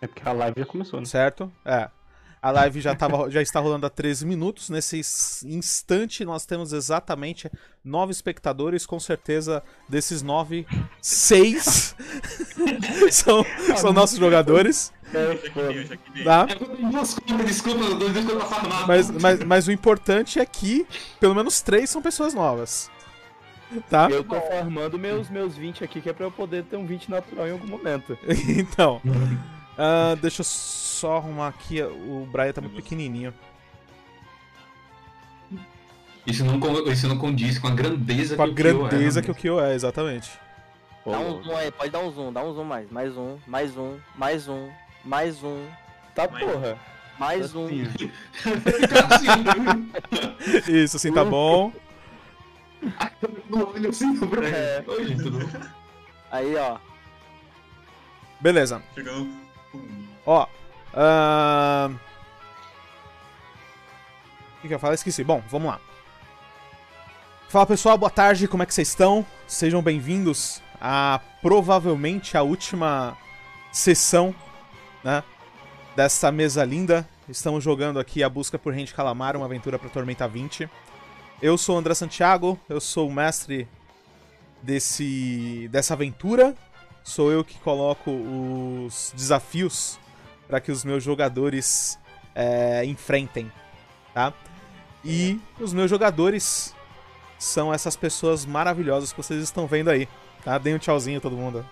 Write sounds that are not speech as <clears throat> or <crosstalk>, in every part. É porque a live já começou, né? certo? É. A live já, tava, já está rolando há 13 minutos. Nesse is- instante, nós temos exatamente nove espectadores. Com certeza, desses nove, seis <laughs> são, são nossos jogadores. É, Eu já queria. Tá? É porque tem duas compras, desculpa, eu dou desculpa pra farmácia. Mas, mas, mas o importante é que pelo menos três são pessoas novas. Tá? <laughs> Eu tô formando meus, meus 20 aqui, que é pra eu poder ter um 20 natural em algum momento. Então. ah, deixa eu só arrumar aqui. O Brian tá muito pequenininho. Isso não, con- isso não condiz com a grandeza Com a que o Kyo é, grandeza né? <laughs> que o Kyo é, exatamente. Pô, Dá um zoom aí, pode dar um zoom, dá um zoom mais. Mais um, mais um, mais um, mais um, tá Mas- porra. mais um. Assim, <laughs> Assim, Isso, assim Hum. tá bom. no olho assim, no Bruno. É. Oi, tudo bom? Aí, ó. Beleza. Chegou no fundo. Ó. ahn, O que, que eu ia falar? Esqueci. Bom, vamos lá. Fala pessoal, boa tarde, como é que vocês estão? Sejam bem-vindos a provavelmente a última sessão, né? Dessa mesa linda. Estamos jogando aqui a busca por Rende Calamar, uma aventura para Tormenta 20. Eu sou o André Santiago, eu sou o mestre desse dessa aventura. Sou eu que coloco os desafios para que os meus jogadores eh, enfrentem, tá? E os meus jogadores são essas pessoas maravilhosas que vocês estão vendo aí, tá? Deem um tchauzinho todo mundo.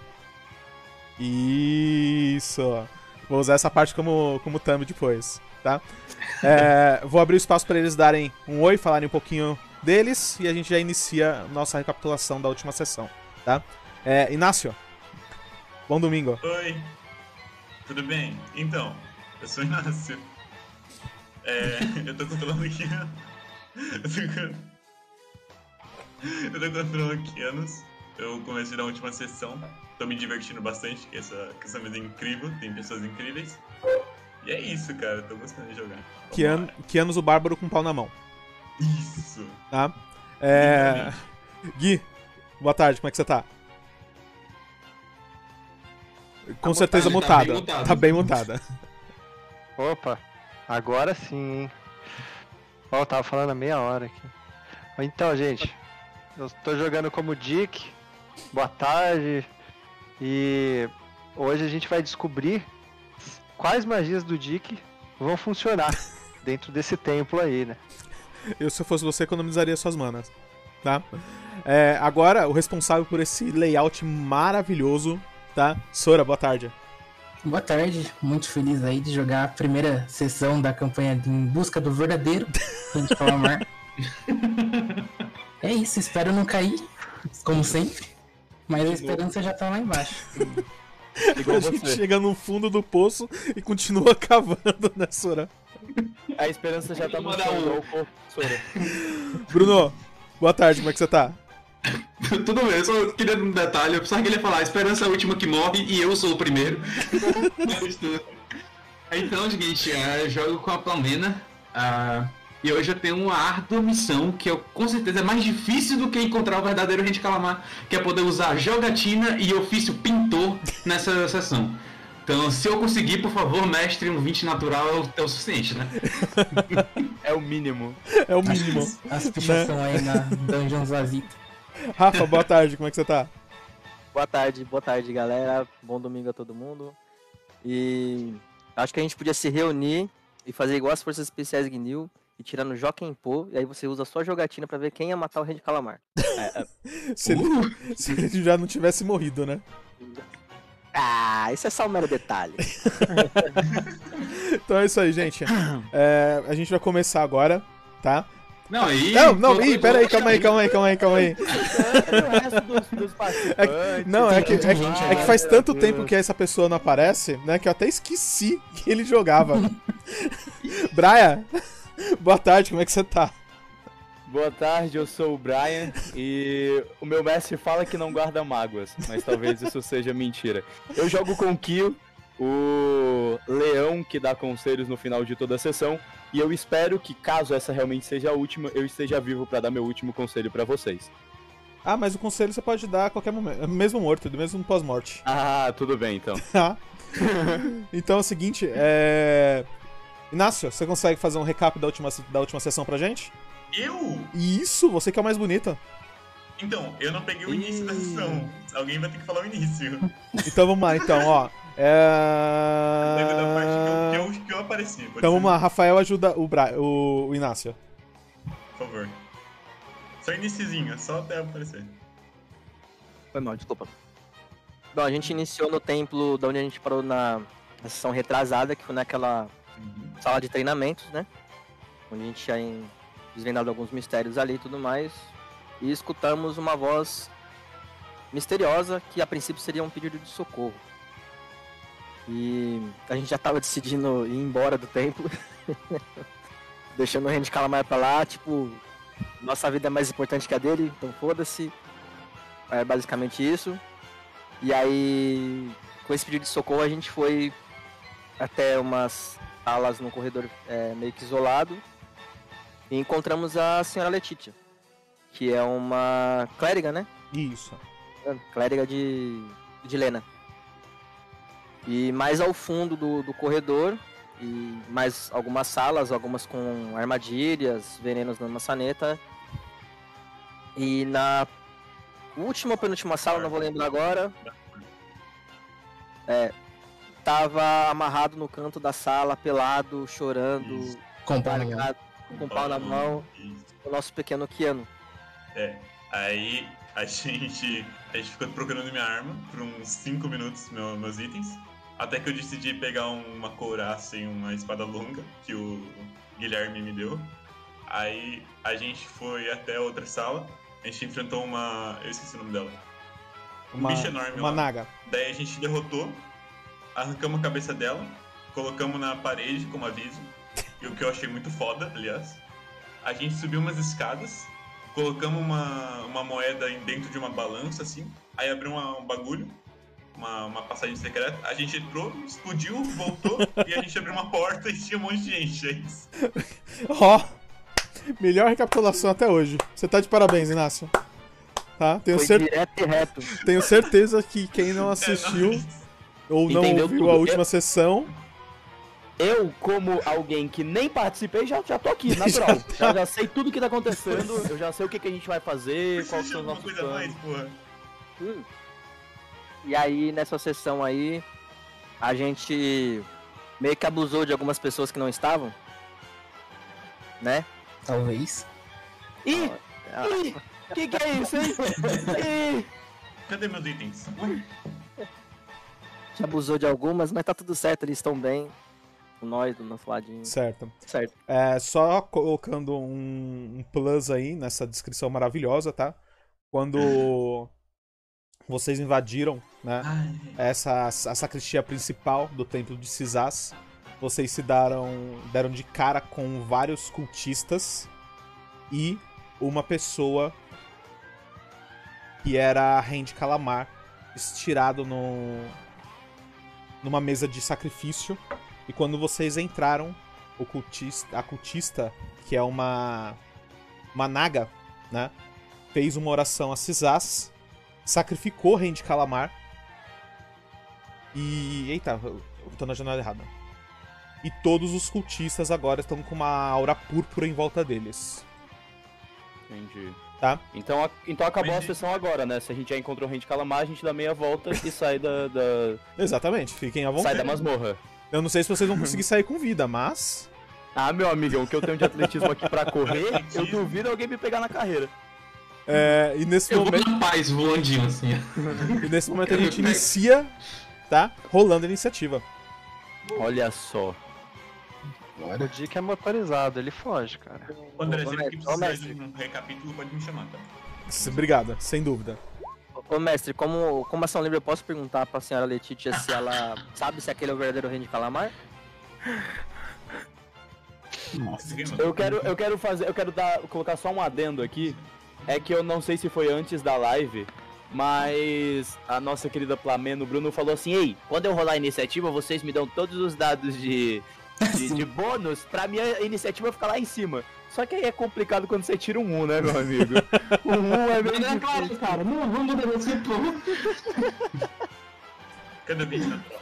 Isso. Vou usar essa parte como como thumb depois, tá? Eh, vou abrir o espaço para eles darem um oi, falarem um pouquinho deles e a gente já inicia nossa recapitulação da última sessão, tá? Eh, Inácio, bom domingo. Oi, tudo bem? Então, eu sou o Inácio. É, eu tô controlando o Kianos. Eu tô controlando o Kianos. Eu comecei na última sessão. Tô me divertindo bastante com essa, com essa mesa é incrível. Tem pessoas incríveis. E é isso, cara. Tô gostando de jogar. Vamos Que, an lá. que anos o Bárbaro com pau na mão, Isso. tá? É... Gui, boa tarde, como é que você tá? Com certeza mutado, mutada. tá bem mutado. Tá bem mutada. Opa, agora sim, hein? Ó, eu tava falando há meia hora aqui. Então, gente, eu tô jogando como Dick. Boa tarde. E hoje a gente vai descobrir quais magias do Dick vão funcionar dentro desse templo aí, né? Eu, se eu fosse você, economizaria suas manas, tá? É, agora, o responsável por esse layout maravilhoso, tá? Sora, boa tarde. Boa tarde, muito feliz aí de jogar a primeira sessão da campanha de Em Busca do Verdadeiro Rende Calamar. é isso, espero não cair, como sempre. Mas a esperança já tá lá embaixo. igual a gente você. chega no fundo do poço e continua <laughs> cavando, né, Sora? A esperança já tá Vou mandar mostrando um. o corpo, Sora. Bruno, boa tarde, como é que você tá? <laughs> Tudo bem, eu só queria dar um detalhe. Eu pensava que ele ia falar: a esperança é a última que morre e eu sou o primeiro. <laughs> Mas tudo. então, seguinte, ah, eu jogo com a Palmena. ah, e hoje eu tenho uma árdua missão que eu, com certeza é mais difícil do que encontrar o verdadeiro Rente Calamar, que é poder usar jogatina e ofício pintor nessa sessão. Então, se eu conseguir, por favor, mestre, um 20 natural é o- é o suficiente, né? É o mínimo. É Tá o mínimo. As fichações aí na Dungeons Azita. Rafa, boa tarde, como é que você tá? Boa tarde, boa tarde, galera. Bom domingo a todo mundo. E acho que a gente podia se reunir e fazer igual as forças especiais Gnil e tirar no Joaquim Pô, e aí você usa só a jogatina pra ver quem ia matar o Rei de <laughs> Calamar. É, Se Uh! ele, <laughs> se ele já não tivesse morrido, né? Ah, isso é só um mero detalhe. Então é isso aí, gente. É, a gente vai começar agora, tá? Não, aí. Não, não, ih, pera aí, calma aí, calma aí, calma aí, calma aí. o resto dos, dos participantes. Não, é que, é, que- é que faz tanto Meu tempo Deus. que essa pessoa não aparece, né, que eu até esqueci que ele jogava. Brian, <laughs> boa tarde, como é que você tá? Boa tarde, eu sou o Brian e o meu mestre fala que não guarda mágoas, mas talvez <laughs> isso seja mentira. Eu jogo com o Kyo, o leão que dá conselhos no final de toda a sessão, e eu espero que, caso essa realmente seja a última, eu esteja vivo pra dar meu último conselho pra vocês. Ah, mas o conselho você pode dar a qualquer momento. Mesmo morto, mesmo pós-morte. Ah, tudo bem então. Tá? <laughs> então é o seguinte, é. Inácio, você consegue fazer um recap da última, da última sessão pra gente? Eu? E isso, você que é o mais bonita. Então, eu não peguei o início da sessão. Alguém vai ter que falar o início. Então vamos lá, então, ó. Deve da parte que É... eu, que eu, que eu apareci. pode Então ser? vamos lá, Rafael ajuda o, Bra... o... o Inácio. Por favor. Só iniciozinho, só até aparecer. Foi mal, desculpa. Bom, a gente iniciou no templo da onde a gente parou na, na sessão retrasada, que foi naquela Uhum. sala de treinamentos, né? Onde a gente tinha em- desvendado alguns mistérios ali e tudo mais. E escutamos uma voz misteriosa que a princípio seria um pedido de socorro. E a gente já tava decidindo ir embora do templo. <laughs> Deixando o Randy Calamar pra lá, tipo, nossa vida é mais importante que a dele, então foda-se. É basicamente isso. E aí, com esse pedido de socorro, a gente foi até umas alas num corredor é, meio que isolado. E encontramos a senhora Letícia, que é uma clériga, né? Isso. Clériga de, de Lena. E mais ao fundo do, do corredor, e mais algumas salas, algumas com armadilhas, venenos na maçaneta. E na última ou penúltima sala, não vou lembrar agora. É. Tava amarrado no canto da sala, pelado, chorando, Isso. Comprar um largado, com um pau na mão, Uhum. Isso. o nosso pequeno Keanu. É. Aí a <laughs> gente, a gente ficou procurando minha arma por uns 5 minutos, meu- meus itens. Até que eu decidi pegar um- uma couraça e uma espada longa que o Guilherme me deu. Aí a gente foi até outra sala. A gente enfrentou uma. Eu esqueci o nome dela. Um Uma, bicho enorme uma lá. naga. Daí a gente derrotou, arrancamos a cabeça dela, colocamos na parede como aviso, e o que eu achei muito foda, aliás. A gente subiu umas escadas, colocamos uma, uma moeda em- dentro de uma balança, assim, aí abriu uma- um bagulho, uma, uma passagem secreta, a gente entrou, explodiu, voltou, <laughs> e a gente abriu uma porta e tinha um monte de gente, é isso. Ó! Melhor recapitulação até hoje. Você tá de parabéns, Inácio. Tá? Tenho, Foi cer- direto e reto. Tenho certeza que quem não assistiu É, ou não Entendeu ouviu tudo. a última sessão Eu, como alguém que nem participei, já, já tô <laughs> aqui, natural. já, já sei tudo que tá acontecendo, eu já sei o que, que a gente vai fazer, precisa quais de são os alguma nossos coisa a planos. mais, porra. Hum. E aí, nessa sessão aí, a gente meio que abusou de algumas pessoas que não estavam. Né? talvez. Ih! Ih! Que que é isso, hein? Ih! Cadê meus itens? A gente abusou de algumas, mas tá tudo certo, eles estão bem. Com nós, do nosso ladinho. Certo. Certo. É, só colocando um, um plus aí nessa descrição maravilhosa, tá? Quando vocês invadiram, né? Ai, Essa a sacristia principal do templo de Cisás, vocês se deram deram de cara com vários cultistas e uma pessoa que era Randy Calamar estirado no numa mesa de sacrifício e quando vocês entraram o cultista, a cultista, que é uma uma naga, né, fez uma oração a Cisás, sacrificou Randy Calamar e eita, eu tô na janela errada. E todos os cultistas agora estão com uma aura púrpura em volta deles. Entendi. Tá. Então, a- então acabou a Entendi. sessão agora, né? Se a gente já encontrou o Rei de Calamar, a gente dá meia volta e sai da. da- Exatamente, fiquem à sai vontade. da masmorra. Eu não sei se vocês vão <laughs> conseguir sair com vida, mas. Ah, meu amigão, o que eu tenho de atletismo aqui pra correr, eu duvido alguém me pegar na carreira. É, e, nesse Eu vou momento, na paz voandinho assim. e nesse momento a gente inicia, tá? Rolando a iniciativa. Olha só. O Dick é motorizado, ele foge, cara. Ô, André, Ô, sempre que mestre, ô, precisar mestre. de um recapítulo, pode me chamar, tá? S- Obrigado, sem dúvida. Ô, mestre, como, como ação livre, eu posso perguntar pra senhora Letícia se <laughs> ela sabe se aquele é o verdadeiro rei de Calamar? Nossa. Eu quero, eu quero fazer, eu quero dar, colocar só um adendo aqui. É que eu não sei se foi antes da live, mas a nossa querida Plameno Bruno falou assim: "Ei, quando eu rolar a iniciativa, vocês me dão todos os dados de de, de bônus pra minha iniciativa ficar lá em cima. Só que aí é complicado quando você tira um 1, né, meu amigo? O 1 é meio Não, é difícil. claro, cara. Não, vamos mudar esse ponto. Cadê o bicho natural?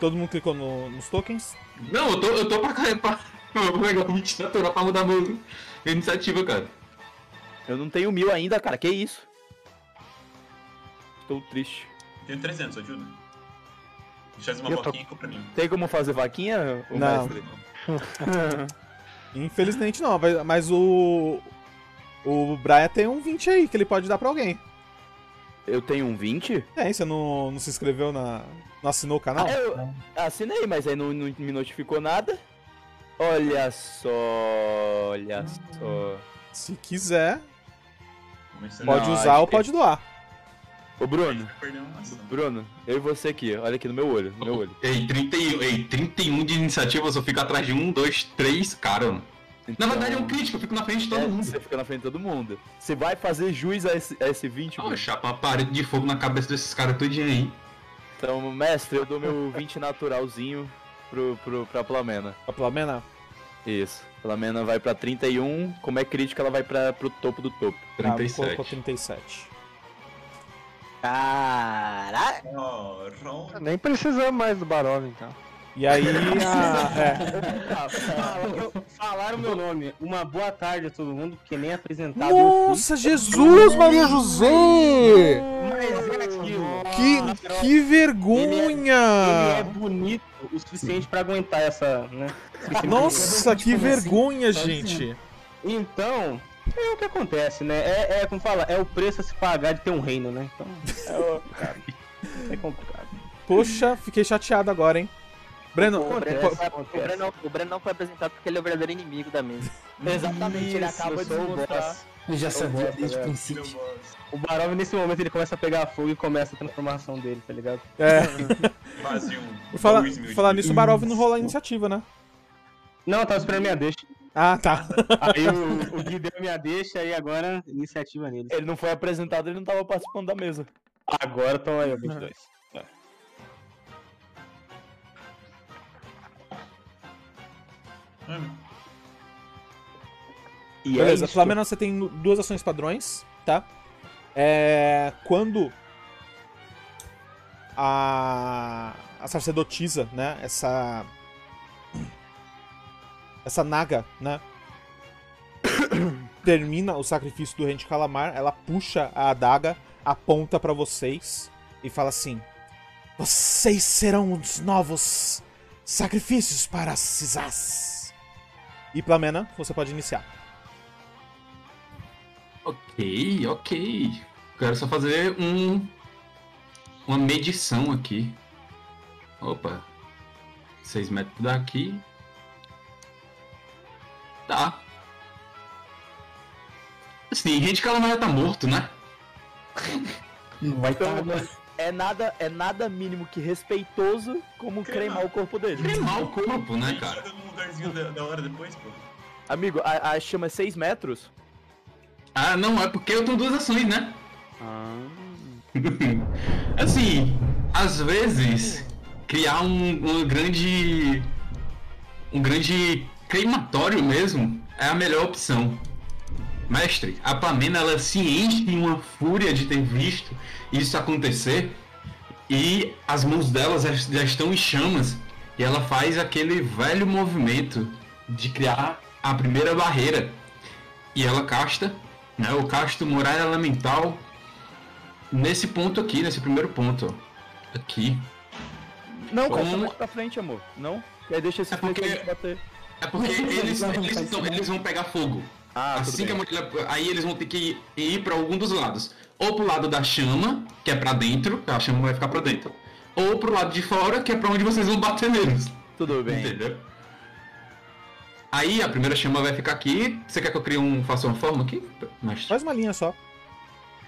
Todo mundo clicou no- nos tokens. Não, eu tô, eu tô pra, ca- pra, <laughs> eu vou pegar o bicho natural pra mudar meu, minha iniciativa, cara. Eu não tenho mil ainda, cara. Que isso? Estou triste. Tenho 300, ajuda. Faz uma Eu tô- boquinha e compra pra mim. Tem como fazer vaquinha, o Não. mestre? Infelizmente não, mas- mas o. O Brian tem um 20 aí que ele pode dar pra alguém. Eu tenho um 20? É, você não, não se inscreveu na. Não assinou o canal? Ah, eu assinei, mas aí não, não me notificou nada. Olha só, Ah. olha só. Se quiser, Começando pode Não, usar acho ou que- é pode doar. Ô Bruno, a perder uma ação. Bruno, eu e você aqui, olha aqui no meu olho, no meu olho. Ei, 31, ei, 31 de iniciativa, eu só fico atrás de um, dois, três, cara. Na Então, verdade é um crítico, eu fico na frente de todo é, mundo. Você fica na frente de todo mundo. Você vai fazer juiz a esse, a esse 20, Bruno? Ô, chapa, uma parede de fogo na cabeça desses caras tudinho aí. Então, mestre, eu dou meu 20 naturalzinho pro, pro, pra Plamena. A Plamena. Isso. Plamena vai pra 31, como é crítica, ela vai pra, pro topo do topo. tá, colocou 37. 37. Caraca! Ó, Ron. Nem precisamos mais do Barolo, então. E aí a. é. Falaram meu nome. Uma boa tarde a todo mundo, porque nem É. apresentado eu fui. Nossa, Jesus, Maria José! Mas é aquilo. Que, que Ele é vergonha! bonito o suficiente pra aguentar essa, né? esse tipo de- Nossa, que vergonha, Só assim. gente! Então, é o que acontece, né? É, é, como fala, é o preço a se pagar de ter um reino, né? Então, <laughs> é, o- é complicado. Poxa, fiquei chateado agora, hein? Breno, O Breno, po- o Breno não, o Breno não foi apresentado porque ele é o verdadeiro inimigo da mesa. Exatamente, ele Isso, acaba eu de sou o mostrar. boss. Eu já sabia gosto, desde o né? Meu princípio. boss. O Barov, nesse momento, ele começa a pegar fogo e começa a transformação dele, tá ligado? é, <laughs> Quase um. por falar, dois mil por falar de- nisso, o Barov não rolou a iniciativa, né? Não, eu tava esperando minha deixa. Ah, tá. Aí o, o Gui deu minha deixa e agora iniciativa nele. Ele não foi apresentado, ele não tava participando da mesa. Agora toma aí, ó, 22. Ah, E Beleza, é isso. Flamengo, você tem duas ações padrões, tá? É, quando a, a sacerdotisa, né, essa essa naga, né, <coughs> termina o sacrifício do rei de Calamar, ela puxa a adaga, aponta pra vocês e fala assim: "Vocês serão os novos sacrifícios para Cisás." E Plamena, você pode iniciar. Ok, ok. Quero só fazer um. Uma medição aqui. Opa. 6 metros daqui. Tá. Assim, gente, Calamar tá morto, né? Não vai tá, estar Então, agora. É nada, é nada mínimo que respeitoso como Cremar. cremar o corpo dele. Cremar o É corpo, né, cara? Chega num tá um lugarzinho da, da hora depois, pô. Amigo, a, a chama é 6 metros? Ah, não, é porque eu tenho duas ações, né? <laughs> assim, às vezes, criar um, um grande. Um grande crematório mesmo é a melhor opção. Mestre, a Pamena ela se enche em uma fúria de ter visto isso acontecer e as mãos dela já, já estão em chamas e ela faz aquele velho movimento de criar a primeira barreira e ela casta, né? Eu casto muralha elemental nesse ponto aqui, nesse primeiro ponto, ó. aqui. Não, cara, Como- tá mais pra frente, amor. Não? E aí deixa esse É porque- flequinho bater. É <laughs> porque eles, Não, não eles, faz tão- sentido. eles vão pegar fogo. Ah, assim tudo que a bem. muralha, aí eles vão ter que ir para algum dos lados. Ou pro lado da chama, que é pra dentro, a chama vai ficar pra dentro. Ou pro lado de fora, que é pra onde vocês vão bater neles. Tudo bem. Entendeu? Aí a primeira chama vai ficar aqui. Você quer que eu crie um, faça uma forma aqui? Mas Faz uma linha só.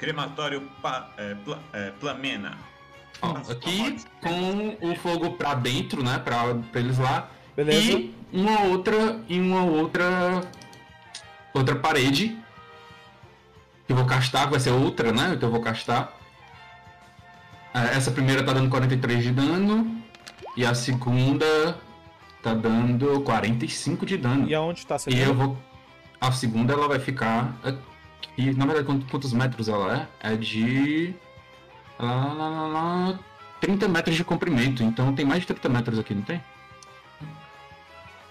Crematório pa, é, pla, é, Plamena. Ó, aqui com o fogo pra dentro, né? Pra, pra eles lá. Beleza? E uma outra. E uma outra. Outra parede. Que eu vou castar, vai ser outra, né? Que eu vou castar. Ah, Essa primeira tá dando 43 de dano. E a segunda. Tá dando 45 de dano. E aonde tá a E segunda? eu vou. A segunda ela vai ficar. Aqui. Na verdade, quant- quantos metros ela é? É de. lá, lá, lá, lá, 30 metros de comprimento. Então tem mais de 30 metros aqui, não tem?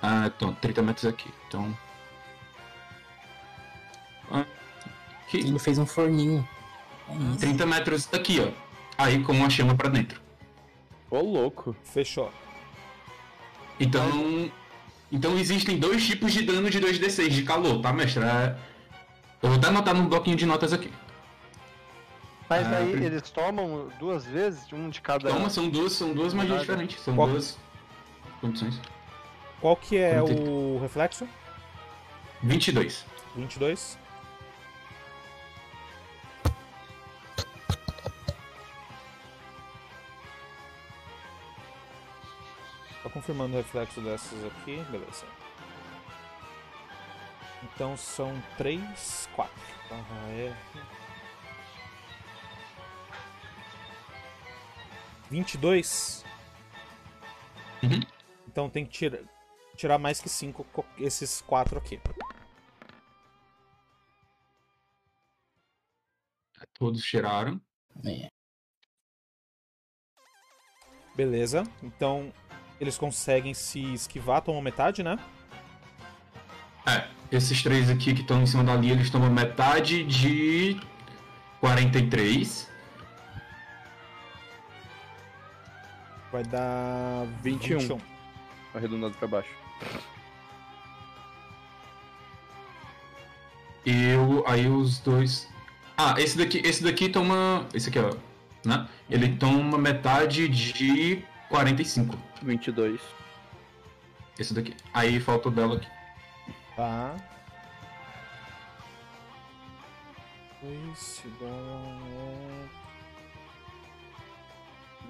Ah, então, 30 metros aqui. Então. Ah, Aqui, Ele fez um forninho. É isso. 30 metros aqui, ó. Aí com a chama pra dentro. Ô, louco. Fechou. Então. Então existem dois tipos de dano de 2d6 de calor, tá, mestre? É- Eu vou até anotar num bloquinho de notas aqui. Mas Ah, aí prim- eles tomam duas vezes, um de cada. Calma, são duas, são duas magias Verdade. diferentes. São Qual- duas condições. Qual que é Trinta e- o reflexo? 22. 22. Tá confirmando o reflexo dessas aqui. Beleza. Então são 3, 4. Ah, é. 22. Uhum. Então tem que tirar, tirar mais que 5 esses 4 aqui. Todos tiraram. Beleza. Então eles conseguem se esquivar, tomam metade, né? É, esses três aqui que estão em cima da linha, eles tomam metade de 43. Vai dar 21. Arredondado pra baixo. E eu, aí os dois. Ah, esse daqui, esse daqui toma. Esse aqui, ó. Né? Ele toma metade de 45. 22. Esse daqui. Aí falta o dela aqui. Tá. Isso, bom.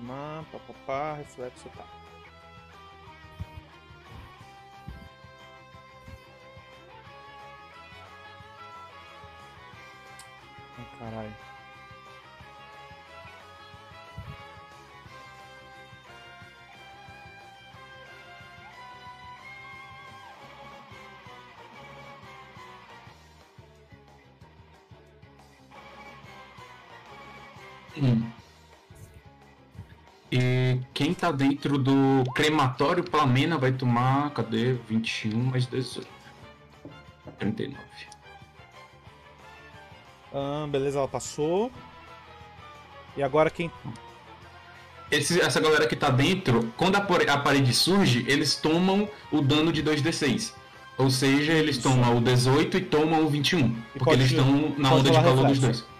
Mapa, papá, reflexo, tá. Ai, caralho. Hum. E quem tá dentro do crematório Plamena vai tomar. Cadê? 21 mais 18. 39. Ah, beleza, ela passou. E agora quem Esse- essa galera que tá dentro, quando a, pare- a parede surge, eles tomam o dano de 2d6. Ou seja, eles tomam o 18 e tomam o 21. porque pode- eles estão na pode onda de rolar calor dos reflexo. dois.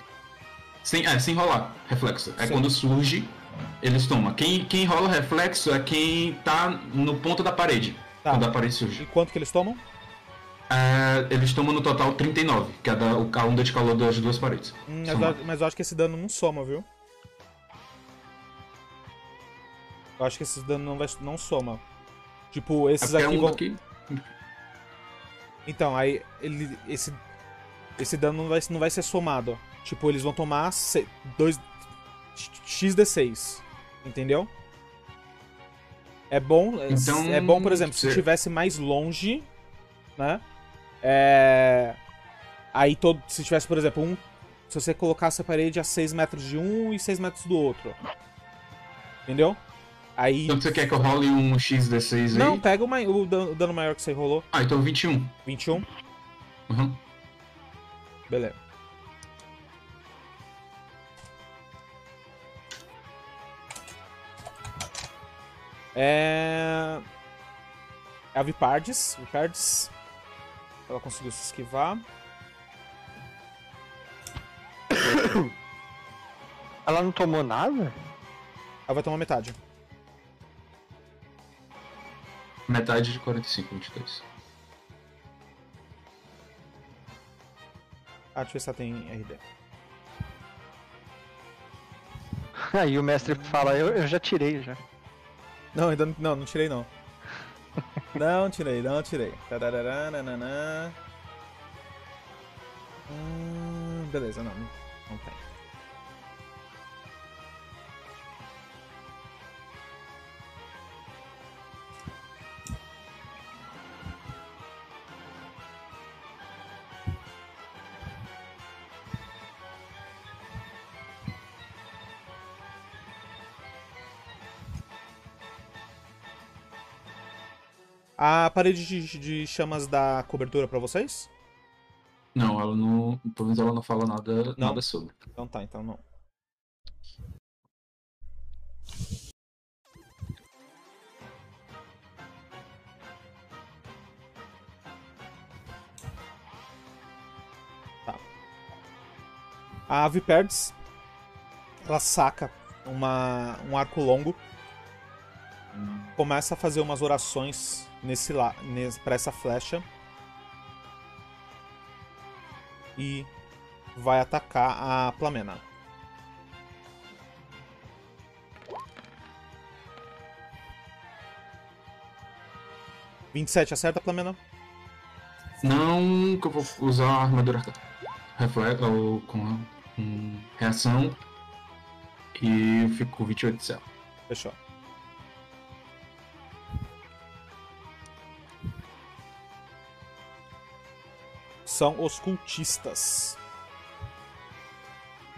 Sem, é, sem rolar reflexo. É Sim. quando surge, eles tomam. Quem, quem rola reflexo é quem tá no ponto da parede. Tá. Quando a parede surge. E quanto que eles tomam? É, eles tomam no total 39, que é da, o- a onda de calor das duas paredes. Hum, Soma. mas, eu, mas eu acho que esse dano não soma, viu? Eu acho que esse dano não, vai, não soma. Tipo, esses É porque é aqui um vão. aqui. Então, aí ele, esse, esse dano não vai, não vai ser somado. Tipo, eles vão tomar 2 XD6. Entendeu? É bom, é- Então, é bom, por exemplo, se você- estivesse mais longe, né? É, aí todo, se tivesse, por exemplo, um, se você colocasse a parede a 6 metros de um e 6 metros do outro. Entendeu? Aí Então você quer que eu role um XD6 aí? Não, tá. pega o, mai- o dan- o dano maior que você rolou, Ah, então 21. 21. Uhum. Beleza. É... é a Vipardes. Vipardes. Ela conseguiu se esquivar. Ela não tomou nada? <laughs> Ela vai tomar metade. Metade de 45, 22. Ah, deixa eu ver se ela tem RD. Aí o mestre fala, eu, eu já tirei já. Não, ainda não, não, não tirei não. não tirei, não tirei. Tararará, nananã. Hum, beleza, não, não tem. A parede de, de chamas dá cobertura pra vocês? Não, ela não. Pelo menos ela não fala nada, nada sobre. Então tá, então não. Tá. A ave Perdes, ela saca uma, um arco longo, começa a fazer umas orações nesse lá, nes- pra essa flecha e vai atacar a Plamena. Vinte e sete acerta, Plamena? Não que eu vou usar a armadura arcana. Reflexo ou com, com reação. E eu fico com 28 de céu. Fechou. São os cultistas.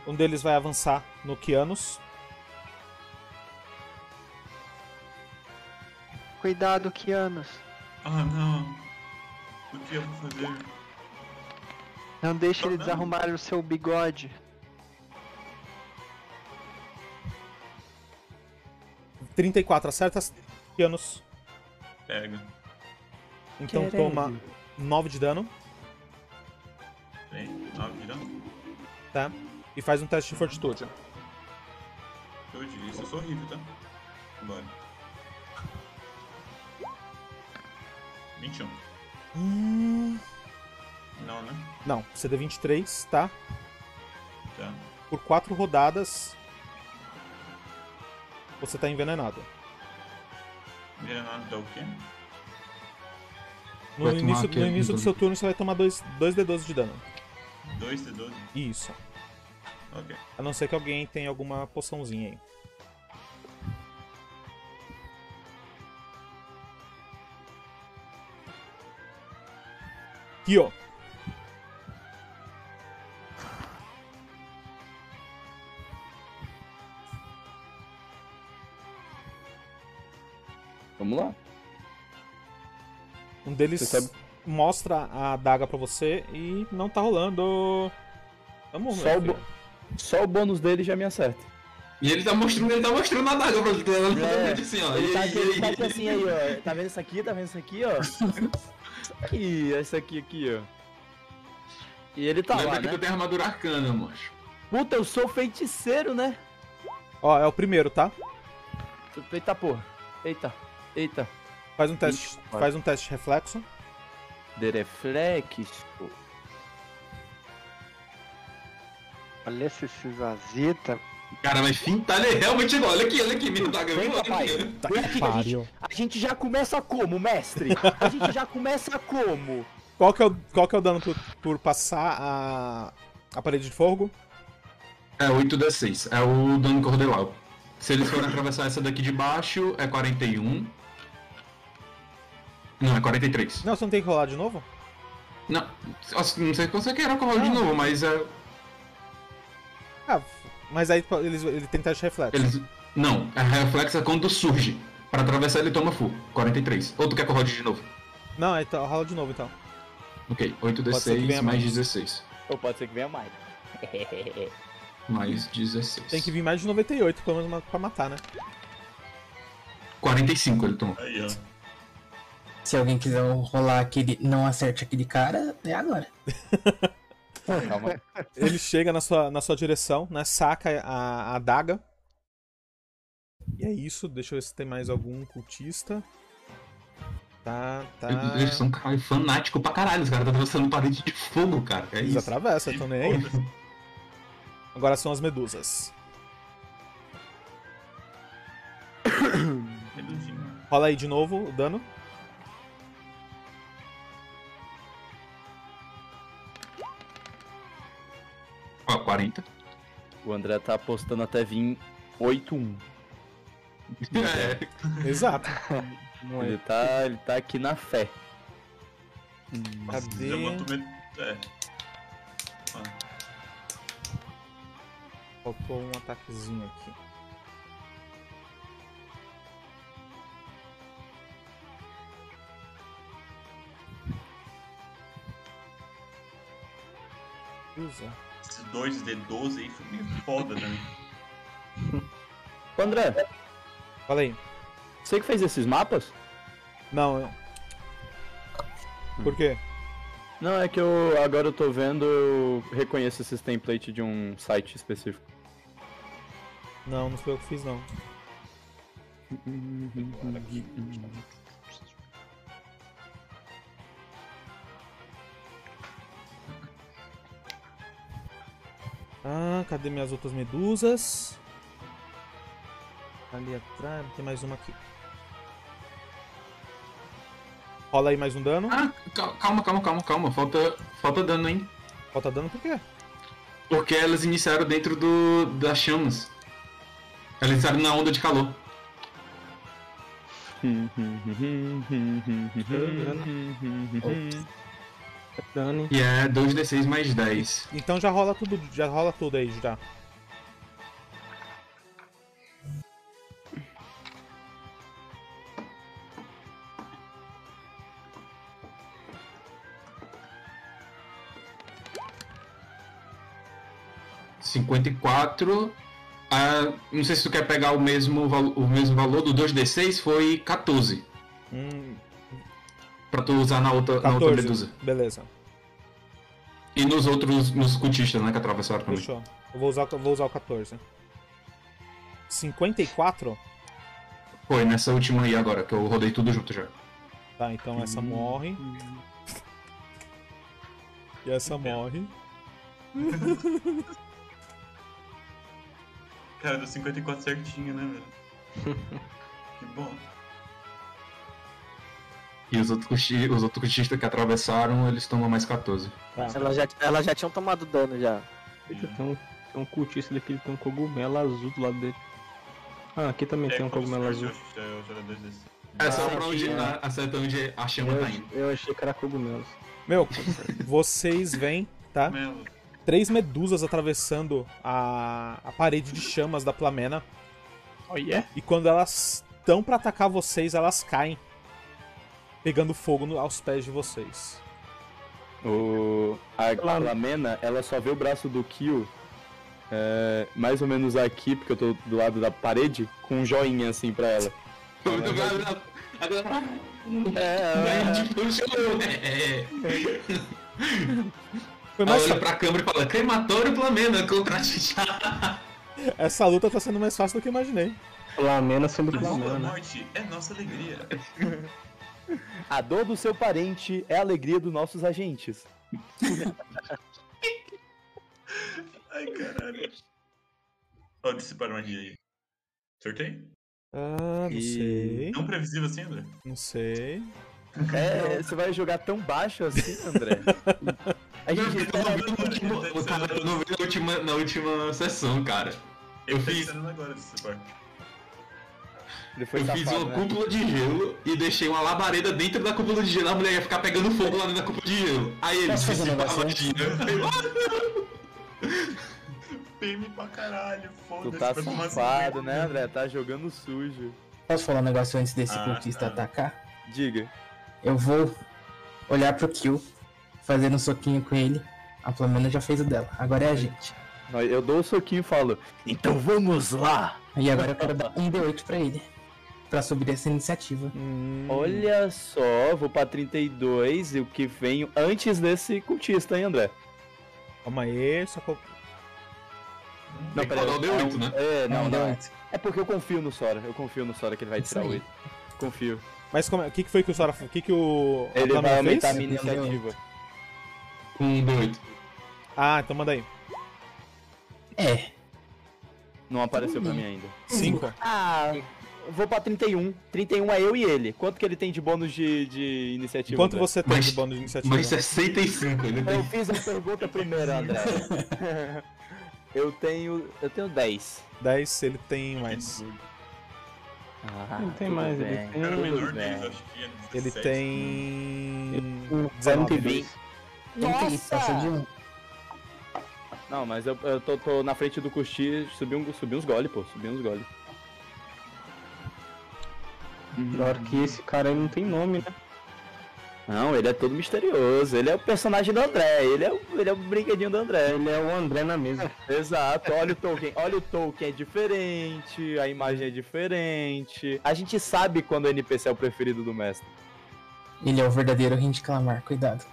Um deles vai avançar no Kianos. Cuidado, Kianos. Ah, não. O que eu vou fazer? Não deixe eles arrumarem o seu bigode. trinta e quatro acerta Kianos. Pega. Então toma nove de dano Bem, nove um. de dano. e faz um teste de fortitude. Eu diria, isso eu sou horrível, tá? Bora. 21. Hum, Não, né? Não, CD 23, tá? Tá. Por quatro rodadas você tá envenenado. Granada dá o quê? No Vai tomar então. início, no aquele início do seu turno você vai tomar 2 D12 de dano. 2 de 12? Isso. Ok. A não ser que alguém tenha alguma poçãozinha aí. Kyo. Vamos lá. Um deles Você sabe- mostra a adaga pra você e não tá rolando. Vamos Só ver. o bo- Só o bônus dele já me acerta. E ele tá mostrando, ele tá mostrando a daga pra ele. Ela tá É, é, assim, ó. Ele E, tá, e, aqui, ele tá aqui e, assim aí, ó. Tá vendo isso aqui? Tá vendo isso aqui, ó? E essa aqui, aqui, ó. E ele tá Lembra lá, que né? tu tem armadura arcana, mocho. Puta, eu sou feiticeiro, né? Ó, é o primeiro, tá? Eita porra. Eita. Eita. Faz um teste, Ixi, faz um teste de reflexo. De reflex, pô. Olha esse cisazita. Cara, mas fintar ele é realmente igual. Olha aqui, olha aqui, minha daga. Vem, olha aqui. papai. Tá Vem aqui, É a, gente, a gente já começa como, mestre? A gente já começa como? Qual que é o, qual que é o dano por, por passar a, a parede de fogo? É 8 da 6. É o dano cordelau. Se eles forem atravessar essa daqui de baixo, é 41. Não, é 43. Não, você não tem que rolar de novo? Não, nossa, não sei se você quer rolar de Não. novo, mas é. Ah, mas aí eles, ele tem teste de reflexo. Eles... Não, é reflexa quando surge. Pra atravessar ele toma full. 43. Ou tu quer que eu rode de novo? Não, então rola de novo então. Ok, 8 d Pode ser que 6 venha mais mais. 16. Ou pode ser que venha mais. Mais 16. Tem que vir mais de 98, pelo menos uma- pra matar, né? 45 ele toma. Aí, ó. Se alguém quiser rolar aquele. Não acerte aquele cara, é agora. Calma. Ele chega na sua, na sua direção, né? Saca a, a adaga. E é isso. Deixa eu ver se tem mais algum cultista. Tá, tá. Eles são caralho, um fanático pra caralho. Os caras estão atravessando parede de fogo, cara. É Eles isso. atravessam, então nem aí. Agora são as medusas. Redundinho. Rola aí de novo o dano. Ó, 40. O André tá apostando até vir 8-1. É, Exato. Ele tá, ele tá aqui na fé. Cadê? Já botou met... É. Ah, Faltou um ataquezinho aqui. Esses 2D12 aí foi meio foda né? <laughs> também. Ô, André, Fala aí. você que fez esses mapas? Não, eu... Por quê? Não, é que eu agora eu tô vendo, eu reconheço esses templates de um site específico. Não, não foi eu que fiz, não. Ah, cadê minhas outras medusas? Ali atrás, tem mais uma aqui. Rola aí mais um dano. Ah, cal- calma, calma, calma, calma. Falta, falta dano, hein? Falta dano por quê? Porque elas iniciaram dentro do, das chamas. Elas iniciaram na onda de calor. Dani. E é 2d6 mais 10. Então já rola tudo, já rola tudo aí já. cinquenta e quatro Ah, não sei se tu quer pegar o mesmo, valo- o mesmo valor do 2d6, foi 14. Hum, Pra tu usar na outra, na outra 14. medusa. Beleza. E nos outros, nos cultistas, né, que atravessaram também. Fechou. Eu vou usar, eu vou usar o 14. 54? Foi nessa última aí agora, que eu rodei tudo junto já. Tá, então essa morre. E essa morre. Cara, deu 54 certinho, né, velho? <laughs> que bom. E os outros, culti- os outros cultistas que atravessaram, eles tomam mais 14. Tá. Elas já, elas já tinham tomado dano já. Eita, tem um, tem um cultista daquele tem um cogumelo azul do lado dele. Ah, aqui também tem um como cogumelo se azul. fosse hoje, é, o jogador desse. É só Ah, pra onde, sim, a- acerta onde a chama tá indo. Eu, eu achei que era cogumelo. Meu, vocês veem, tá? Melo. Três medusas atravessando a, a parede de chamas da Plamena. Oh yeah? E quando elas estão pra atacar vocês, elas caem. Pegando fogo no- aos pés de vocês. O, a Lá- né? Lamena, ela só vê o braço do Kill é, mais ou menos aqui, porque eu tô do lado da parede, com um joinha assim pra ela. tá- Aí, tipo, chorou, né? É. Foi Ela mais olha pra câmera e fala, crematório Flamengo é contra a Chichá. <laughs> Essa luta tá sendo mais fácil do que eu imaginei. Flamena sendo A sua né? Flamena. morte é nossa alegria. A dor do seu parente é a alegria dos nossos agentes. Ai, caralho. Ó, dissiparam a magia aí. Sorteio? Ah, não E- sei. Não previsível assim, André? Não sei. É, você vai jogar tão baixo assim, André? A gente É, espera tipo, Eu não vi na última, na última sessão, cara. Eu tô fiz- ensinando agora a dissipar. Ele foi Eu fiz safado, uma né? cúpula de gelo e deixei uma labareda dentro da cúpula de gelo. A mulher ia ficar pegando fogo lá dentro da cúpula de gelo. Aí eles Posso fazer um dissiparam a negócio magia. Fame pra caralho, Tu foda-se. tá vai tomar safado, cinquenta. né, André? Tá jogando sujo. Posso falar um negócio antes desse Ah, cultista tá. atacar? Diga. Eu vou olhar pro Kill, fazer um soquinho com ele. A Flamena já fez o dela, agora é a gente. Não, Eu dou o soquinho e falo, então vamos lá! E agora eu quero dar um D8 pra ele. Pra subir essa iniciativa. "Hum, Olha só, vou pra 32 e o que venho antes desse cultista, hein, André? Calma aí, só que eu- Tem que rodar o D8, né? É, É não, um não. D8. É porque eu confio no Sora, eu confio no Sora que ele vai Isso tirar aí. 8. Confio. Mas como é- o que, que foi que o Sora. O que, que o. a Ele Flamena vai aumentar a fez? minha iniciativa. Um D8. Ah, então manda aí. É, Não apareceu pra mim ainda. 5. Ah, vou pra 31. 31 é eu e ele. Quanto que ele tem de bônus de, de iniciativa? Quanto André? você tem Mas- de bônus de iniciativa? Mas é- um 65, ele Eu tem. fiz a pergunta primeiro, André. eu tenho. Eu tenho 10. 10, ele tem né? Uhum. mais. Ah, Não tem tudo mais, ele bem, tem- Era o tudo menor né? bem. deles, acho que é 17. Ele tem. Uhum. O 19. 42. ele tem isso, passa de um. Não, mas eu, eu tô, tô na frente do Cuxi, subi, um, subi uns gole, pô. Subi uns gole. Uhum. Pior que esse cara aí não tem nome, né? Não, ele é todo misterioso. Ele é o personagem do André. Ele é o, ele é o brinquedinho do André. Ele é o André na mesa. <laughs> Exato. Olha o Tolkien. Olha o Tolkien é diferente. A imagem é diferente. A gente sabe quando o NPC é o preferido do mestre. Ele é o verdadeiro Rin de Calamar, cuidado.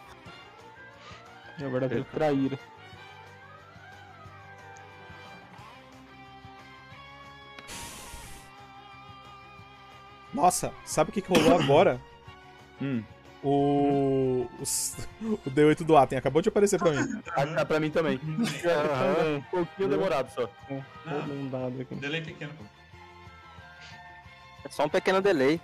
É o verdadeiro traíra. Nossa, sabe o que, que rolou agora? Hum. O, os- o D8 do Atem acabou de aparecer pra mim. Ah, Uhum. tá pra mim também. <laughs> Um pouquinho demorado só. Todo um dado aqui. Ah. Delay pequeno. É só um pequeno delay.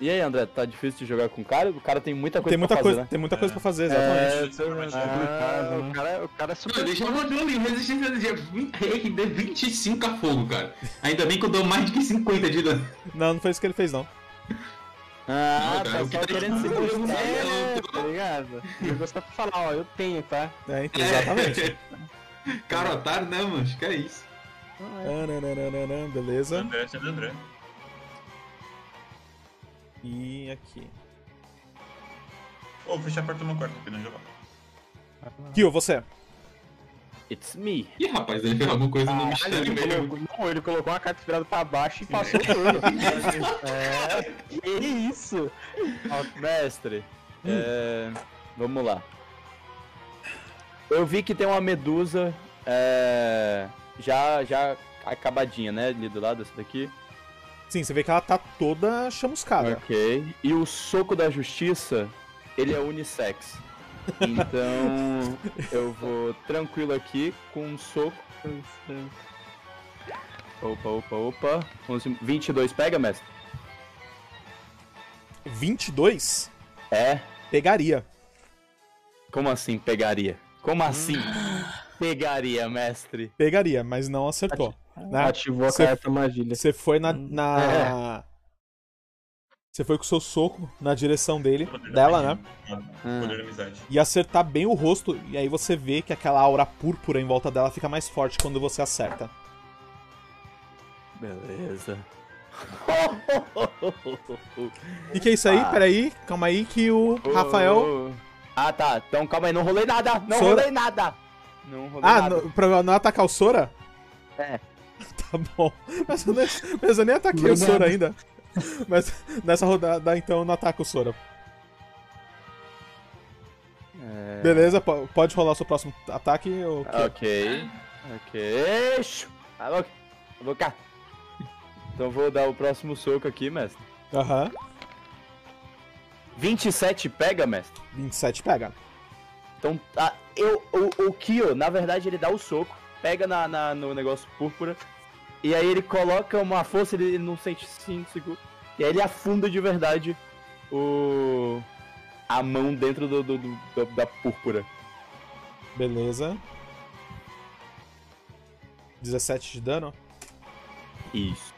E aí, André, tá difícil de jogar com o cara? O cara tem muita coisa Tem muita pra coisa, fazer, tem muita coisa pra fazer, né? Tá exatamente. É, tô- né? Ah, o cara, o cara é Mano, super. deixa eu rodando ali, resistência de RD 25 a fogo, cara. Ainda bem que eu dou mais de 50 de dano. É. Não, não foi isso que ele fez, não. Ah, Não, cara, tá o que só tá querendo se escrito no mostrar. céu, É, tô- tá ligado? Eu gosto de falar, ó, eu tenho, tá? É, então, exatamente. <laughs> Cara otário, né, mano? Que é isso. Tananana, Uhum. beleza. André, você é do André. E aqui. Ô, fechar a porta do meu quarto, rapidão, já volto. Kyo, você. It's me. Ih, rapaz, ele fez alguma coisa no Caralho, mistério ele mesmo. colocou- não, ele colocou uma carta virada pra baixo e passou tudo. é, que isso? Ó, né? Mestre, é, vamos lá. Eu vi que tem uma medusa é, já, já acabadinha, né? Ali do lado, essa daqui. Sim, você vê que ela tá toda chamuscada. Ok. E o soco da justiça, ele é unissex. Então eu vou tranquilo aqui com um soco. Opa, opa, opa. 11, 22 pega, mestre? 22? É. Pegaria. Como assim pegaria? Como assim pegaria, mestre? Pegaria, mas não acertou. Né? Ativou a Você- carta magia. Você foi na. é. na- Você foi com o seu soco na direção dele, Poder dela, né? amizade. Ah, Poder amizade. E acertar bem o rosto, e aí você vê que aquela aura púrpura em volta dela fica mais forte quando você acerta. Beleza. O que, que é isso aí? Ah. Peraí, calma aí que o Rafael. Ah, tá. Então calma aí, não rolei nada. Não Sora. rolei nada. Não rolei Ah, nada. no, pra não atacar o Sora? É. <laughs> Tá bom. Mas eu nem, mas eu nem ataquei o Obrigado. Sora ainda. Mas nessa rodada, então, eu não ataca o Sora. Beleza, po- pode rolar o seu próximo ataque. Eu... Ok. Ok. Xiu. Tá louco? Tá louca? Então vou dar o próximo soco aqui, mestre. Aham. 27 pega, mestre. 27 pega. Então, ah, eu, o, o Kyo, na verdade, ele dá o soco, pega na, na- no negócio púrpura, e aí ele coloca uma força, ele, ele não sente cinco segundos, e aí ele afunda de verdade o a mão dentro do, do- do- do- da púrpura. Beleza. 17 de dano. Isso.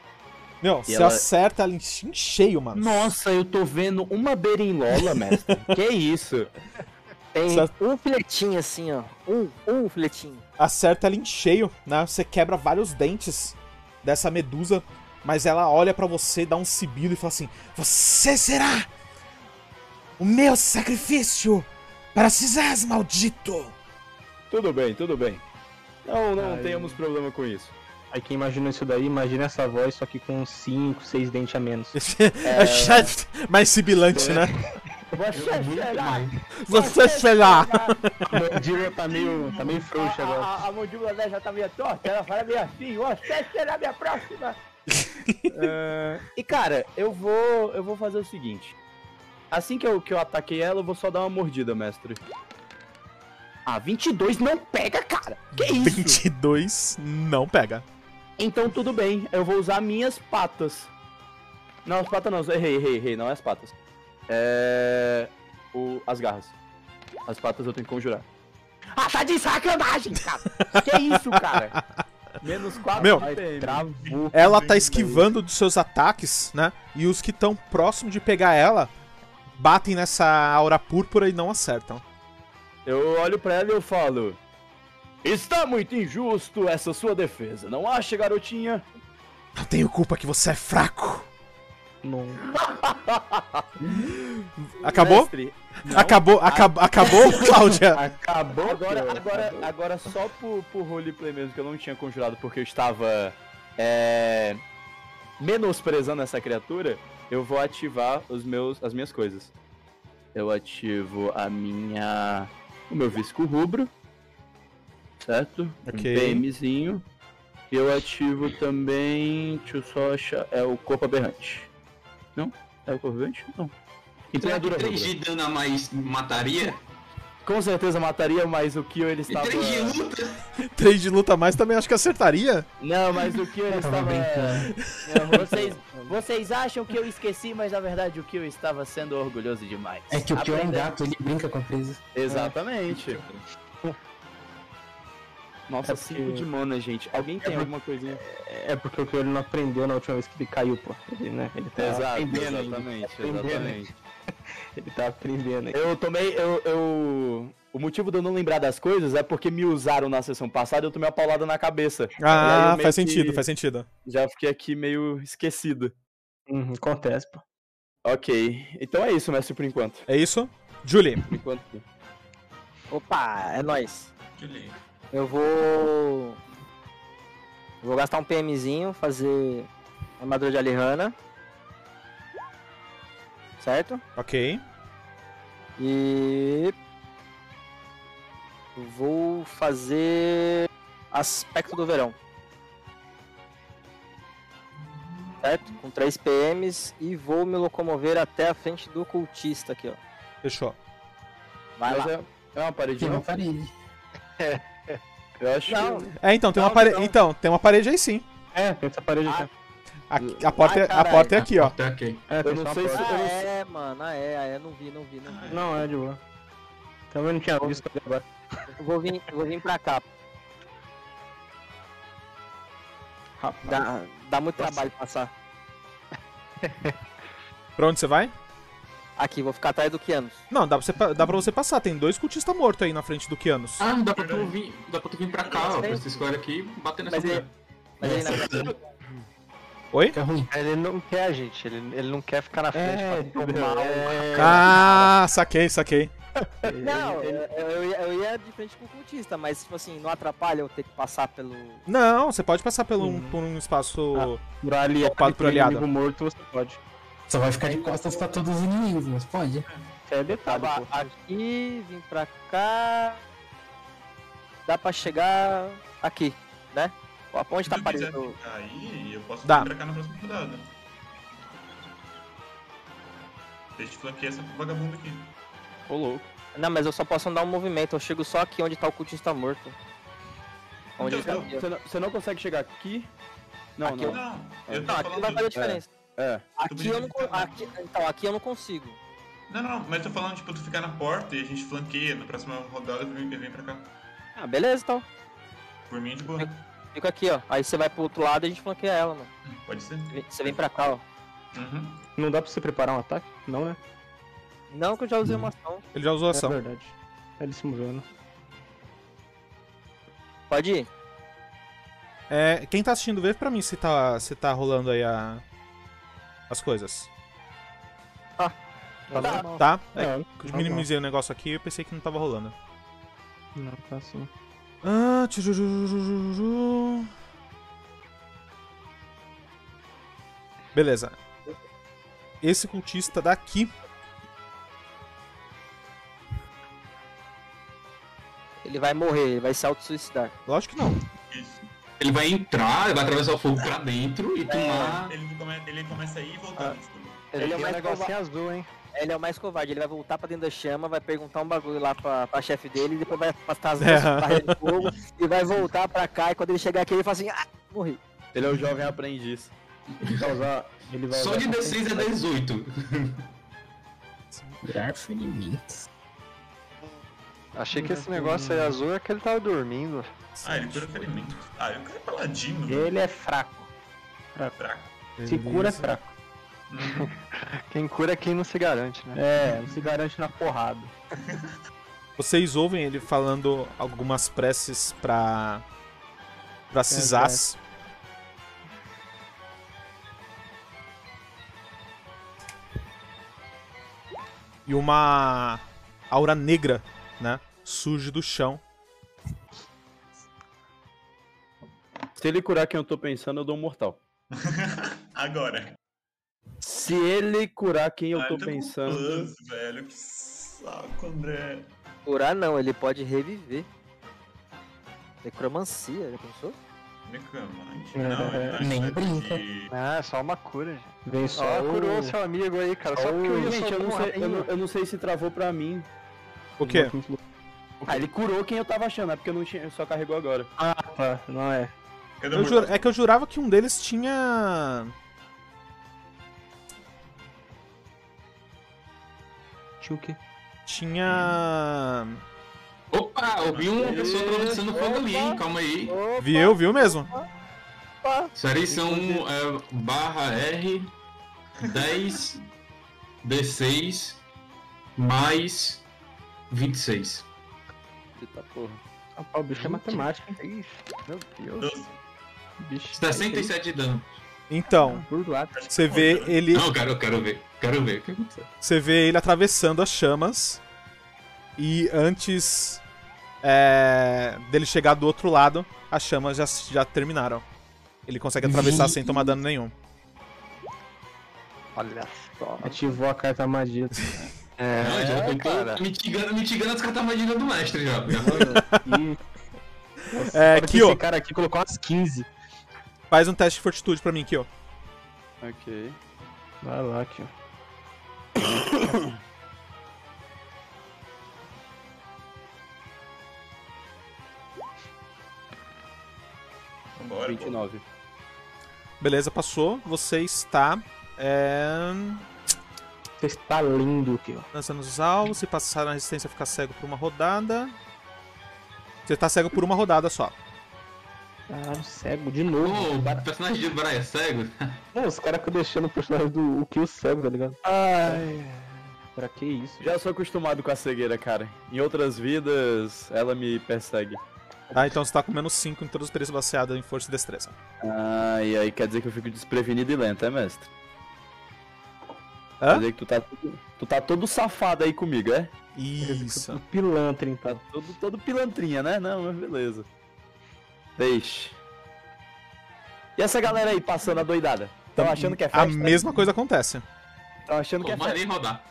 Meu, você ela- acerta ela em em cheio, mano. Nossa, eu tô vendo uma berinlola, <laughs> mestre. que isso? Tem Só- um filetinho assim, ó. Um, um filetinho. acerta ela em cheio, né? Você quebra vários dentes dessa medusa, mas ela olha pra você, dá um sibido e fala assim: Você será o meu sacrifício para Cisás, maldito! Tudo bem, tudo bem. Não, não temos problema com isso. Aí quem imaginou isso daí, imagina essa voz, só que com 5, 6 dentes a menos. <laughs> É... chato, mais é. sibilante, né? Você será? Você será! A mandíbula tá meio, tá meio frouxa agora. a mandíbula dela já tá meio torta, ela fala meio assim, você será minha próxima! Ah, e cara, eu vou. eu vou fazer o seguinte. Assim que eu, que eu ataquei ela, eu vou só dar uma mordida, mestre. Ah, 22 não pega, cara! Que isso? 22 não pega. Então tudo bem, eu vou usar minhas patas. Não, as patas não, errei, errei, errei, não é as patas. É. O... As garras. As patas eu tenho que conjurar. Ah, tá de sacanagem, cara! que isso, cara? Menos 4 Meu. travou. Ela tá esquivando dos seus ataques, né? E os que estão próximos de pegar ela batem nessa aura púrpura e não acertam. Eu olho pra ela e eu falo. Está muito injusto essa sua defesa, não acha, garotinha? Não tenho culpa que você é fraco. Não. Acabou? Mestre, Acabou, acab- <laughs> acabou, Cláudia? Acabou? Agora, agora, agora só por, por roleplay mesmo, que eu não tinha conjurado porque eu estava é, menosprezando essa criatura, eu vou ativar os meus, as minhas coisas. Eu ativo a minha. o meu visco rubro. Certo? Ok. Um PMzinho. E eu ativo também. Deixa eu só achar. É o corpo aberrante. Não? É o corpo aberrante? Não. Será que Empunhadura 3 rubra. de dano a mais mataria? Com certeza mataria, mas o Kyo ele E estava. 3 de luta? 3 de luta a mais também acho que acertaria. Não, mas o Kyo ele Tava estava. é, brincando. Vocês, vocês acham que eu esqueci, mas na verdade o Kyo estava sendo orgulhoso demais. É que o Kyo é um Aprenda- gato, ele brinca com a presa. Exatamente. Nossa, É cinco porque- de mana, gente. Alguém tem porque- alguma coisinha? É porque o Kyo ele não aprendeu na última vez que ele caiu, pô. Ele, né? ele tá Exato, aprendendo ainda. exatamente, Aprendendo. exatamente. Ele tá aprendendo aí. Eu tomei. Eu, eu- O motivo de eu não lembrar das coisas é porque me usaram na sessão passada e eu tomei uma paulada na cabeça. E aí eu Ah, meio faz que sentido, faz sentido. Já fiquei aqui meio esquecido. Uhum, acontece, pô. Ok. Então é isso, mestre, por enquanto. É isso? Julie, Por enquanto. Opa, é nóis. Julie. Eu vou. Vou gastar um PMzinho, fazer armadura de Alihana. Certo? ok. E. Vou fazer. Aspecto do verão. Certo? Com 3 PMs e vou me locomover até a frente do cultista aqui, ó. Fechou. Vai Mas lá. é, é uma Tem paredinha? uma parede. Eu acho Não, que. É, então, tem uma Não, parede. não. Então, tem uma parede aí sim. É, tem essa parede aqui. Aqui- a, porta, é- a caralho. porta é aqui, ó. Tá ok. É, tem eu não só uma sei se- porta. Ah, é, mano. Ah, é, ah, é. Não vi, não vi, não vi. Não, é de boa. Também não tinha visto agora. Ah. Eu Vou vir, eu vou vir pra cá. Dá, dá muito trabalho passar. Pra onde você vai? Aqui, vou ficar atrás do Kianos. Não, dá pra você, pa- dá pra você passar. Tem dois cultistas mortos aí na frente do Kianos. Ah, não dá pra tu vir, dá pra tu vir pra cá, ó, pra esse square aqui, bater nessa Mas mulher. Mas né? ele ainda Oi? Fica ruim. Ele não quer a gente, ele, ele não quer ficar na frente É, pra tomar um- Ah, saquei, saquei. Não, eu, eu, ia- eu ia de frente com o cultista, mas tipo assim, não atrapalha eu ter que passar pelo. Não, você pode passar pelo, Hum. um- por um espaço. Por ali, Ocupado por aliado. inimigo morto, você pode. Só vai ficar de costas pra todos os inimigos, mas pode. Isso Tá aí é detalhe, Tava pô. aqui, vim pra cá. Dá pra chegar aqui, né? Ó, Onde tá Se tu quiser aparecendo? ficar aí, eu posso Dá. vir pra cá na próxima rodada. Deixa eu flanquear essa vagabunda aqui. Ô, louco. Não, mas eu só posso andar um movimento, eu chego só aqui onde tá o cultista morto. Onde ele Então, tá. não, Você não, você não consegue chegar aqui? Não, Aqui não. Não, eu tô Não, aqui não vai falando. fazer diferença. É. Aqui eu não con- aqui, então, aqui eu não consigo. Não, não, mas eu tô falando, tipo, tu ficar na porta e a gente flanqueia. Na próxima rodada eu venho, eu venho pra cá. Ah, beleza então. Por mim, tipo, de boa. Fica aqui, ó. Aí você vai pro outro lado e a gente flanqueia ela, mano. Pode ser. Vem- Você vem pra cá, ó. Uhum. Não dá pra você preparar um ataque? Não, né? Não que eu já usei uma ação. Ele já usou É ação. verdade. Ele se moveu, né? Pode ir. É, quem tá assistindo, vê pra mim se tá, se tá rolando aí a, as coisas. Não dá. Tá? É, É, que eu minimizei o negócio aqui e eu pensei que não tava rolando. não, tá assim. Ah, tchurururururu. Beleza. Esse cultista daqui. Ele vai morrer, ele vai se auto-suicidar. Lógico que não. Isso. Ele vai entrar, ele vai atravessar o fogo pra dentro e tomar. Ele, come- ele começa a ir e voltar. tipo. Ele, Ele é tem um mais negocinho azul, hein? Ele é o mais covarde, ele vai voltar pra dentro da chama, vai perguntar um bagulho lá pra, pra chefe dele, e depois vai passar as mãos É. barreira de fogo e vai voltar pra cá. E quando ele chegar aqui, ele fala assim: ah, morri. Ele é o jovem aprendiz. Ele vai usar. Ele vai Só usar- de D6 é 18. Virar ferimentos. Achei É Uhum. que esse negócio aí azul é que ele tava dormindo. Ah, ele cura ferimento. Ah, eu quero paladino. né, Ele é fraco. Fraco. Se cura é fraco. Quem cura é quem não se garante, né? É, não se garante na porrada. Vocês ouvem ele falando algumas preces pra. pra Cisás. E uma aura negra, né? Surge do chão. Se ele curar quem eu tô pensando, eu dou um mortal. <laughs> Agora. Se ele curar quem eu Ah, tô com pensando. plus, velho. Que saco, André. Curar não, ele pode reviver. Necromancia, já pensou? Necromante. Não, ele não Nem ajuda brinca. de- Ah, é só uma cura, gente. Vem Ó, só. o- curou seu amigo aí, cara. Só porque eu ia Gente, eu um não, sei, eu, não, eu não sei se travou pra mim. O quê? Ah, ele curou quem eu tava achando, é porque eu não tinha, eu só carregou agora. Opa, não é. Cadê o Eu mortal? ju- É que eu jurava que um deles tinha. Tinha o quê? Tinha. Opa, ouvi uma pessoa atravessando fogo ali, hein? Calma aí. Hum. Viu, viu mesmo? Isso aí são é, barra R <laughs> 10 D6 mais 26. Eita porra. Ah, pá, o bicho é matemática, hein? Meu Deus. Doze. Bicho. 67 de dano. Ah, Então, Burlado. Acho que você tá vê bom, né? ele. Não, cara, eu quero ver. Quero ver. o que aconteceu. Você vê ele atravessando as chamas. E antes é, dele chegar do outro lado, as chamas já, já terminaram. Ele consegue atravessar sem tomar dano nenhum. Olha só. Ativou a carta magia. É, Ah, já tô- tô cara. mitigando, mitigando as catamaginas do mestre já. Ih. Nossa, É, fora que Kyo. Esse cara aqui colocou umas 15. Faz um teste de fortitude pra mim, Kyo. Ok. Vai lá, Kyo. Vambora, pô. 29. Beleza, passou. Você está. É... Você está lindo, Kyo. Lançando os alvos. Se passar na resistência, fica cego por uma rodada. Você tá cego por uma rodada só. Caralho, cego, de novo. Ô, o personagem de Brian é cego? Não, os caras ficam deixando o personagem do o Kyo cego, tá ligado? Ai. Pra que isso? Já sou acostumado com a cegueira, cara. Em outras vidas, ela me persegue. Tá? Então você tá com menos 5 em todos os períodos baseados em força e destreza. Ah, e aí quer dizer que eu fico desprevenido e lento, é, mestre? Hã? Quer dizer que tu tá, tu tá todo safado aí comigo, é? Isso. Pilantra, então. Tá todo, todo pilantrinha, né? Não, mas beleza. Deixa. E essa galera aí passando a doidada? Estão achando que é festa? A mesma coisa acontece. Estão achando que é Não vai festa. nem rodar.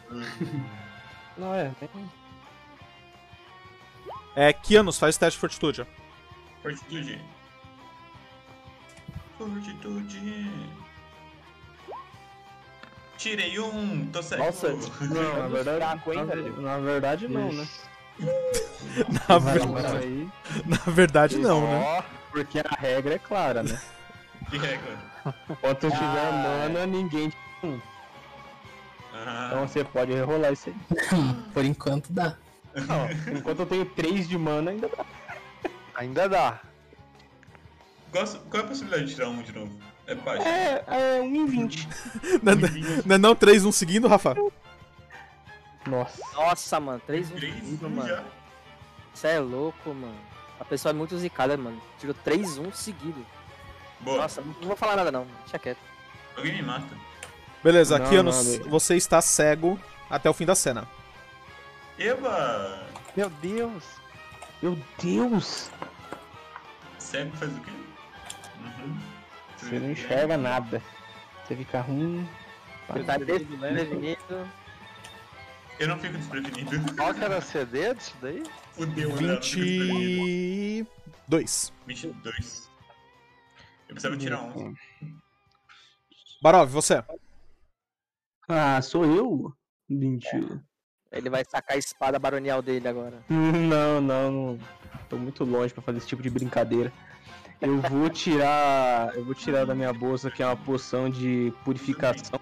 Não, é. É, Kianos, faz teste de fortitude. Fortitude. Fortitude. Tirei um, tô cego. <laughs> Nossa, Não, na Tá verdade, fraco, hein, na, velho? na verdade não, né? Na, Vai ver- lembrar aí, <laughs> na verdade, não, né? porque a regra é clara, né? Que regra. Enquanto eu tiver mana, ninguém. Então Ah, você pode rerolar isso aí. Por enquanto dá. Não, enquanto eu tenho 3 de mana, ainda dá. Ainda dá. gosto- qual é a possibilidade de tirar um de novo? É baixo. É, é 1 em 20. Não, não- não é não 3, 1 seguindo, Rafa? Nossa. Nossa, mano, 3 Três, seguido, um mano. já. Você é louco, mano. A pessoa é muito zicada, mano. Tirou 3-1 seguido. Boa. Nossa, não vou falar nada não, deixa quieto. Alguém me mata. Beleza, Não, Kianos, nada. você está cego até o fim da cena. Eba! Meu Deus. Meu Deus! Cego faz o quê? Uhum. Você não enxerga nada. Você fica ruim. Ele tá desprevenido. Eu não fico desprevenido. <laughs> Qual que era a CD disso daí? Fudeu, André, eu não fico desprevenido. 22. 22. Eu precisava tirar 11. Barov, você. Ah, sou eu? Mentira. Ele vai sacar a espada baronial dele agora. <laughs> Não, não, não. Tô muito longe pra fazer esse tipo de brincadeira. Eu vou tirar. Eu vou tirar da minha bolsa que é uma poção de purificação.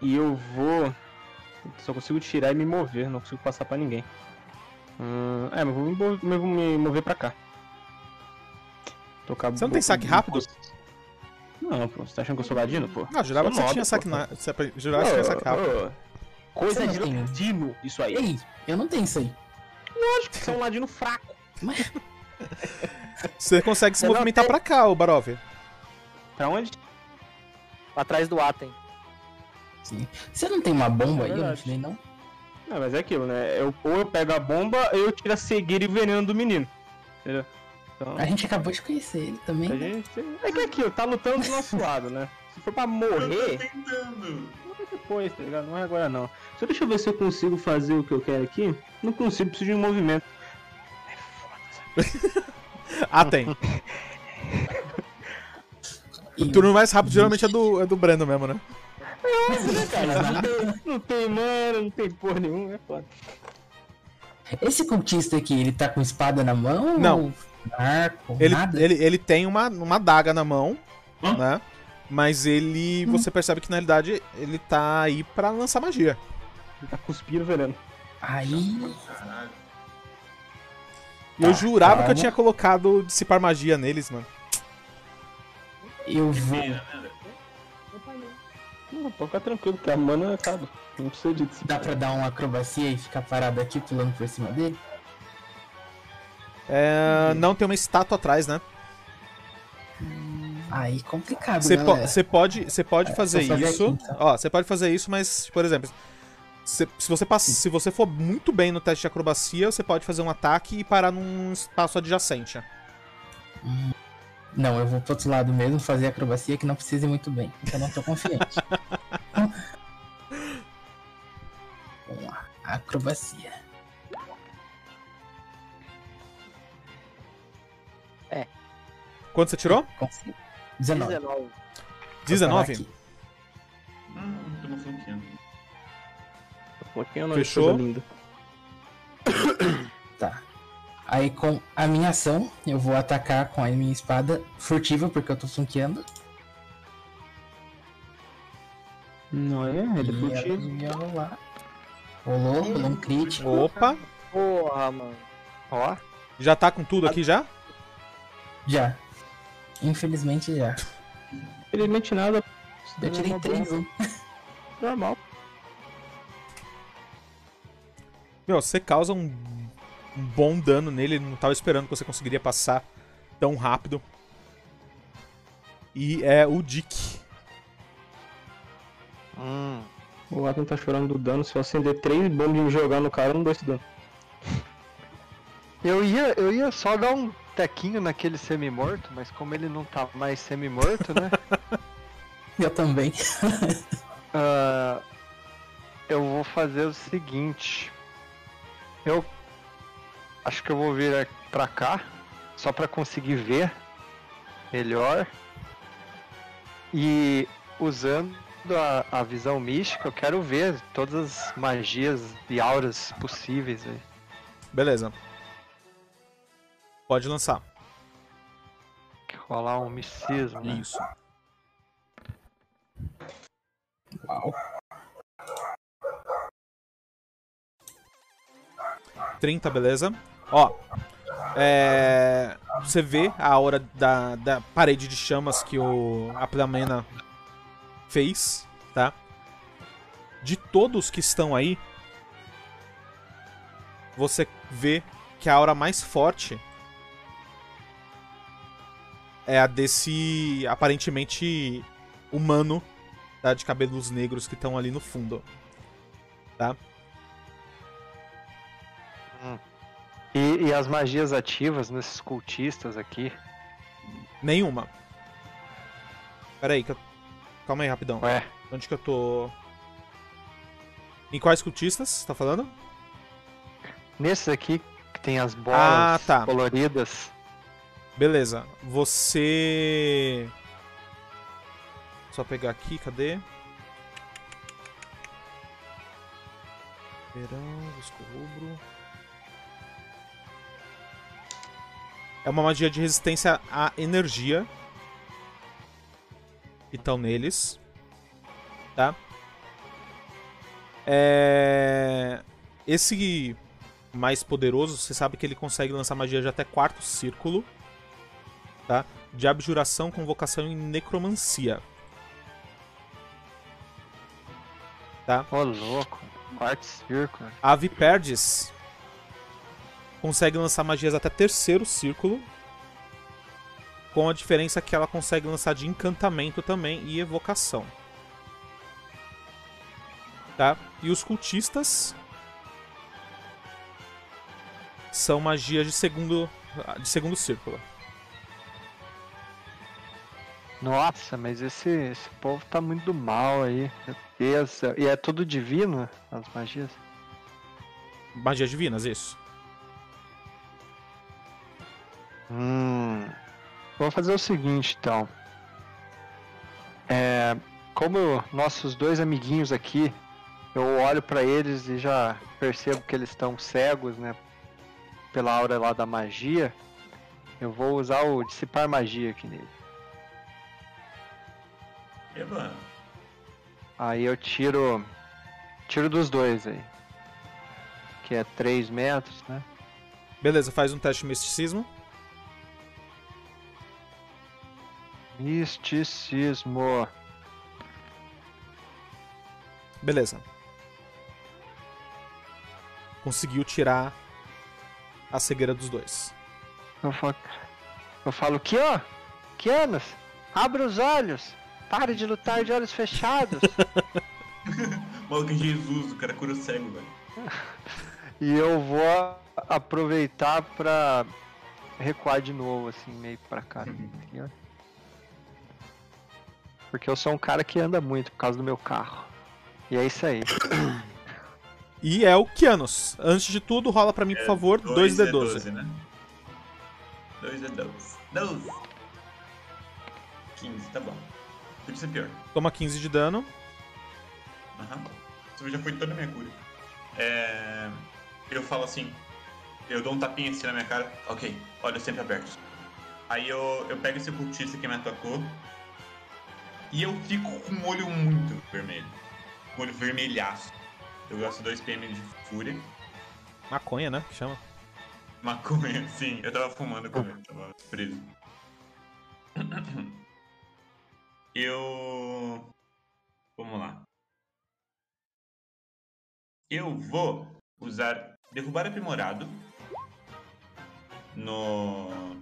E eu vou. Só consigo tirar e me mover, não consigo passar pra ninguém. Hum, é, mas eu vou me mo- eu vou me mover pra cá. Tocar Você não tem saque rápido? Não, pô, você tá achando que eu sou ladino, pô? Ah, jurava que Sou você tinha nobre, saque pô. na. você apre- Jurava que você tinha saque rápido. Ô, ô, Coisa Você não de tem. ladino, isso aí. Ei, eu não tenho isso aí. Você é um ladino fraco. Você consegue se Você não movimentar tem- pra cá, ô Barov. Pra onde? Atrás do Atem. Sim. Você não tem uma bomba É aí? Eu não verdade. te dei, não? Não, mas é aquilo, né? Eu- ou eu pego a bomba, ou eu tiro a cegueira e veneno do menino. Entendeu? É. Então, A gente acabou de conhecer ele também. a né? gente. É que é aquilo, tá lutando do nosso lado, né? Se for pra morrer. Eu tô tentando. depois, tá ligado? Não é agora não. Só deixa eu ver se eu consigo fazer o que eu quero aqui. Não consigo, preciso de um movimento. É foda, sabe? Ah, tem. <laughs> O E- turno mais rápido geralmente é do, é do Brando mesmo, né? né, <laughs> Não tem mana, não tem porra nenhuma, é foda. Esse cultista aqui, ele tá com espada na mão? Não. Ou Arco? Ele, nada? ele, ele tem uma, uma daga na mão, Hã? né? Mas Hum. ele. Você percebe que na realidade ele tá aí pra lançar magia. Tá cuspindo veneno. Aí. Caralho. E eu Tá, jurava que eu calma. tinha colocado dissipar magia neles, mano. Eu vou. Pena, né? Não, pode ficar tranquilo, que a mana acaba. Não precisa de Dá pra dar uma acrobacia e ficar parado aqui pulando por cima dele? É, Hum. não tem uma estátua atrás, né? Aí complicado, Você po- galera. você pode, você pode É, fazer vou fazer isso. aqui, então. Ó, você pode fazer isso, mas, por exemplo, se, se você passa, se você for muito bem no teste de acrobacia, você pode fazer um ataque e parar num espaço adjacente. Não, eu vou pro outro lado mesmo fazer acrobacia que não precisa ir muito bem. Eu não tô confiante. Vamos lá. Acrobacia. Quanto você tirou? Consigo. 19. 19. 19? Hum, tô maluquinho. Fechou? Linda. Tá. Aí com a minha ação, eu vou atacar com a minha espada furtiva, porque eu tô funkeando. Não é? Ele é e ela furtivo. ia rolar. Rolou, rolou um crítico. Opa. Porra, mano. Ó, Já tá com tudo aqui já? Já. Infelizmente já. Infelizmente nada. Eu tirei Uma 3 bomba. Normal. Meu, você causa um, um bom dano nele, ele não tava esperando que você conseguiria passar tão rápido. E é o Dick. hum, O Adam tá chorando do dano. Se eu acender três bombas e me jogar no cara, eu não dou esse dano. Eu ia, eu ia só dar um tequinho naquele semi-morto, mas como ele não tá mais semi-morto, né? Eu também. <laughs> ah, eu vou fazer o seguinte. Eu acho que eu vou vir a- pra cá, só pra conseguir ver melhor. E usando a, a visão mística, eu quero ver todas as magias e auras possíveis. aí. Beleza. Pode lançar. Tem que rolar um micismo. né? Isso. Uau. 30, beleza? Ó. É. Você vê a aura da, da parede de chamas que o a Plamena fez, tá? De todos que estão aí, você vê que a aura mais forte é a desse aparentemente humano, tá? De cabelos negros que estão ali no fundo. E, e as magias ativas nesses cultistas aqui. Nenhuma. Pera aí, que eu... calma aí rapidão. Ué. Onde que eu tô? Em quais cultistas você tá falando? Nesses aqui que tem as bolas Ah, tá. coloridas. Beleza. Você. Só pegar aqui, cadê? Verão, descubro. É uma magia de resistência à energia. Que estão neles. Tá? É... Esse mais poderoso, você sabe que ele consegue lançar magia de até quarto círculo de abjuração, convocação e necromancia. Ô, louco. Quarto né? círculo. A Viperdes consegue lançar magias até terceiro círculo, com a diferença que ela consegue lançar de encantamento também e evocação. Tá? E os cultistas são magia de segundo de segundo círculo. Nossa, mas esse, esse povo tá muito do mal aí. Meu Deus do céu. E é tudo divino, as magias? Magias divinas, isso. Hum. Vou fazer o seguinte, então. É, como eu- nossos dois amiguinhos aqui, eu olho pra eles e já percebo que eles estão cegos, né? Pela aura lá da magia. Eu vou usar o dissipar magia aqui nele. Eba, Aí eu tiro. Tiro dos dois aí. Que é 3 metros, né? Beleza, faz um teste de misticismo. Misticismo. Beleza. Conseguiu tirar a cegueira dos dois. Eu falo, eu falo que ó, Kianos, abre os olhos, pare de lutar de olhos fechados. maluco é Jesus, o cara cura o cego, velho. e eu vou aproveitar pra recuar de novo, assim, meio pra cá. Aqui, ó. Porque eu sou um cara que anda muito por causa do meu carro. E é isso aí. E é o Kianos. Antes de tudo, rola pra mim, por favor, 2D12. 12, né? 2 é 12. 12! 15, tá bom. Podia ser pior. Toma 15 de dano. Aham. Isso já foi toda a minha cura. É... Eu falo assim, eu dou um tapinha assim na minha cara, ok, olhos sempre abertos. Aí eu, eu pego esse cultista que me atacou e eu fico com o olho muito vermelho. Com o olho vermelhaço. Eu gasto 2 PM de fúria. Maconha, né? Que chama. Maconha, sim, eu tava fumando quando eu tava preso. Eu. Vamos lá. Eu vou usar derrubar aprimorado no.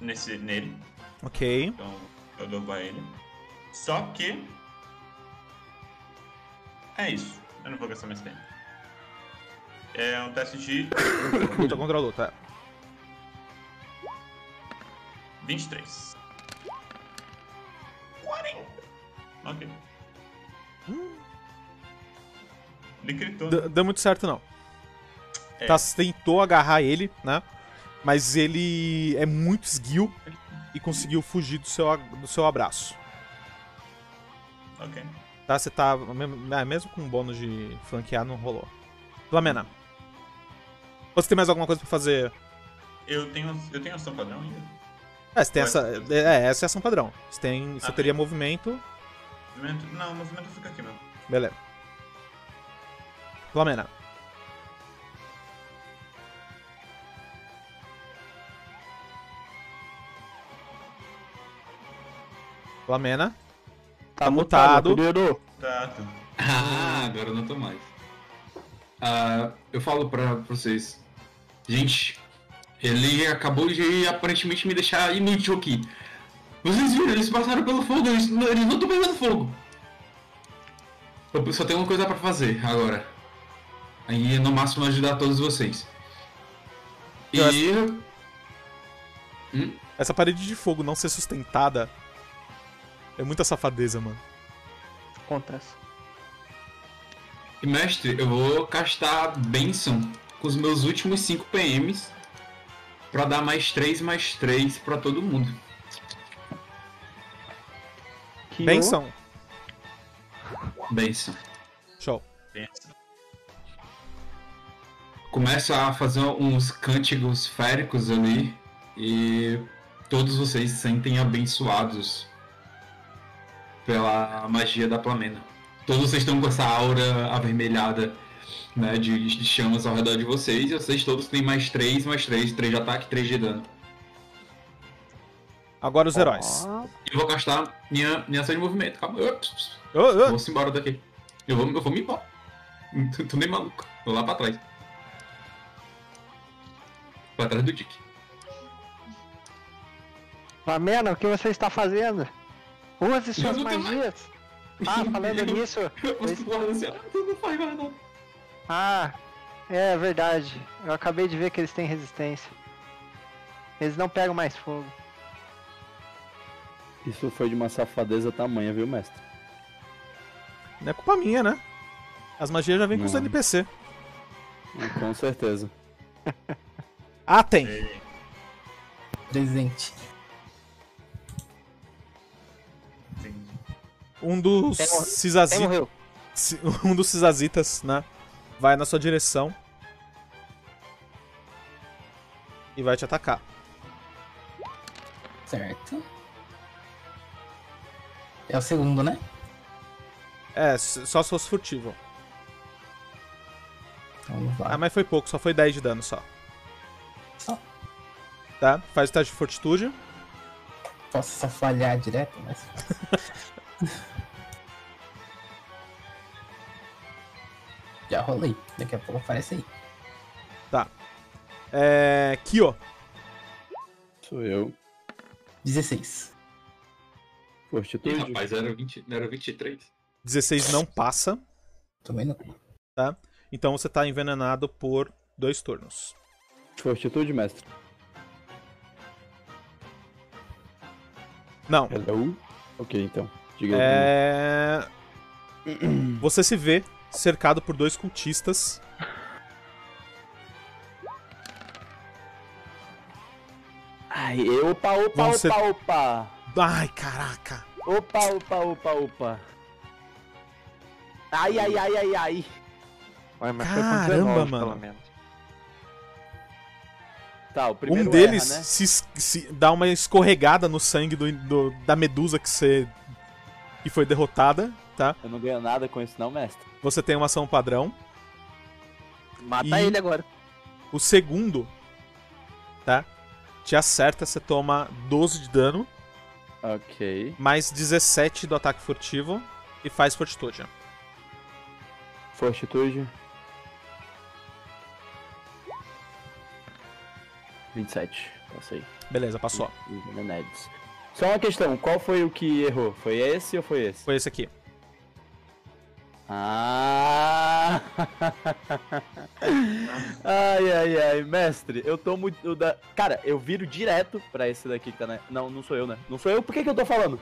Nesse, nele. Ok. Então eu derrubar ele. Só que. É isso. Eu não vou gastar mais tempo. É um teste de Luta contra a luta. 23. 40. Ok. Hum. Ele gritou. D- deu muito certo, não. É. Tá, tentou agarrar ele, né? Mas ele é muito esguio e conseguiu fugir do seu, a- do seu abraço. Ok. Tá, você tá. mem- ah, Mesmo com o bônus de flanquear, não rolou. Flamena. Você tem mais alguma coisa pra fazer? Eu tenho, eu tenho ação padrão ainda. É, você tem Ué. essa. É, essa é a ação padrão. Você, tem, você Ah, teria movimento. Movimento- Não, o movimento fica aqui mesmo. Beleza. Flamena. Flamena. Tá mutado. querido. Tá, tá. Ah, agora eu não tô mais. Ah, eu falo pra vocês. Gente, ele acabou de aparentemente me deixar inútil aqui. Vocês viram, eles passaram pelo fogo, eles, não- eles não estão pegando fogo. Eu só tenho uma coisa pra fazer agora. Aí no máximo ajudar todos vocês. E. Eu Hum? Essa parede de fogo não ser sustentada é muita safadeza, mano. Acontece. E, Mestre, eu vou castar Benção com os meus últimos 5 PMs pra dar mais 3, mais 3 pra todo mundo. Que Benção. Benção. Show. Pensa. Começa a fazer uns cânticos féricos ali e todos vocês se sentem abençoados pela magia da Plamena. Todos vocês estão com essa aura avermelhada né, de, de chamas ao redor de vocês e vocês todos têm mais 3, mais 3, 3 de ataque, 3 de dano. Agora os heróis. Eu vou gastar minha, minha ação de movimento. Calma. Ups, Ô, ô, Vou-se embora daqui. Eu vou, eu vou me embora. <laughs> Tô, tô nem maluco. Vou lá pra trás. Pra trás do Dick. Flamena, o que você está fazendo? Use suas não tenho magias. Ah, <laughs> falando nisso. Os porras, não faz mais nada. Ah, é verdade. Eu acabei de ver que eles têm resistência. Eles não pegam mais fogo. Isso foi de uma safadeza tamanha, viu, mestre? Não é culpa minha, né? As magias já vêm com os Não. NPC. Com certeza. Ah, tem. Presente. Entendi. Um dos Tem mor- Quem cisazitas. morreu? <laughs> Um dos cisazitas, né? Vai na sua direção. E vai te atacar. Certo. É o segundo, né? É, s- só se fosse furtivo. Então vamos Ah, lá. mas foi pouco, só foi 10 de dano só. Só. Tá? Faz o teste de fortitude. Posso só falhar direto, mas. <laughs> Já rolei. Daqui a pouco aparece aí. É. Kyo. Sou eu. Ih, 16. Fortitude. rapaz, era 20, não era 23. 16 não passa. Também não. Então você tá envenenado por dois turnos. Fortitude, mestre. Não. Hello? Ok, então. Diga aí. É. <clears throat> Você se vê cercado por dois cultistas. Ai, eu- opa, opa, Vão opa, ser- opa. Ai, caraca. Opa, opa, opa, opa. Ai, ai, ai, ai, ai. Ué, mas Caramba, foi com 19, mano. pelo menos. Tá, o primeiro um deles erra, né? se, es- se dá uma escorregada no sangue do, do- da medusa que você. que foi derrotada, tá? Eu não ganho nada com isso não, mestre. Você tem uma ação padrão. Mata E- ele agora. O segundo, tá? Te acerta, você toma 12 de dano, Ok. mais 17 do ataque furtivo e faz fortitude. Fortitude. 27. Passei. Beleza, passou. Envenenados. Só uma questão, qual foi o que errou? Foi esse ou foi esse? Foi esse aqui. Ah! <laughs> ai, ai, ai, mestre, eu tô muito. Da... Cara, eu viro direto pra esse daqui que tá na. Não, não sou eu, né? Não sou eu, por que, que eu tô falando?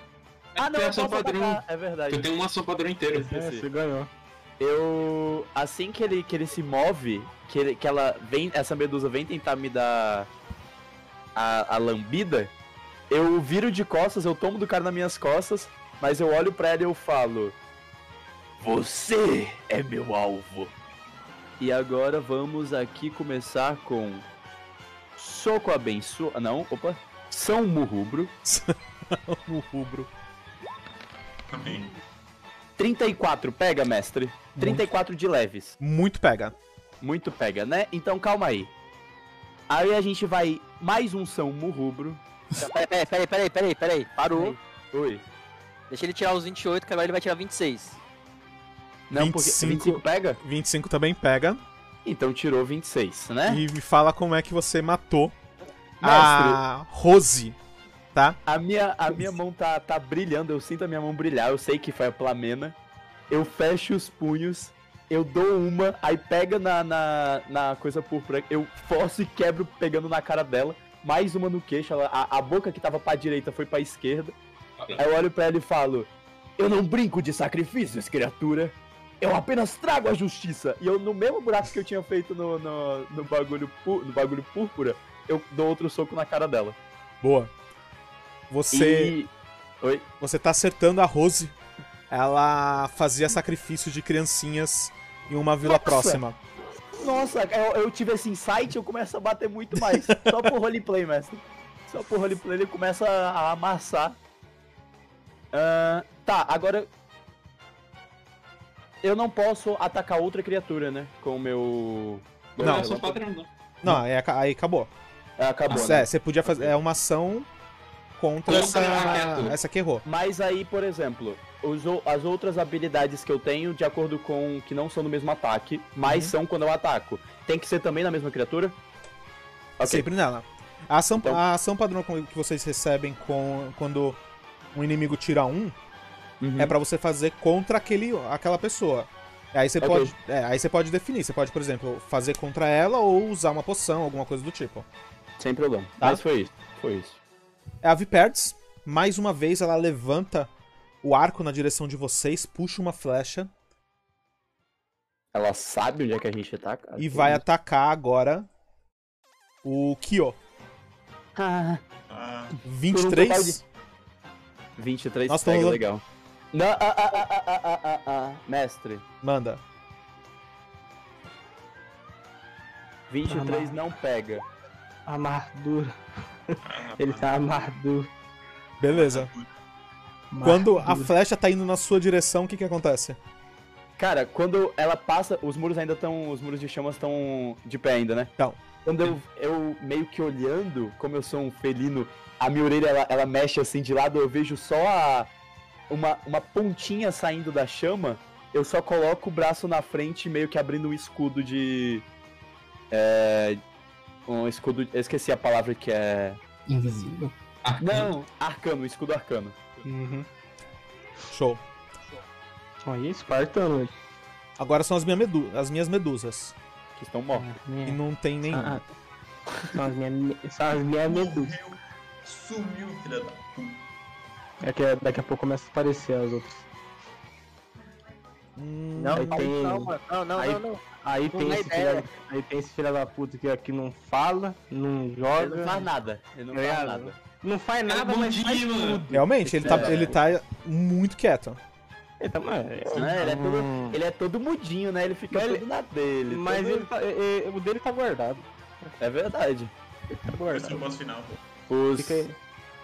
Ah, não, É eu só posso padrão. atacar. É verdade. Tu tem uma ação padrão Eu inteira. esqueci. ganhou. Eu. Assim que ele, que ele se move, que, ele, que ela vem. Essa medusa vem tentar me dar a, a lambida, eu viro de costas, eu tomo do cara nas minhas costas, mas eu olho pra ela e eu falo. Você é meu alvo. E agora vamos aqui começar com. Soco abençoa. Não, opa. São Murrubro. o rubro. Amém. 34, pega, mestre. 34 de leves. Muito pega. Muito pega, né? Então calma aí. Aí a gente vai mais um São Murrubro. Peraí, peraí, peraí, peraí, peraí. Parou. Oi. Deixa ele tirar os 28, que agora ele vai tirar 26. Não, 25. porque 25 pega? 25 também pega. Então tirou 26, né? E me fala como é que você matou Mestre, a Rose, tá? a minha, a minha mão tá, tá brilhando, eu sinto a minha mão brilhar, eu sei que foi a Plamena. Eu fecho os punhos, eu dou uma, aí pega na, na, na coisa púrpura, eu forço e quebro pegando na cara dela. Mais uma no queixo, ela- a, a boca que tava pra direita foi pra esquerda. Aí eu olho pra ela e falo: Eu não brinco de sacrifícios, criatura. Eu apenas trago a justiça. E eu, no mesmo buraco que eu tinha feito no, no, no bagulho, pú- no bagulho púrpura, eu dou outro soco na cara dela. Boa. Você. E- Oi? Você tá acertando a Rose. Ela fazia sacrifício de criancinhas em uma vila Nossa! próxima. Nossa, eu, eu tive esse insight eu começo a bater muito <laughs> mais. Só por roleplay, mestre. Só por roleplay ele começa a amassar. Ahn, tá, agora. Eu não posso atacar outra criatura, né? Com o meu. Não, Não. é ação padrão, não. Não, aí, aca- aí acabou. Ah, Acabou. né? É, você podia fazer. É uma ação contra Contra essa. a criatura. Essa que errou. Mas aí, por exemplo, os o- as outras habilidades que eu tenho, de acordo com que não são no mesmo ataque, Uhum. mas são quando eu ataco, tem que ser também na mesma criatura? Ok. Sempre nela. A ação, Então- a ação padrão com- que vocês recebem com, quando um inimigo tira um Uhum. é pra você fazer contra aquele, aquela pessoa. Aí você, Ok. pode, é, aí você pode definir, você pode, por exemplo, fazer contra ela ou usar uma poção, alguma coisa do tipo. Sem problema. Tá. Mas foi isso. Foi isso. É A Viperdes, mais uma vez, ela levanta o arco na direção de vocês, puxa uma flecha Ela sabe onde é que a gente tá, cara. e vai até. atacar agora o Kyo. Ah, 23? 23 Nossa, Nossa, tô pega, rolando. legal. Não, ah, ah, ah, ah, ah, ah, ah, ah, Mestre, Manda. 23 não pega. Amargura. ah, Ele tá amargura. Beleza. Ah, Quando a flecha tá indo na sua direção, o que que acontece? Cara, quando ela passa, os muros ainda estão. Os muros de chamas estão de pé ainda, né? Tão. Quando eu, eu meio que olhando, como eu sou um felino, a minha orelha ela, ela mexe assim de lado, eu vejo só a. Uma, uma pontinha saindo da chama, eu só coloco o braço na frente, meio que abrindo um escudo de. É. Um escudo. Eu esqueci a palavra que é. Invisível. Não! Arcano, escudo arcano. Uhum. Show. Aí é espartano, ele. Agora são as, minha medu as minhas medusas. Que estão mortos. E não tem nenhum. Ah, São as minhas são as minhas medusas. morreu, sumiu, filha da puta. É que daqui a pouco começa a aparecer as outras. Hum, Não, aí tem. Não, mano. Não, não, Aí- não, não. Aí tem, dá esse ideia. filha, aí tem esse filho da puta que aqui não fala, não Ele não joga, faz nada. Ele não Tá faz ligado? nada. não faz Cara, nada, bom mas faz dia, mano. Realmente, ele tá, é. ele tá muito quieto. <laughs> Ele tá, mano, é- Né? Ele é todo Ele é todo mudinho, né? Ele fica Mas ele- todo na dele. Mas todo- ele tá- é- é- o dele tá guardado. É verdade. Tá Esse é o guardado. boss final. Os... Fica, aí-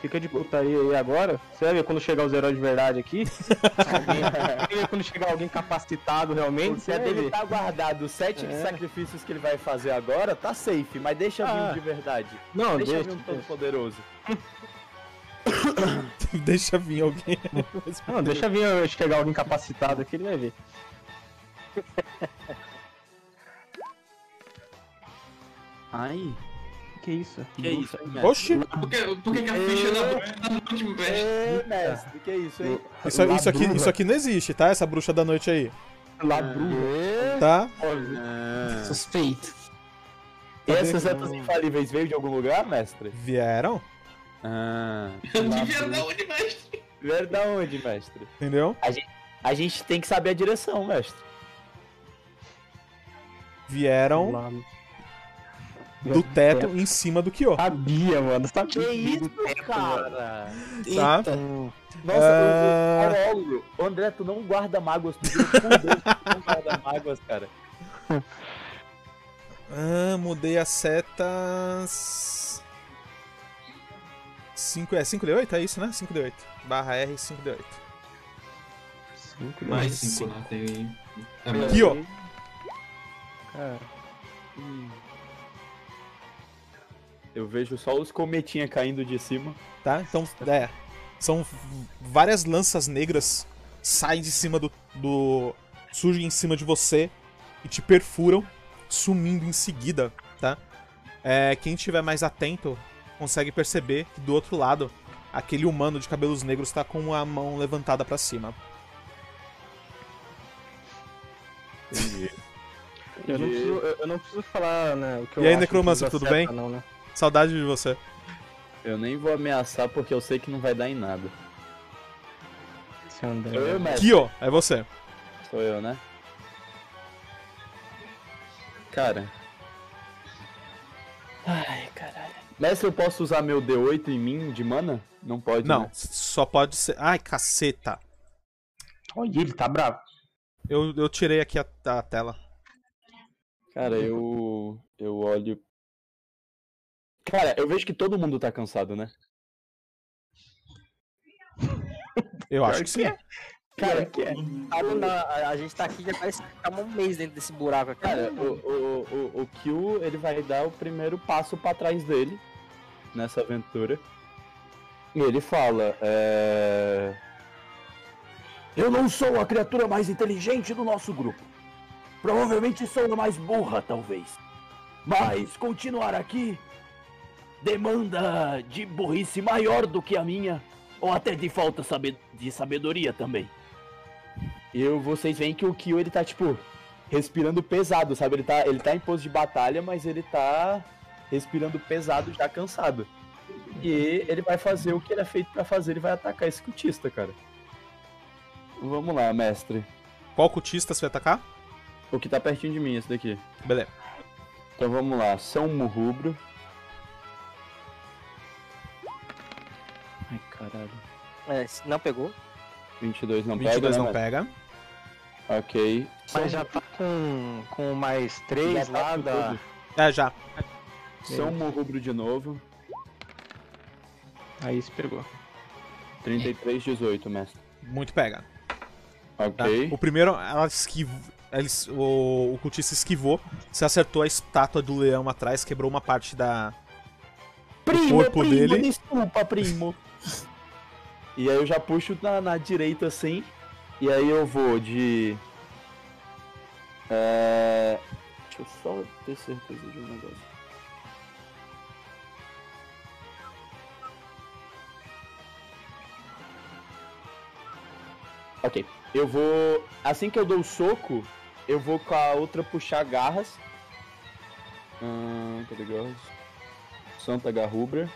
fica de putaria aí agora. Você vai ver quando chegar os heróis de verdade aqui. Alguém- você vai ver quando chegar alguém capacitado realmente. Se Você vai ele ver. tá guardado os sete É. sacrifícios que ele vai fazer agora, tá safe, mas deixa vir Ah. um de verdade. Não, deixa deixa. é. vir um todo deixa. poderoso. Deixa vir alguém. Não, <laughs> deixa vir eu chegar alguém capacitado aqui, ele vai ver. Ai, Que isso? que isso, hein, mestre? Oxi! Por que, por que que a ficha da bruxa tá no último veste? Ê, mestre, que isso, hein? Isso, isso, aqui, isso aqui não existe, tá? Essa bruxa da noite aí. Lá bruxa. Tá? É. Suspeito. E essas setas infalíveis veio de algum lugar, mestre? Vieram? Ah. <laughs> Não devia dar onde veste. Veio da onde, mestre? Entendeu? A gente tem que saber a direção, mestre. Vieram Lá. do teto em cima do Kyo. Sabia, mano. Sabia. cara? Tá. Eita. Nossa, Ah. o, o, o- o André, tu não guarda mágoas, tu juro por Deus, tu não guarda mágoas, cara. Ah, mudei as setas. 5, é 5D8? É isso, né? 5D8. Barra R 5D8. Mais 5 cinco. lá, tem. É, mas- Aqui, ó. <laughs> Eu vejo só os cometinha caindo de cima. Tá? Então, é. São v- várias lanças negras saem de cima do. do surgem em cima de você e te perfuram, sumindo em seguida, tá? É, quem estiver mais atento consegue perceber que do outro lado, aquele humano de cabelos negros tá com a mão levantada pra cima. Eu não preciso, eu, eu não preciso falar, né? O que E eu aí, acho Necromancer, da tudo seta, bem? Não, né? Saudade de você. Eu nem vou ameaçar porque eu sei que não vai dar em nada. Seu é André. Sou eu, mestre? Kyo, é você. Sou eu, né? Cara. Ai, caralho. Mestre, eu posso usar meu D8 em mim de mana? Não pode, Não, né? só pode ser. Ai, caceta. Olha, ele tá bravo. Eu, eu tirei aqui a, a tela. Cara, eu. Eu olho. Cara, eu vejo que todo mundo tá cansado, né? Eu acho que sim. Cara, que é? Todo Ah, não, não, a, a gente tá aqui já parece que tá um mês dentro desse buraco aqui. Cara, o, o, o, o Kill, ele vai dar o primeiro passo pra trás dele nessa aventura. E ele fala: é... Eu não sou a criatura mais inteligente do nosso grupo. Provavelmente sou a mais burra, talvez. Mas continuar aqui demanda de burrice maior do que a minha Ou até de falta sabe- de sabedoria também. E eu- vocês veem que o Kyo, ele tá, tipo, respirando pesado, sabe? Ele tá, ele tá em pose de batalha, mas ele tá respirando pesado, já cansado. E ele vai fazer o que ele é feito pra fazer, ele vai atacar esse cultista, cara. Vamos lá, mestre. Qual cultista você vai atacar? O que tá pertinho de mim, esse daqui. Beleza. Então vamos lá, São Murrubro. Ai, caralho. É, se não pegou. 22 não 22 pega, né, não mestre? pega. Ok. São- Mas já tá com, com mais já três tá lá com da. tudo. É, já. São Murrubro de novo. Aí se pegou. 33, 18, mestre. Muito pega. Tá? Ok. O primeiro, ela esquivou. eles- o, o cultista esquivou. Você acertou a estátua do leão atrás, quebrou uma parte da. Primo, corpo primo, dele. desculpa, primo. <laughs> e aí eu já puxo na, na direita assim. E aí eu vou de. É... Deixa eu só ter certeza de um negócio. Ok. Eu vou. Assim que eu dou o soco, eu vou com a outra puxar garras. Hum, cadê garras? Santa Garrubra.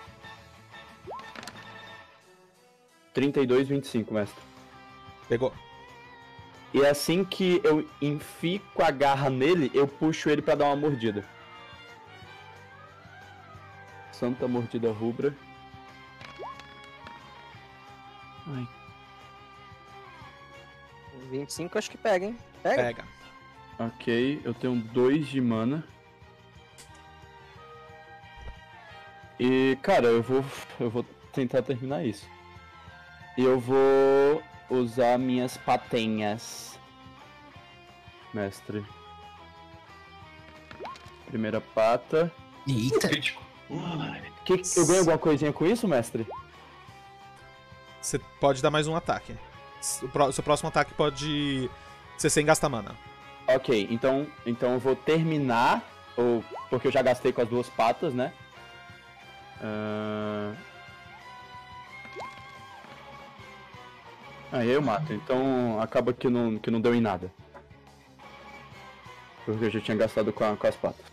32, 25, mestre. Pegou. E assim que eu enfico a garra nele, eu puxo ele pra dar uma mordida. Santa mordida rubra. Ai, 25 acho que pega, hein? Pega? Pega. Ok, eu tenho 2 de mana. E, cara, eu vou, eu vou tentar terminar isso. E eu vou usar minhas patenhas. Mestre. Primeira pata. Eita, Crítico. Que, eu ganho alguma coisinha com isso, mestre? Você pode dar mais um ataque. O pró- seu próximo ataque pode ser sem gastar mana. Ok, então, então eu vou terminar, ou, porque eu já gastei com as duas patas, né? Ah, Ahn. Aí eu mato, então acaba que não, que não deu em nada. Porque eu já tinha gastado com, a- com as patas.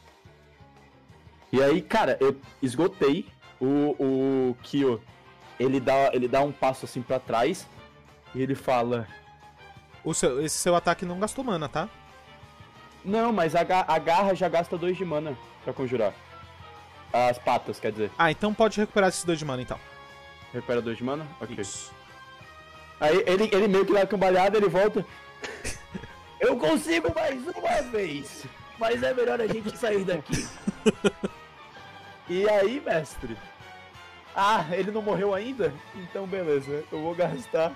E aí, cara, eu esgotei o, o Kyo. Ele dá, ele dá um passo assim pra trás e ele fala... O seu- esse seu ataque não gastou mana, tá? Não, mas a, ga- a garra já gasta 2 de mana pra conjurar. As patas, quer dizer. Ah, então pode recuperar esses dois de mana então. Recupera 2 de mana? Ok. Isso. Aí ele, ele meio que dá uma cambalhada, ele volta. <laughs> Eu consigo mais uma vez! Mas é melhor a gente sair daqui. <laughs> e aí, mestre? Ah, ele não morreu ainda? Então beleza, eu vou gastar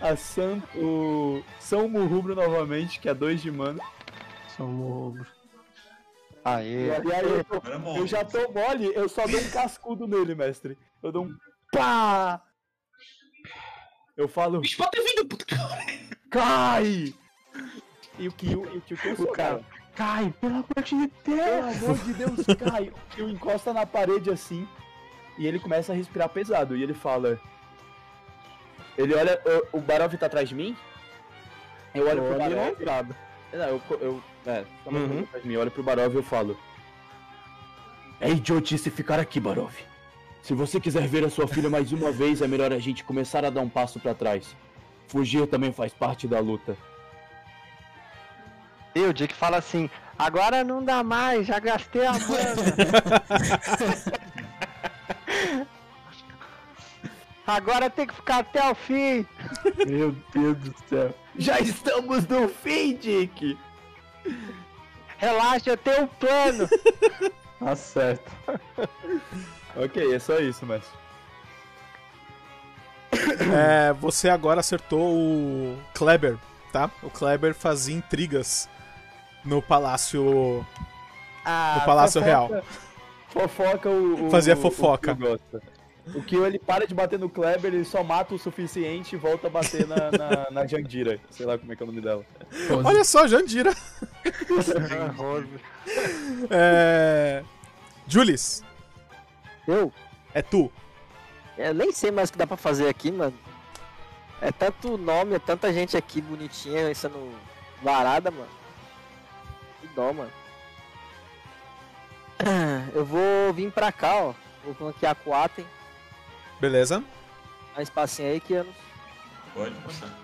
a San, o São Murrubro novamente, que é 2 de mana. Aê. E aí eu tô Agora Eu morre. já tô mole, eu só dou um cascudo nele, mestre. Eu dou um pá! Eu falo, Bicho, pode ter vindo, puta. cai! E o Kyu, e o Kyu cansou, cara. Cai, pelo amor de Pelo Deus! amor de Deus, cai! O Kyu encosta na parede assim, e ele começa a respirar pesado, e ele fala... Ele olha, o, o Barov tá atrás de mim? Eu olho pro Barov... Não, eu, eu, é, tá mais Uhum. atrás de mim, eu olho pro Barov e eu falo... É idiotice ficar aqui, Barov. Se você quiser ver a sua filha mais uma vez, é melhor a gente começar a dar um passo pra trás. Fugir também faz parte da luta. E o Dick fala assim: agora não dá mais, já gastei a mana. <laughs> agora tem que ficar até o fim. Meu Deus do céu. Já estamos no fim, Dick! Relaxa, eu tenho um plano. Tá certo. Ok, é só isso, mas. É, você agora acertou o Kleber, tá? O Kleber fazia intrigas no palácio. No Palácio Real. Fofoca o. o- Fazia o- fofoca. O Kyo, gosta. o Kyo, ele para de bater no Kleber, ele só mata o suficiente e volta a bater na, na, na Jandira. Sei lá como é que é o nome dela. pose. Olha só, Jandira. É. Julius, Eu? é tu. Eu nem sei mais o que dá pra fazer aqui, mano. É tanto nome, é tanta gente aqui bonitinha sendo varada, mano. Que dó, mano. <clears throat> Eu vou vir pra cá, ó. Vou flanquear com o Atem. Beleza. Dá um espacinho aí que eu não Pode passar.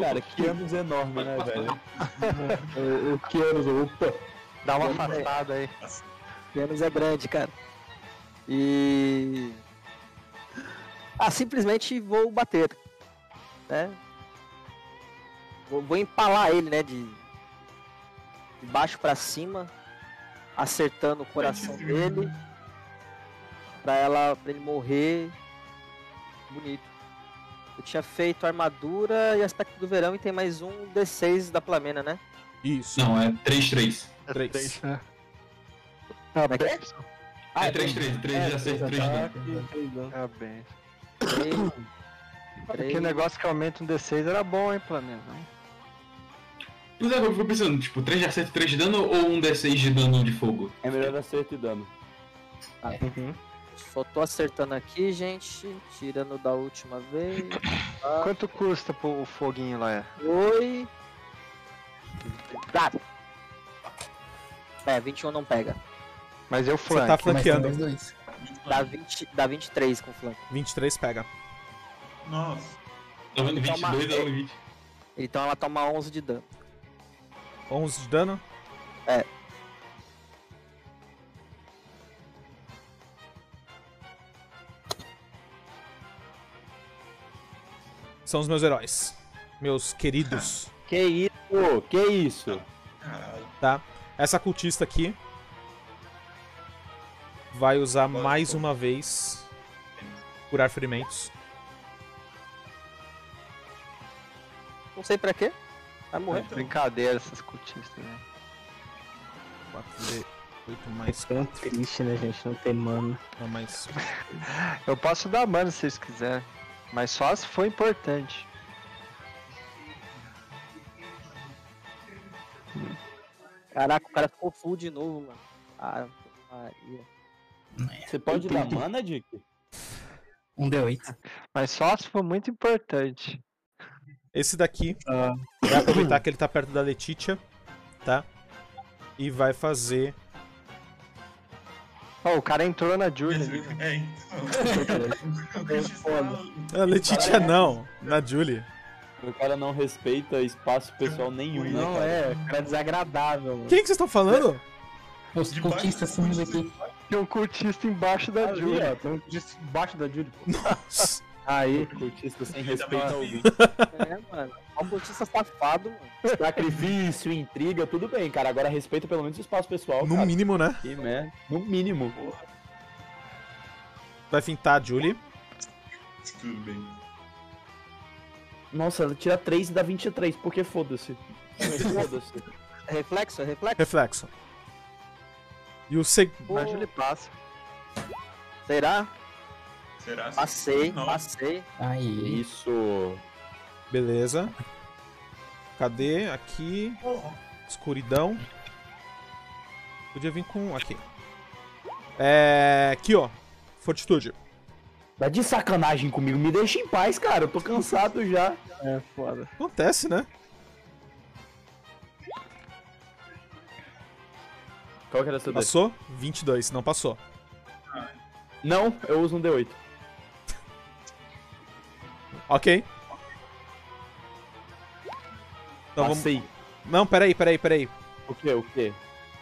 Cara, que anos enorme, né, <laughs> velho? É, O, o Kieros, opa. Dá uma Vamos ver. afastada aí. Menos é grande, cara. E. Ah, simplesmente vou bater. Né? Vou, vou empalar ele, né? De, de baixo pra cima, acertando o coração dele. Pra, ela, pra ele morrer. Bonito. Eu tinha feito armadura e aspecto do verão e tem mais um D6 da Plamena, né? Isso. Não, é 3-3. É Três. três, né? Como Ah, é que é? bem. É 3-3, 3 de acerto, 3 de dano. Ah, bem. Três. Aquele negócio que aumenta um D6 era bom, hein, Planeta? Mas é, eu fico pensando, tipo, 3 de acerto, 3 de dano ou um D6 de dano de fogo? É melhor acerto e dano. Uhum. Só tô acertando aqui, gente. Tirando da última vez. Quanto custa pô, o foguinho lá? é? Oi. Dado. É, 21 não pega. Mas eu Você tá flanco. flanqueando. Mais dois. Dá, 20, dá 23 com flanco. 23 pega. Nossa. Tá vendo 22, Toma- dá 20. Então ela toma 11 de dano. 11 de dano. É. São os meus heróis. Meus queridos. Que isso? Que isso? Caralho. Essa cultista aqui vai usar mais uma vez curar ferimentos. Não sei pra quê. Vai morrer. Então, É Brincadeira essas cultistas, né? 4D, 8 mais Tão triste, né, gente? Não tem mano. 4, mais Eu posso dar mana se vocês quiserem. Mas só se for importante. Caraca, o cara ficou full de novo, mano. Ah, Maria. Você pode dar mana, Dick? Um D8. Mas só se for muito importante. Esse daqui vai aproveitar que ele tá perto da Letitia, tá? E vai fazer. Ó, o cara entrou na Julia ali. né? É, então. O Cristiano tá- A Ah, Letitia não, na Julie. O cara não respeita espaço pessoal nenhum, né, Não cara? é, o cara é desagradável, mano. Quem que vocês estão falando? Os Debaixo cultistas do sumos cultista. aqui. Tem um cultista embaixo da É, Ali, Julia. ó, um tão debaixo da Julie. pô. Nossa, Aí, Cultista sem Ele tá respeito bem. algum. É, mano. Ó, o cultista safado, mano. Sacrifício, intriga, tudo bem, cara. Agora respeita pelo menos o espaço pessoal, no cara. mínimo, né? Que merda. No mínimo. Vai fintar a Julie. <laughs> Tudo bem. Nossa, ela tira 3 e dá 23, porque foda-se. foda-se. É reflexo, é reflexo. Reflexo. E o seg... Mas Julie passa. Será? Será? Passei, Não. passei. Aí. Isso. Beleza. Cadê? Aqui. Escuridão. Podia vir com. Aqui. É. Aqui, ó. Fortitude. Tá de sacanagem comigo, me deixa em paz, cara. Eu tô cansado já. é foda. Acontece, né? Qual que era seu Passou? 22. Não passou. Não, eu uso um D8. Ok. Então vamos. Passei. Não, peraí, peraí, peraí. O que? O que?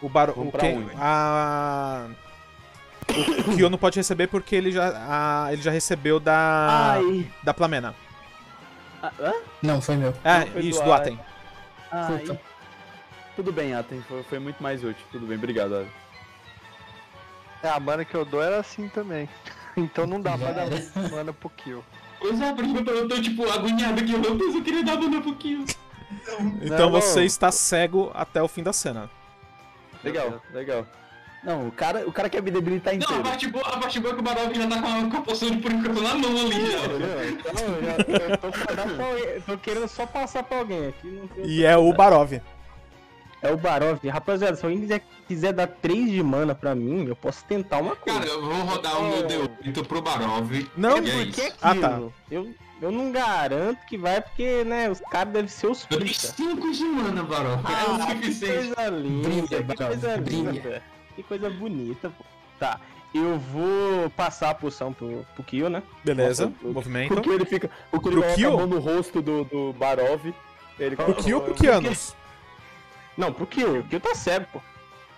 O barulho. Vamos O pra quem- onde? A. O Kyo não pode receber porque ele já, a- ele já recebeu da. Ai. Da Plamena. Ah, hã? Não, foi meu. É, Não, foi isso, do do ar. Aten. Ai. Puta. Tudo bem, Aten. Foi, foi muito mais útil. Tudo bem, obrigado. Aten. É, a mana que eu dou era assim também. <laughs> Então não dá É. pra dar mana pro kill. Pois é, por isso que eu tô, eu tô, tipo, agoniado aqui. Meu Deus, eu queria dar mana pro Kill. Então Não, você não. está cego até o fim da cena. Legal, legal. Não, o cara, o cara quer me debilitar Não, a inteiro. parte boa, a parte boa é que o Barov já tá com a, com a poção de purificação na mão ali, já. <laughs> Entendeu? Então eu já- Tô querendo só passar pra alguém aqui. Não tem... E é o Barov. É o Barov. Rapaziada, se alguém quiser, quiser dar 3 de mana pra mim, eu posso tentar uma coisa. Cara, eu vou rodar o meu D8 pro Barov. Não, e é Por que isso. aquilo? Ah, eu, eu não garanto que vai, porque, né, os caras devem ser os Eu dei pica. 5 de mana, Barov. é Ah, o que suficiente. coisa linda, Brilha, que Barão, coisa brilha. linda. Que coisa bonita, pô. Tá, eu vou passar a poção pro, pro Kill, né? Beleza, Nossa, o- movimento. Porque ele fica. O que Então? Pro ele coloca a Kill? mão no rosto do, do Barov. Ele Pro Kill ou pro Kianos? Não, pro Kill. O Kill tá cego, pô.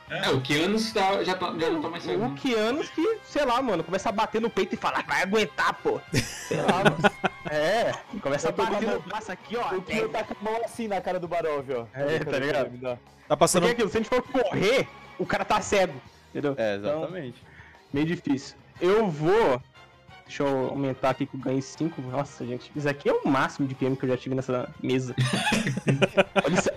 É, o Kianos tá, já, tá, já não tá mais cego. Uhum. O Kianos que, sei lá, mano, começa a bater no peito e falar, vai aguentar, pô. Sei lá, <laughs> mano. É, começa a Eu tô bater com a no mão- braço aqui, ó. O Kill tá com a mão assim na cara do Barov, ó. É, tá ligado? Me dá. Tá passando. Porque é aquilo, se a gente for correr, o cara tá cego. Entendeu? É, Então, exatamente. Meio difícil. Eu vou. Deixa eu aumentar aqui que eu ganhei 5. Nossa, gente. Isso aqui é o máximo de PM que eu já tive nessa mesa. Olha isso,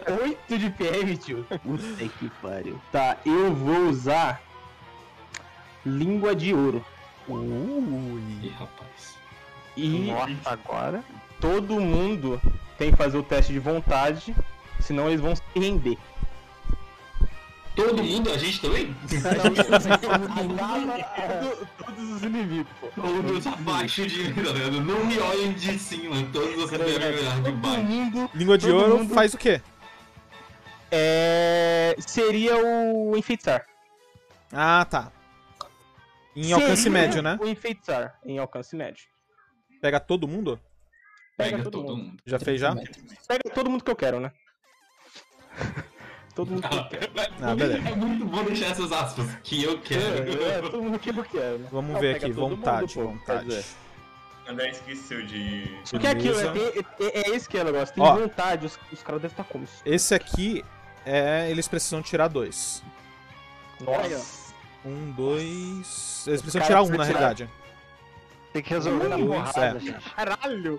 8 de PM, tio. Puta que pariu. Tá, eu vou usar. Língua de ouro. Ih, rapaz. E Nossa, agora. todo mundo tem que fazer o teste de vontade. Senão eles vão se render. Todo mundo, a gente também? Todo- Todos os inimigos, pô. Ou Deus abaixo de mim, tá ligado? Não me olhem de cima, todos vocês devem me olhar de Todo baixo. mundo Língua de todo ouro mundo- faz o quê? é, seria o enfeitiçar. Ah, tá. Em Seria alcance médio, né? O enfeitiçar em alcance médio. Pega todo mundo? Pega todo mundo. Já fez já? Pega todo mundo que eu quero, né? todo mundo que eu quero. Ah, beleza. É muito bom deixar essas aspas, que eu É, quero. todo mundo que eu quero, né? Vamos Não, ver pega aqui. todo mundo, Vontade, pô, quer vontade. dizer. André esqueceu de. O que é aquilo? Beleza. É, é, é esse que é o negócio. Tem Ó. vontade, os, os caras devem estar como isso. Esse aqui é. Eles precisam tirar dois. Nossa. Um, dois. Eles precisam cara tirar um, precisa na tirar. realidade. Tem que resolver na Ui, porrada, é. gente. Caralho!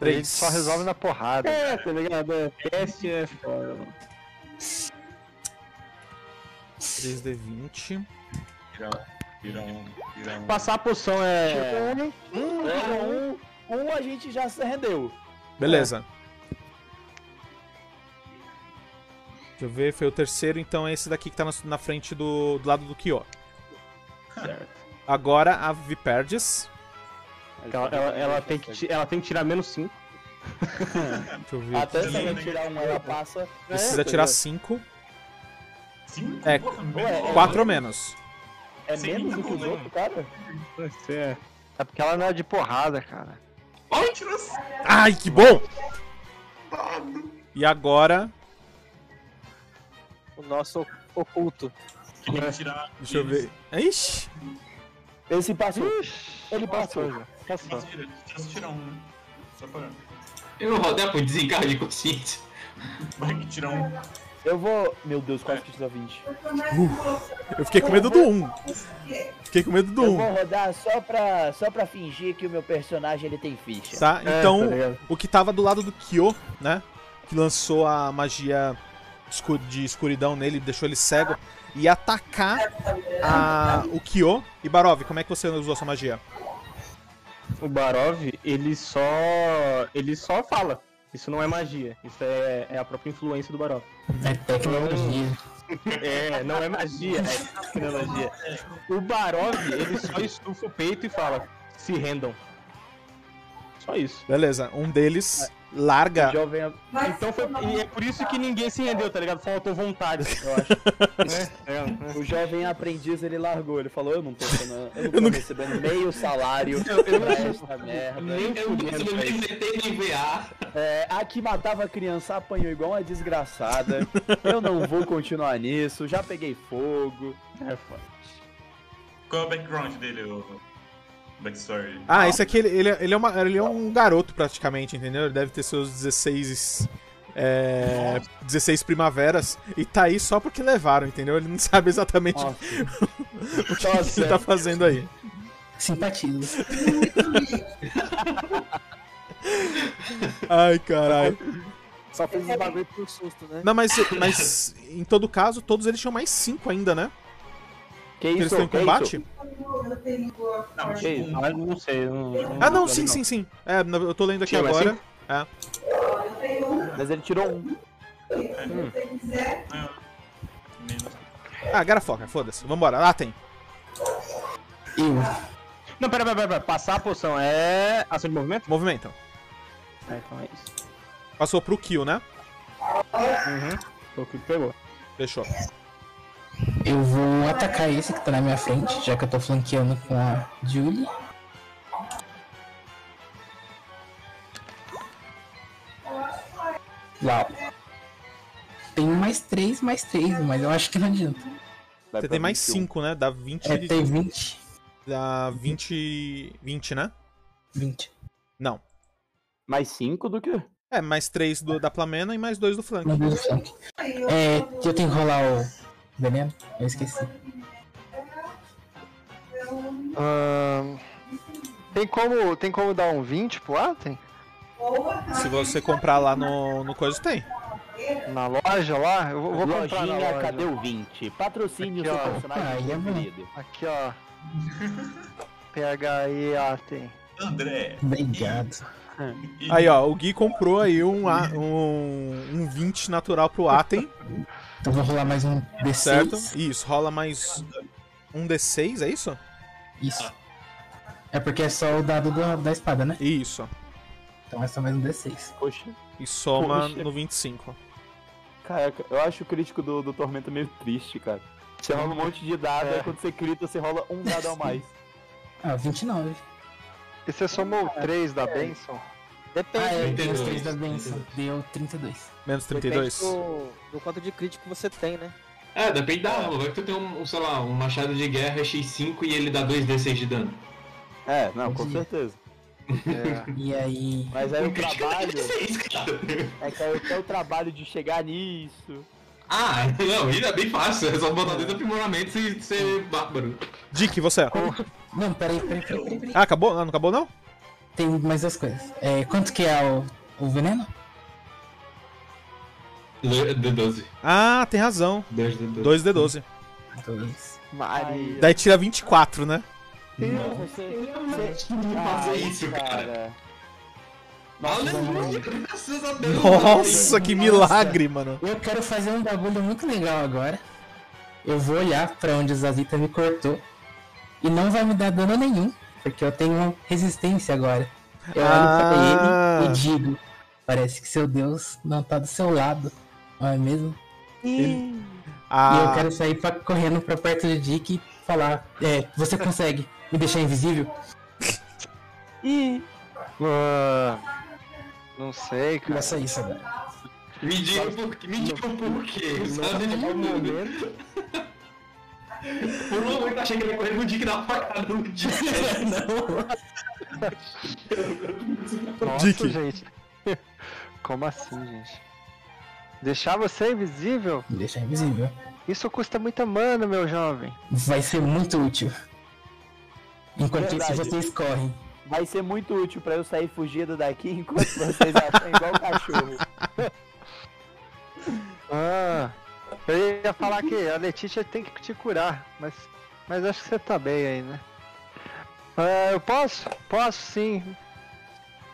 Ele Três. só resolve na porrada. É, tá ligado? É, teste é foda, mano. 3D20. Virar virar um. Virar um. Passar a poção é. Um, um, um a gente já se rendeu. Beleza. Deixa eu ver, foi o terceiro, então é esse daqui que tá na, na frente do, do lado do Kyo. Agora a Viperdes. Ela, ela- ela tem que, ti- ela tem que tirar menos 5. Deixa eu ver. Até aqui. se ela tirar um, ela passa. Precisa tirar 5. Cinco? É, Porra, 4 ou menos. um- É Sim, menos tá do que os bom, outros, cara? É. É porque ela não é de porrada, cara. Olha, tirou cinco. Ai, que bom! E agora. O nosso oculto. Tem que tirar. Deixa eu ver. Ixi! Esse passou. Ele passou. Passou. Posso tirar, posso tirar um, né? Só pra. Eu vou rodar por desencargo de consciência. Vai que tirar um. Eu vou. Meu Deus, quase que tira 20. Eu fiquei com medo do 1. Fiquei com medo do Eu 1. vou rodar só pra, só pra fingir que o meu personagem ele tem ficha. Tá? Então, tá ligado? o que tava do lado do Kyo, né? Que lançou a magia escu- de escuridão nele, deixou ele cego. E atacar a- o Kyo. E Barov, como é que você usou a sua magia? O Barov, ele só. ele só fala. Isso não é magia. Isso é, é a própria influência do Barov. É tecnologia. É, não é magia, é tecnologia. O Barov, ele só estufa o peito e fala: se rendam. Só isso. Beleza, um deles larga. Jovem. Então foi. E é por isso que ninguém se rendeu, tá ligado? Faltou vontade, eu <laughs> acho. né? O jovem aprendiz ele largou, ele falou: Eu não tô, sendo- <laughs> eu não tô recebendo meio salário É, pra esta merda. Eu preciso me entreter em VA. É, a que matava a criança apanhou igual uma desgraçada. Eu não vou continuar nisso, já peguei fogo. É, é foda. Qual é o background dele, o. Backstory? Ah, esse aqui ele, ele, é- ele é uma- ele é um garoto praticamente, entendeu? Ele deve ter seus 16. É, 16 primaveras e tá aí só porque levaram, entendeu? Ele não sabe exatamente o Nossa, que, Então, <laughs> assim, que ele tá fazendo aí. Simpatismo. Ai, caralho. Só fez um esse bagulho por susto, né? Não, mas, mas em todo caso, todos eles tinham mais 5 ainda, né? Que que eles isso? estão em que combate? isso? Não, Que tipo, isso? Ah, não sei. eu Não, eu Ah, não, lembro, sim, sim, sim. É, na- eu tô lendo aqui Tinha mais agora. Mas ele tirou um. Ah, Garafoca, foda-se. Vambora, lá tem. Eu. Não, pera, pera, pera, pera. Passar a poção é ação de movimento? Movimentam. É, então é isso. Passou pro kill, né? Foi Uhum. o que pegou. Fechou. Eu vou atacar esse que tá na minha frente, já que eu tô flanqueando com a Julie. Uau. Tem um mais 3, mais 3, mas eu acho que não adianta. Você Vai pra tem mais 21. 5, né? Dá 20. É, tem 20. Dá 20. 20, né? 20. Não. Mais 5 do que? É, mais 3 da Plamena e mais 2 do flank. Meu Deus do céu. É, eu tenho que rolar o veneno? Eu esqueci. Ahn, tem, como, tem como dar um 20 pro Atem? Se você comprar lá no, no coisa, tem. Na loja lá? Eu vou, vou comprar na Lojinha, loja. cadê o 20? Patrocine o Aqui, seu ó. Ah, personagem aí é bom. preferido. Aqui, ó. PHI Atem. André. Obrigado. e- Aí, ó, o Gui comprou aí um, a- um, um 20 natural pro Atem, Então vou rolar mais um D6. certo? Isso, rola mais um D6, é isso? Isso. É porque é só o dado do- da espada, né? Isso. Então é só mais um D6. Poxa. E soma Poxa. no 25. Caraca, eu acho o crítico do, do Tormenta meio triste, cara. Você rola um monte de dado, É. aí quando você crita, você rola um dado a mais. Ah, 29. E você somou 3 da Benção? Depende. Ah, é, tem 32. os 3 da benção. Deu 32. Menos Depende 32. do, do quanto de crítico você tem, né? É, depende da arma. Vai que tu tem um, um, sei lá, um machado de guerra X5 e ele dá 2d6 de dano. É, não, com Entendi. certeza. É. E aí. Mas aí o crítico trabalho. dá 2d6, cara. É que aí é o trabalho de chegar nisso. Ah, não, ele é bem fácil. É só botar dentro do aprimoramento e ser bárbaro. Dick, você. Não, peraí, peraí, peraí. peraí, peraí. Ah, acabou? Ah, não acabou não? Tem mais duas coisas. É, quanto que é o, o veneno? Le- D12. Ah, tem razão. 2d12. 2D12. Dois. Maria. Então, Daí tira 24, né? Deus, você. você... fazer Ai, isso, cara. Nossa, Aleluia, graças a Deus. Nossa, que milagre, mano. Eu quero fazer um bagulho muito legal agora. Eu vou olhar pra onde o Zazita me cortou. E não vai me dar dano nenhum, porque eu tenho resistência agora. Eu olho Ah. pra ele e digo: Parece que seu Deus não tá do seu lado, não é mesmo? E eu Ah, quero sair pra, correndo pra perto do Dick e falar: É, você consegue me deixar invisível? Ah, não sei, E cara. é só isso agora. Me diga o porquê. Me diga o porquê. Sabe? no momento. Por um momento eu achei que ele ia correr no Dick da facada no <laughs> Dick. não. Nossa, Dick. gente. <laughs> Como assim, gente? Deixar você invisível? Me deixar invisível. Isso custa muita mana, meu jovem. Vai ser muito útil. Enquanto Verdade. isso, vocês correm. Vai ser muito útil pra eu sair fugido daqui enquanto vocês apanham igual cachorro. Ah, eu ia falar que a Letícia tem que te curar, mas, mas acho que você tá bem aí, né? Ah, eu posso? Posso sim.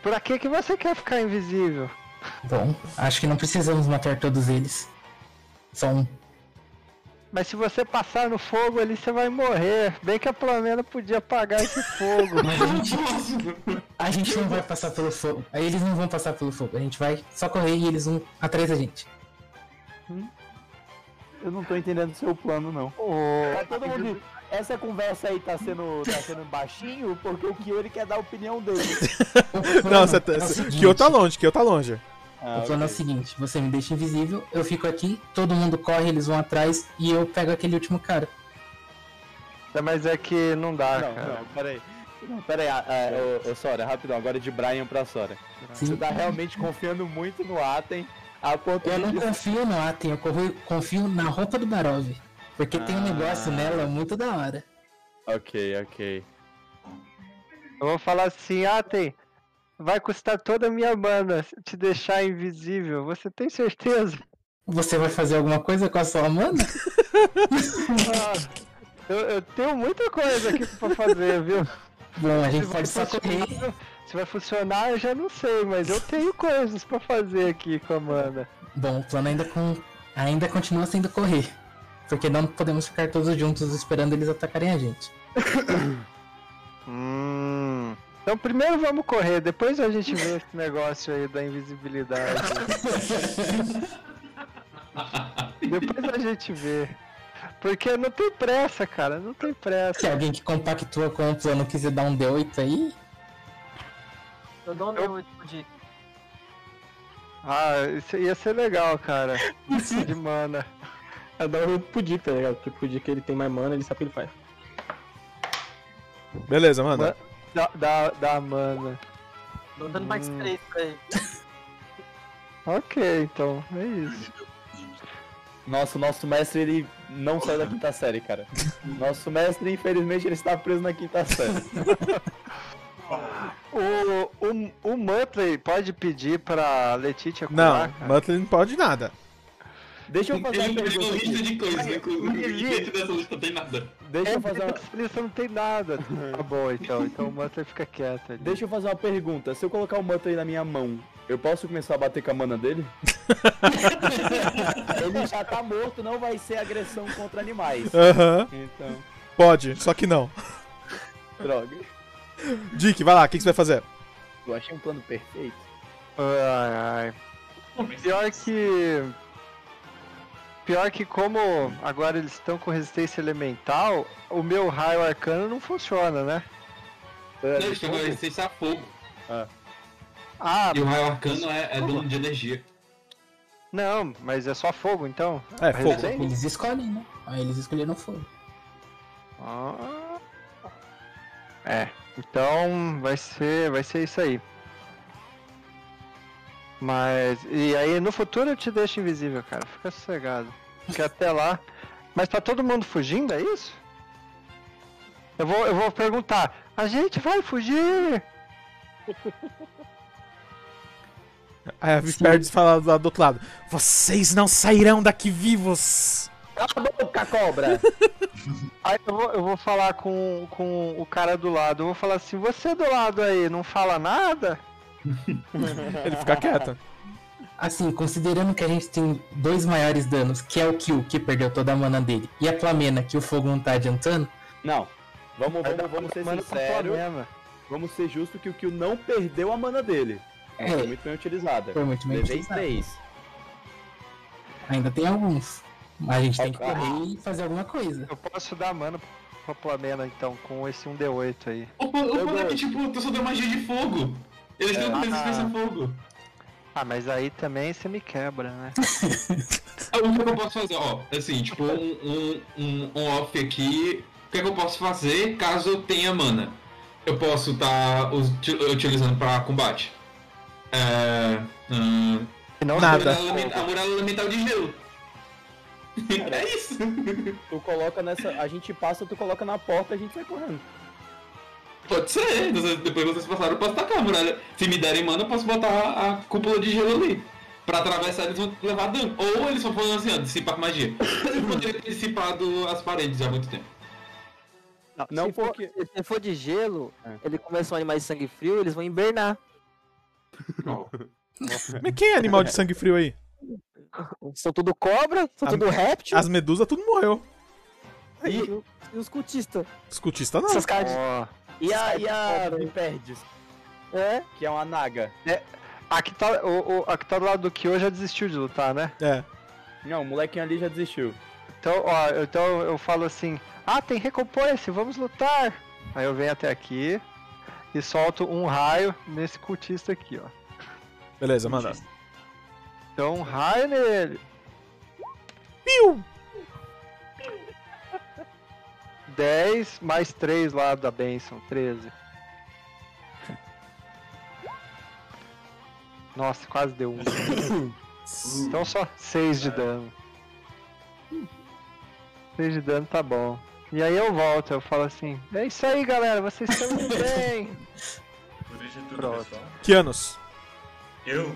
Pra que que você quer ficar invisível? Bom, acho que não precisamos matar todos eles. Só um. Mas se você passar no fogo ali, você vai morrer. Bem que a Plamena podia apagar esse <laughs> fogo. Mas a gente, a gente não vai passar pelo fogo. Aí Eles não vão passar pelo fogo. A gente vai só correr e eles vão atrás da gente. Eu não tô entendendo o seu plano, não. Ô, Tá todo mundo. Essa conversa aí tá sendo, tá sendo baixinho porque o Kyo ele quer dar <laughs> a opinião dele. <laughs> não, você tá, é o seguinte, Kyo tá longe, Kyo tá longe. O Ah, plano é o seguinte: você me deixa invisível, eu fico aqui, todo mundo corre, eles vão atrás e eu pego aquele último cara. mas é que não dá, Não, cara. não, peraí. Não, peraí, ah, ah, ô, ô, Sora, rapidão, agora de Brian pra Sora. Você Sim. tá realmente confiando muito no Atem a ponto Eu não de. confio no Atem, eu corro- confio na roupa do Barov. Porque tem um Ah. negócio nela muito da hora. Ok, ok. Eu vou falar assim, ah, tem. Vai custar toda a minha mana te deixar invisível. Você tem certeza? Você vai fazer alguma coisa com a sua mana? Ah, eu, eu tenho muita coisa aqui pra fazer, viu? Bom, a gente vai pode só correr. funcionar- se vai funcionar, eu já não sei, mas eu tenho coisas pra fazer aqui com a mana. Bom, o plano ainda, com... ainda continua sendo correr. Porque não podemos ficar todos juntos esperando eles atacarem a gente. Hum. Então primeiro vamos correr, depois a gente vê esse negócio aí da invisibilidade. depois a gente vê. Porque não tem pressa, cara, não tem Se pressa. alguém que compactua com o plano quiser dar um D8 aí, Eu dou um D8 de. Ah, isso ia ser legal, cara. De mana. Eu dou um pro Dick, tá ligado? Porque pro Dick ele tem mais mana, ele sabe o que ele faz. Beleza, manda. Ma- Dá, dá, dá mana. Tô dando um mais Hum. 3 pra ele. Ok, então, é isso. Nossa, o nosso mestre, ele não saiu da quinta série, <laughs> cara. Nosso mestre, infelizmente, ele está preso na quinta série. O, o, o Muttley pode pedir pra Letitia Não, curar, cara? Muttley não pode nada. Deixa eu fazer uma Ele pegou uma pergunta lista aqui. de coisas, né? Com- Entendi. Dentro dessa lista não tem nada. Deixa eu fazer uma... Isso não tem nada. Tá bom, então. Então o Muttley fica quieto ali. Deixa eu fazer uma pergunta. Se eu colocar o manto aí na minha mão, eu posso começar a bater com a mana <laughs> dele? Ele já tá morto, não vai ser agressão contra animais. Aham, Então, pode, só que não. droga. Dick, vai lá, o que, que você vai fazer? Eu achei um plano perfeito. Ai, ai. Pior é que. Pior que como agora eles estão com resistência elemental, o meu raio arcano não funciona, né? É, Não, eles estão com resistência a fogo. Ah, E o raio arcano é, é dono de energia. não, mas é só fogo então. É, fogo. Resistência? eles escolhem, né? Aí eles escolheram fogo. Ah. É, então vai ser, vai ser isso aí. Mas e aí no futuro eu te deixo invisível, cara. Fica sossegado. Porque até lá. Mas tá todo mundo fugindo, é isso? Eu vou, eu vou perguntar. A gente vai fugir? Aí a Viv Verdes fala lá do outro lado: Vocês não sairão daqui vivos! <laughs> Aí eu vou, eu vou falar com, com o cara do lado. Eu vou falar assim: você do lado aí não fala nada? Ele fica quieto. Assim, considerando que a gente tem dois maiores danos, que é o Kill, que perdeu toda a mana dele, e a Plamena, que o fogo não tá adiantando, Não. Vamos, Aí dá vamos, vamos ser mana pra sinceros. Flamengo. Vamos ser justos que o Kill não perdeu a mana dele. É. Foi muito bem utilizada. foi muito bem Levei utilizado. três. Ainda tem alguns. Mas a gente tem que correr e fazer alguma coisa. Eu posso dar mana pra Plamena então, com esse 1D8 aí. O po- o Eu ponto é que, gosto. É. tipo, tu só deu magia de fogo. Eles estão com resistência a fogo. Ah, mas aí também você me quebra, né? Ah, O que eu posso fazer? Ó, assim, tipo, um, um, um, um off aqui. O que, é que eu posso fazer caso eu tenha mana? Eu posso estar utilizando pra combate. É. hum, E não a Nada. muralha elemen- a muralha elemental de gelo. <laughs> É isso. Tu coloca nessa. A gente passa, tu coloca na porta, a gente sai correndo. Pode ser. Vocês- Depois que vocês passaram, eu posso tacar a muralha. Se me derem mana, eu posso botar a, a cúpula de gelo ali. Pra atravessar, eles vão levar dano. Ou eles só foram assim, ó, dissipar magia. Mas eles poderiam ter dissipado as paredes há muito tempo. Não se, for, porque- se ele for de gelo, ele começa um animal de sangue frio, eles vão invernar. Mas quem é animal de sangue frio aí? São tudo cobra, são Ah, tudo réptil As medusas, tudo morreu. e, e os cultistas. Os cultistas não. Essas caras de... Ó, E a. E a. Viperdes, É, que é uma naga. a, que tá, o, o- a que tá do lado do Kyo já desistiu de lutar, né? É. Não, o molequinho ali já desistiu. Então, ó, então eu falo assim: Ah, tem recompensa, vamos lutar! Aí eu venho até aqui e solto um raio nesse cultista aqui, ó. Beleza, manda. Então, um raio nele. Piu! 10 mais 3 lá da benção, 13. Nossa, <coughs> quase deu um. então só 6 de dano. 6 de dano tá bom. E aí eu volto, eu falo assim, é isso aí galera, vocês estão indo bem. Por hoje é tudo, Pronto. pessoal. Que anos? Eu,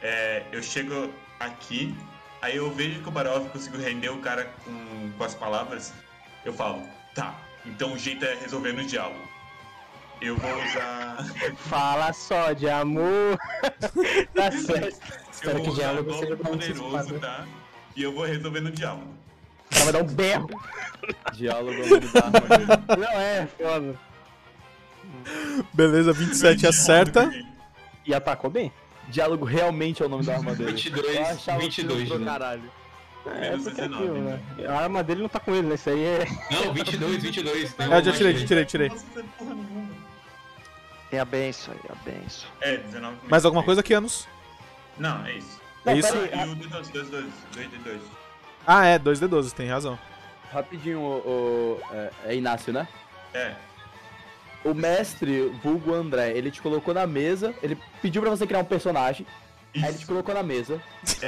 é, eu chego aqui, aí eu vejo que o Barov conseguiu render o cara com, com as palavras. Eu falo, tá, então o jeito é resolver no diálogo. Eu vou <laughs> usar. <laughs> Fala só de <laughs> amor. tá certo. eu Espero vou que usar diálogo golpe seja bom poderoso, tá? E eu vou resolver no diálogo. Ela vai dar um berro. Diálogo ao longo da harmonia. Não, é, foda. Beleza, 27 acerta. E atacou bem. Diálogo realmente é o nome da arma dele. 22, Eu achava o 22 filtro, de novo. caralho. É, Menos porque é 19, aquilo, né? A arma dele não tá com ele, né? Isso aí é. Não, 22, 22. tem É, uma eu já tirei, mais já que- tirei, tirei. Nossa, não teve porra nenhuma. Tem a benção aí, a benção. É, 19 mesmo. Mais alguma coisa, Kianos? Não, é isso. É Não, isso? pera aí, E o D12, 2 2 2 Ah, é, 2D12, tem razão. Rapidinho, o, o- é, é Inácio, né? É, O mestre, vulgo André, ele te colocou na mesa, ele pediu pra você criar um personagem, aí ele te isso. É. colocou na mesa.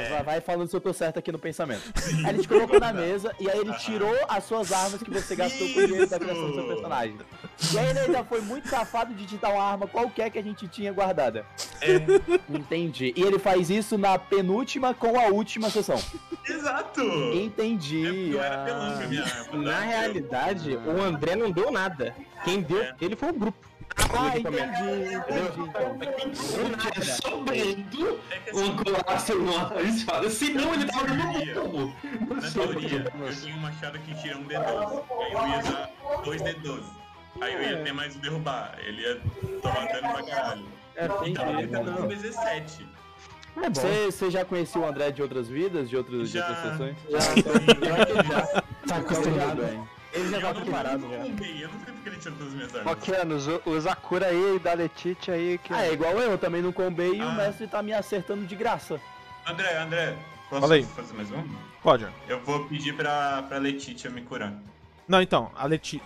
Vai- Vai falando se eu tô certo aqui no pensamento. Aí ele te colocou <laughs> na mesa e aí ele tirou as suas armas que você gastou com o dinheiro da criação do seu Isso! personagem. E aí ele ainda foi muito safado de te dar uma arma qualquer que a gente tinha guardada. É, Entendi. E ele faz isso na penúltima com a última sessão. exato! É porque Entendi. eu era ah. pelanga, minha arma. Na Né? tá? realidade, Hum. o André não deu nada. Quem deu É. ele foi o grupo. Ah, entendi, entendi. Então. É só um Brendo É que assim, ou Colácio Nós fala. Se não, ele tava no Teoria. combo. Na teoria, eu tinha um machado que tira um D12. Aí eu ia usar dois D12. Aí eu ia ter mais um derrubar. Ele ia tomar dano pra caralho. Então ele tá dando 17. É Você, você já conhecia o André de outras vidas, de outras, de Já. então, outras sessões? <laughs> Tá acostumado. Ele já Eu tá não- preparado Eu já. não sei, eu não sei porque ele tirou todas as minhas armas. Ó, Kenos, usa a cura aí da Letite aí que. Ah, é igual eu, eu também não combei e Ah. o mestre tá me acertando de graça. André, André, posso Fala aí. fazer mais um? Pode. Eu vou pedir pra, pra Letícia me curar. Não, então, a Leti.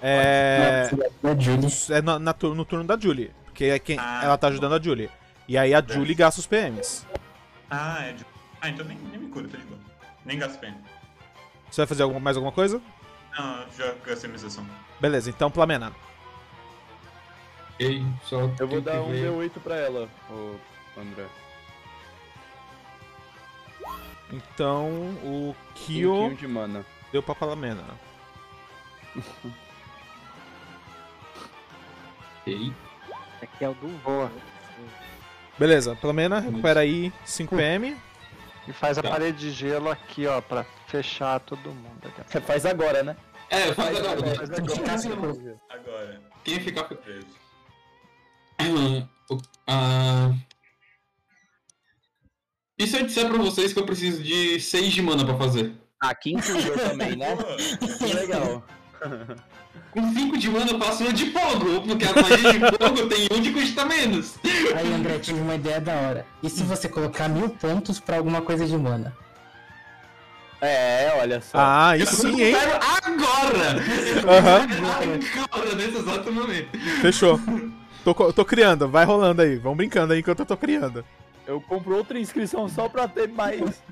É. Da Julie. É na, na tur- no turno da Julie. Porque é quem, Ah. ela tá ajudando a Julie. E aí a Julie gasta os PMs. Ah, é de. Ah, então nem, nem me cura, tá de boa. Nem gasto pena. Você vai fazer alguma- mais alguma coisa? Não, eu já gastei minha sessão. Beleza, então Plamena. Ei, só Eu vou tem dar que um ver. D8 pra ela, ô André. Então o Tem um Kyo quilo de mana. deu pra Plamena. Ei. Aqui é o do Boa. Beleza, Plamena, recupera aí 5 PM. E faz a parede de gelo aqui, ó, pra fechar todo mundo. aqui. Você faz agora, né? É, faz agora. Agora, Quem ficar fica preso. O- ah, E se eu disser pra vocês que eu preciso de 6 de mana pra fazer? Aqui incluiu também, né? Legal. Com 5 de mana eu faço uma de fogo, porque a <laughs> magia de fogo tem um que custa menos. Aí, André, tive uma ideia da hora. E se você colocar mil pontos pra alguma coisa de mana? É, olha só. Ah, aí <laughs> sim, hein? Quero agora! Aham, Agora, nesse exato momento. fechou. Tô, co- tô criando, vai rolando aí. Vão brincando aí enquanto eu tô criando. Eu compro outra inscrição só pra ter mais.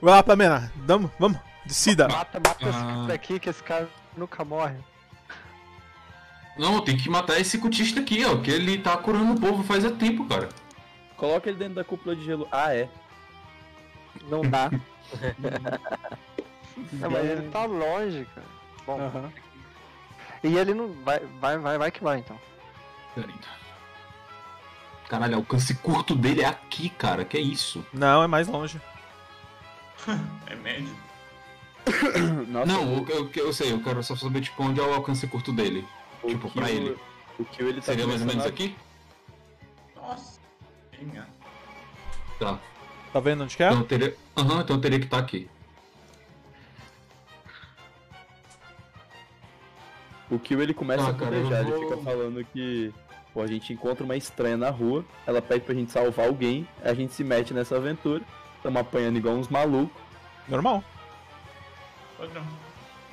Vai lá, Plamena. Damo, vamos. Decida. Mata, mata esse Ah. cara daqui que esse cara nunca morre. Não, tem que matar esse cultista aqui, ó, que ele tá curando o povo faz tempo, cara. Coloca ele dentro da cúpula de gelo. Ah, é. Não dá. Não, mas ele tá longe, cara. Bom. Aham. E ele não. Vai, vai, vai, vai que vai então. Caralho, o alcance curto dele é aqui, cara, que é isso? Não, é mais longe. É médio. Nossa, Não, eu, eu, eu sei, eu quero só saber, tipo, onde é o alcance curto dele. o tipo, Kill- pra ele. O Kill ele tá Seria mais ou menos começando a- aqui? Nossa. né? Minha. Tá. Tá vendo onde que é? Então eu teria. Aham, então eu teria que estar aqui. O Kill ele começa Ah, a cara, planejar, eu ele vou- fica falando que pô, a gente encontra uma estranha na rua, ela pede pra gente salvar alguém, a gente se mete nessa aventura, estamos apanhando igual uns malucos. Normal. Padrão.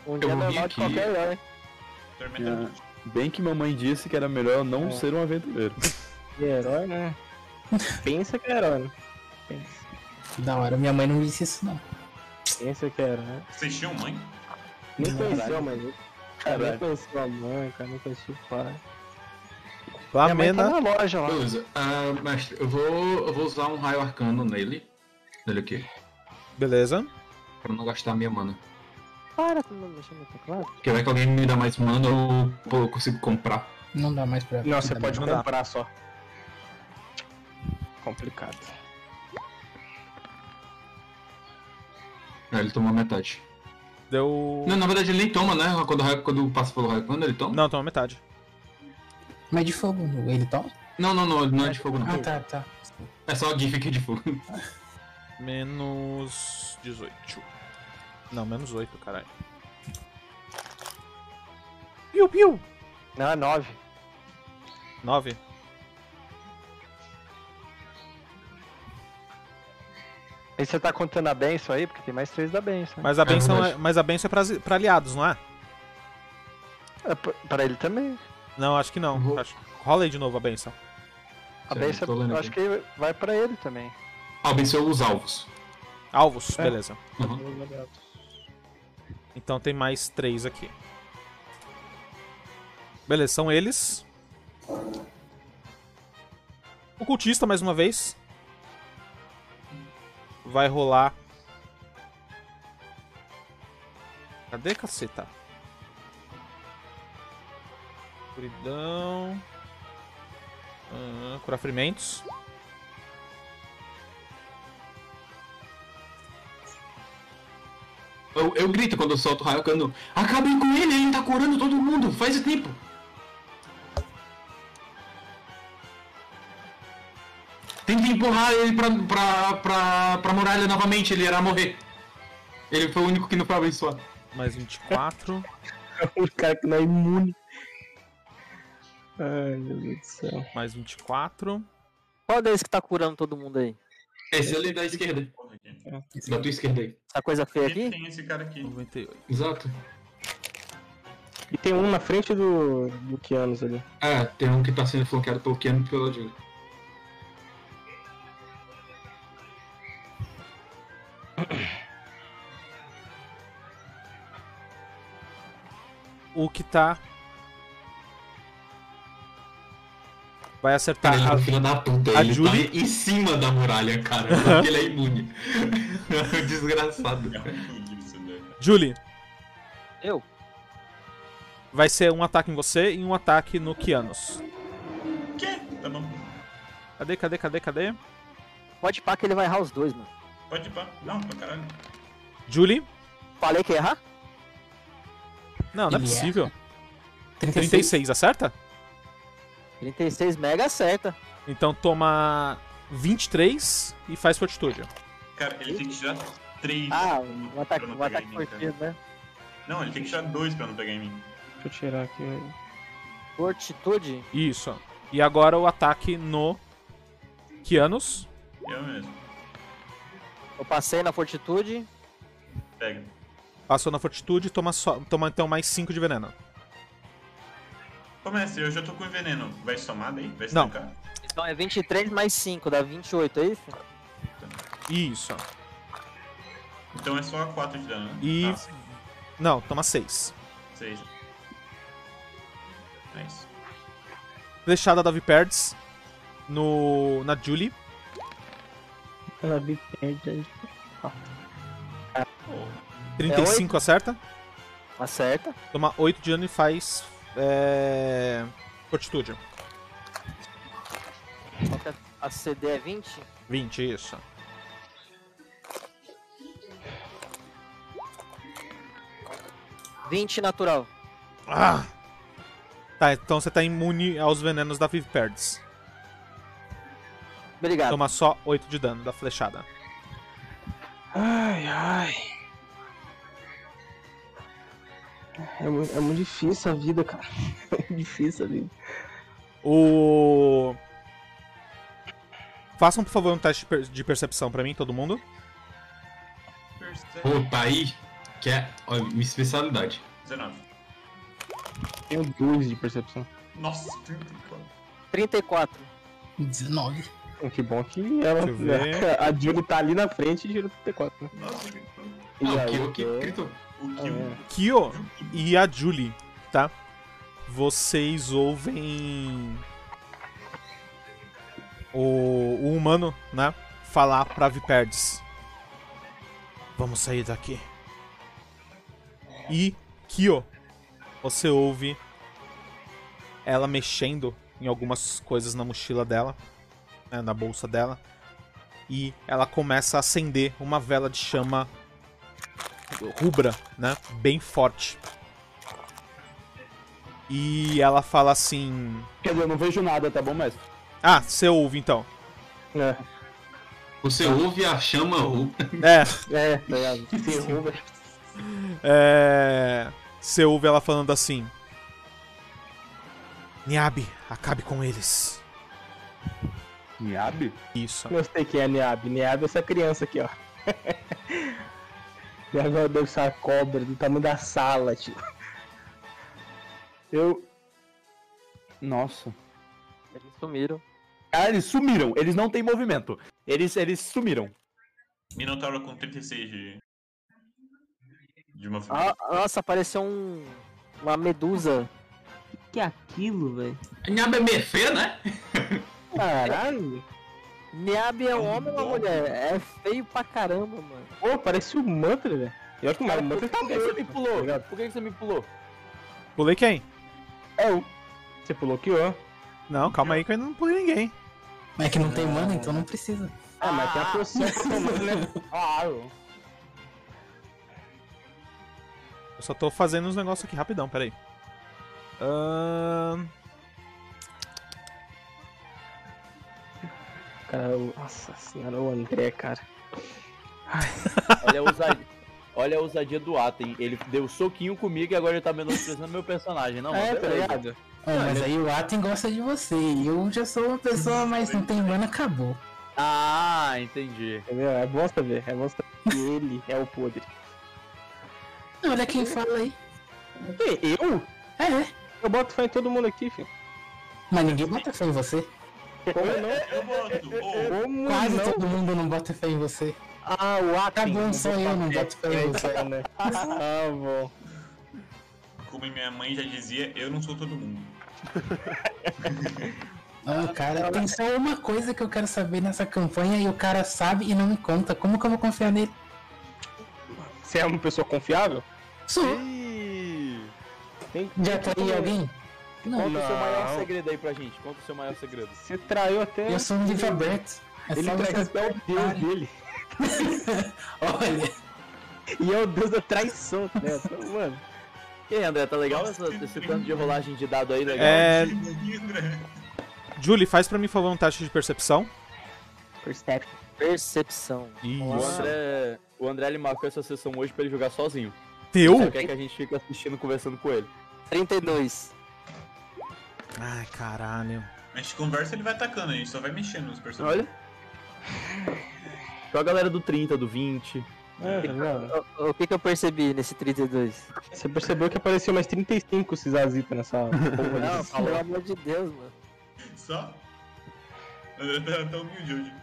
Um dia Eu vou vir normal de aqui. qualquer herói. Tormenta Ah. Bem que mamãe disse que era melhor eu É. não ser um aventureiro. De herói, né? <laughs> Pensa que é herói, né? Pensa, Da hora. Minha mãe não disse isso, não. pensa que é herói. né? Vocês tinham mãe? Nem Caralho. conheceu, mas. Cara, nem Caralho. conheceu a mãe, cara, nem conheceu o pai. Minha mãe tá Plamena. na loja lá. Beleza. Ah, mestre, eu vou, eu vou usar um raio arcano nele. Nele aqui. Beleza. Pra não gastar minha mana. Para, tu não mexendo no teclado. Porque vai que alguém me dá mais mana ou pô, eu consigo comprar. Não dá mais pra. Não, você pode não dá. comprar só. Complicado. É, ele tomou metade. Deu. Não, na verdade ele nem toma, né? Quando, o raio- quando passa pelo raio, quando ele toma? Não, toma metade. Mas de fogo, ele toma? Não, não, não, não é de fogo Ah, não. tá, tá. É só a GIF aqui de fogo. <laughs> Menos 18. Não, menos 8, caralho. Piu, piu! Não, é 9. 9. Aí você tá contando a benção aí, porque tem mais 3 da benção. Mas a benção é, verdade. mas a benção é pra, zi- pra aliados, não é? É pra- pra ele também. Não, acho que não. Vou- Acho... Rola aí de novo a benção. A Certo, benção, tô lendo eu acho que vai pra ele também. Ah, venceu os alvos. Alvos, beleza. Uhum. Então tem mais 3 aqui. Beleza, são eles. O cultista, mais uma vez. Vai rolar. Cadê, caceta? Escuridão. Ah, curar ferimentos. Eu, eu grito quando eu solto o raio, quando. Acabem com ele, ele tá curando todo mundo, faz tempo. Tentem empurrar ele pra, pra, pra, pra muralha novamente, ele irá morrer. Ele foi o único que não foi abençoado. Mais 24. <laughs> o cara que não é imune. Ai, meu Deus do céu. mais 24. Qual deles que tá curando todo mundo aí? É, Esse ali da esquerda. Porra, aqui. Da tua esquerda aí. Essa coisa feia E aqui? tem esse cara aqui. <laughs> 98. Exato. E tem um na frente do, do Kianos ali. É, tem um que tá sendo flanqueado pelo Keanu e pela Julia. o que tá. Vai acertar. Ele é um Tá, a- filho da puta, a ele Julie- tá em cima da muralha, cara. Porque ele é imune. <laughs> Desgraçado. É um isso, velho. Julie, Eu? vai ser um ataque em você e um ataque no Kianos. Quê? Tá bom. Cadê, cadê, cadê, cadê? Pode pá que ele vai errar os dois, mano. Pode ir pra. Não, pra caralho. Julie? Falei que ia errar? Não, não é Ele possível. 36. 36, acerta? 36 mega acerta. Então toma 23 e faz fortitude. Cara, ele tem que tirar três. Ah, um pra ataque, não um pegar ataque em mim, cara. fortido, né? Não, ele tem que tirar dois pra não pegar em mim. Deixa eu tirar aqui. Fortitude? Isso. E agora o ataque no Kianos. Eu mesmo. Eu passei na fortitude. Pega. Passou na fortitude e toma, só, toma então mais 5 de veneno. Começa, eu já tô com veneno. Vai somar daí? Vai Não. estancar? Então é 23 mais 5, dá 28, é isso? Isso. Então é só 4 de dano, né? E. Ah, Não, toma 6. seis. É isso. Flechada da Viperdes no, na Julie. Ela me perde. 35 acerta. Tá Acerta. Toma 8 de dano e faz. É... Fortitude. Qual que é- A CD é 20? 20, isso. Vinte natural. Ah! Tá, então você tá imune aos venenos da Viperdes. Obrigado. Toma só 8 de dano da flechada. Ai, ai. É, mu- é muito difícil a vida, cara. <laughs> É muito difícil a vida. O. Façam, por favor, um teste de per- de percepção pra mim, todo mundo. Pô, tá aí, que é ó, minha especialidade. 19. Tenho dois de percepção. Nossa, 34. 34. 19. Hum, Que bom que ela. <laughs> Deixa eu ver. A Julie tá ali na frente e gira 34, né? Nossa, o que- E Ah, o aí, que, o que, eu- gritou? o que um Ah, o- Kyo e a Julie, tá? Vocês ouvem o, o humano, né? Falar pra Viperdes. Vamos sair daqui. E Kyo, você ouve ela mexendo em algumas coisas na mochila dela, né, na bolsa dela, e ela começa a acender uma vela de chama rubra, né? Bem forte. E ela fala assim: Quer dizer, eu não vejo nada, tá bom, mestre? Ah, você ouve então. Você ouve a chama ou. É, É, tá ligado? Derruba. É... Você ouve ela falando assim: Niabe, acabe com eles. Nhabe? Isso. Não sei quem é Neab. Neab é essa criança aqui, ó. <laughs> Neab é deve ser uma cobra do tamanho da sala, tio. Eu. Nossa. Eles sumiram. Ah, eles sumiram. Eles não têm movimento. Eles, eles sumiram. Minotauro com 36 de. De uma Ah, nossa, apareceu um. Uma medusa. O que, que é aquilo, velho? Nhabe é meio feia, né? Caralho! Niabe é um homem ou uma mulher? É feio pra caramba, mano. Pô, parece um mantra, velho. Eu acho que o mantra tá Por que você morto. me pulou? Por que você me pulou? Pulei quem? Você pulou aqui, ó. Não, calma aí que eu ainda não pulei ninguém. Mas é que não tem mana, então não precisa. Ah, mas tem a poção pra tomar, né? <laughs> Eu só tô fazendo uns negócios aqui rapidão, peraí. Ahn, Cara, o- nossa senhora, o André, cara. Olha a ousadia. Olha a ousadia do Atem. Ele deu soquinho comigo e agora ele tá menosprezando meu personagem. Não, é, mas tá beleza. ligado? Ó, mas aí o Atem gosta de você. e Eu já sou uma pessoa, mas não tem mana, acabou. Ah, entendi. Entendeu? É bom saber, é bom saber que ele é o podre. Olha quem fala aí. E eu? É, Eu boto fé em todo mundo aqui, filho. mas ninguém bota fé em você. <laughs> Como não? Ah, Eu boto! Ô, Como Quase não? todo mundo não bota fé em você. Ah, o Tá Atem. bom, só eu não boto fé em você. <laughs> né? Ah, Tá bom. como minha mãe já dizia, eu não sou todo mundo. Não, Ah, cara, tem só uma coisa que eu quero saber nessa campanha e o cara sabe e não me conta. Como que eu vou confiar nele? Você é uma pessoa confiável? Sou. Ih, Já traí alguém? Não. Conta o seu maior Não. segredo aí pra gente. Conta o seu maior segredo. Você traiu até. Eu sou um livro aberto. É Ele só traiu vocês... até o deus <laughs> dele. Olha, E é o deus da traição, né? Então, Mano. E aí, André, tá legal essa- esse tanto de rolagem de dado aí, legal? É, André. Julie, faz pra mim, por favor, um teste de percepção. Perception. Percepção. O Isso. André, o André ele marcou essa sessão hoje pra ele jogar sozinho. Só Teu? quer que a gente fique assistindo, conversando com ele. 32. Ai, caralho. A gente conversa ele vai atacando, a gente só vai mexendo nos personagens. Olha. Só a galera do 30, do 20. É, tá não. O, o que que eu percebi nesse 32? Você percebeu que apareceu mais 35 cisazita nessa <laughs> porra Não, desse- pelo amor de Deus, mano. Só? André tá, tá humilde hoje.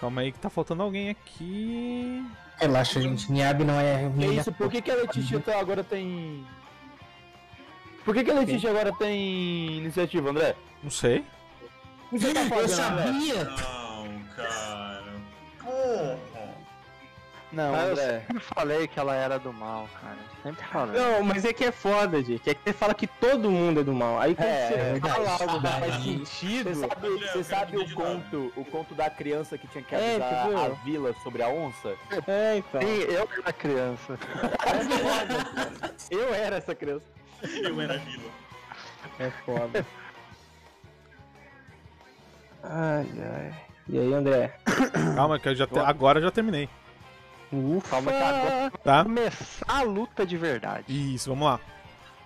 Calma aí que tá faltando alguém aqui. relaxa, gente. Niab não é Que minha. isso? Por que, que a Letícia tá- agora tem. Por que, que a Letícia agora tem iniciativa, André? Não sei. O que você tá Eu fazendo, André? sabia! Não, cara. Porra. Não, Ah, eu André. sempre falei que ela era É do mal, cara. Sempre falei. Não, mas é que é foda, gente. É que você fala que todo mundo é do mal. Aí quando É, você é fala algo que verdade. faz Você sentido. sabe, André, eu você quero sabe te o ajudar. conto, o conto da criança que tinha que É, avisar tipo- a vila sobre a onça? É, então. Sim, eu era criança. Eu era essa criança. Eu era vila. É foda. Ai, ai. E aí, André? Calma, que eu já te- agora eu já terminei. Ufa. Calma que agora Tá? começar a luta de verdade. Isso, vamos lá.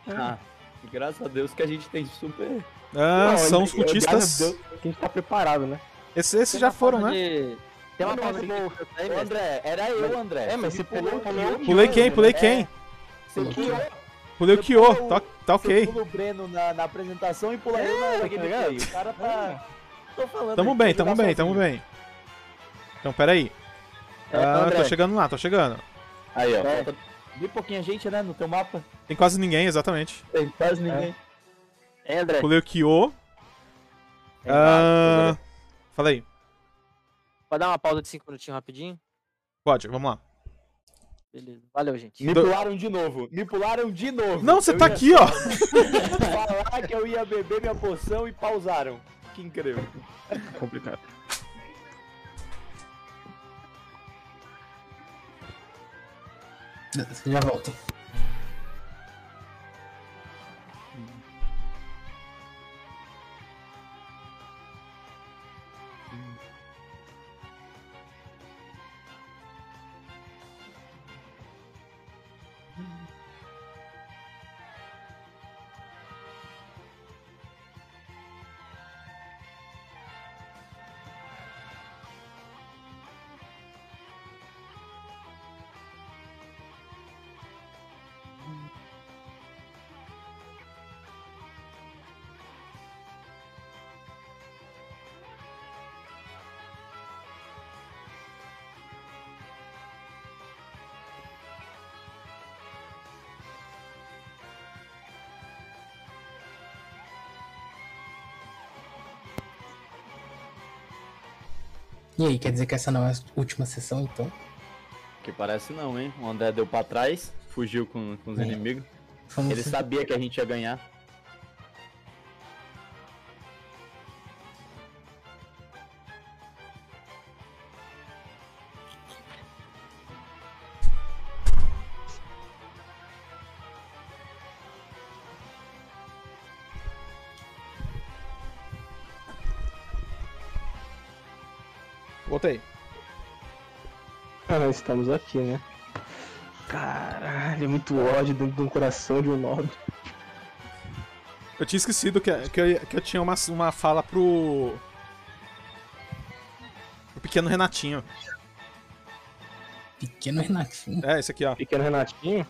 Ah, e graças a Deus que a gente tem super. Ah, Não, são eu- os eu- cultistas. graças a Deus que a gente tá preparado, né? Esses, esses já foram, né? Tem uma Não, pausa mas de é aí, Ô, mestre. André, era eu, André. É, mas você um um pulou pulou Pulei quem? Pulei é, quem? Você pulou, Pulei o Você Kyo. É. pulou- Tá, tá você ok. pula o Breno na, na apresentação e pula eu na, na gameplay. O cara tá. Tô falando. Tamo ele quer tá bem, tamo jogar bem, tamo sozinho. bem. Então, peraí. É, Ah, André. tô chegando lá, tô chegando. Aí, ó. É. Falta bem pouquinha gente, né? No teu mapa. Tem quase ninguém, exatamente. Tem quase ninguém. É, André. Pulei o Kyo. É Ah, fala aí. Pode dar uma pausa de 5 minutinhos rapidinho? Pode, vamos lá. Beleza. Valeu, gente. Me Do- pularam de novo. Me pularam de novo. Não, você Eu tá ia aqui, ó. falar que eu ia beber minha poção e pausaram. Que incrível. Complicado. Já volto. E aí, quer dizer que essa não é a última sessão, então? Que parece não, hein? O André deu pra trás, fugiu com, com os Hum. É. inimigos. Vamos Ele sabia que a gente ia ganhar. Voltei. Ah, estamos aqui, né? Caralho, é muito ódio dentro de um coração de um nobre. Eu tinha esquecido que, que, eu, que eu tinha uma, uma fala pro. pro pequeno Renatinho. Pequeno Renatinho. É, esse aqui, ó. Pequeno Renatinho.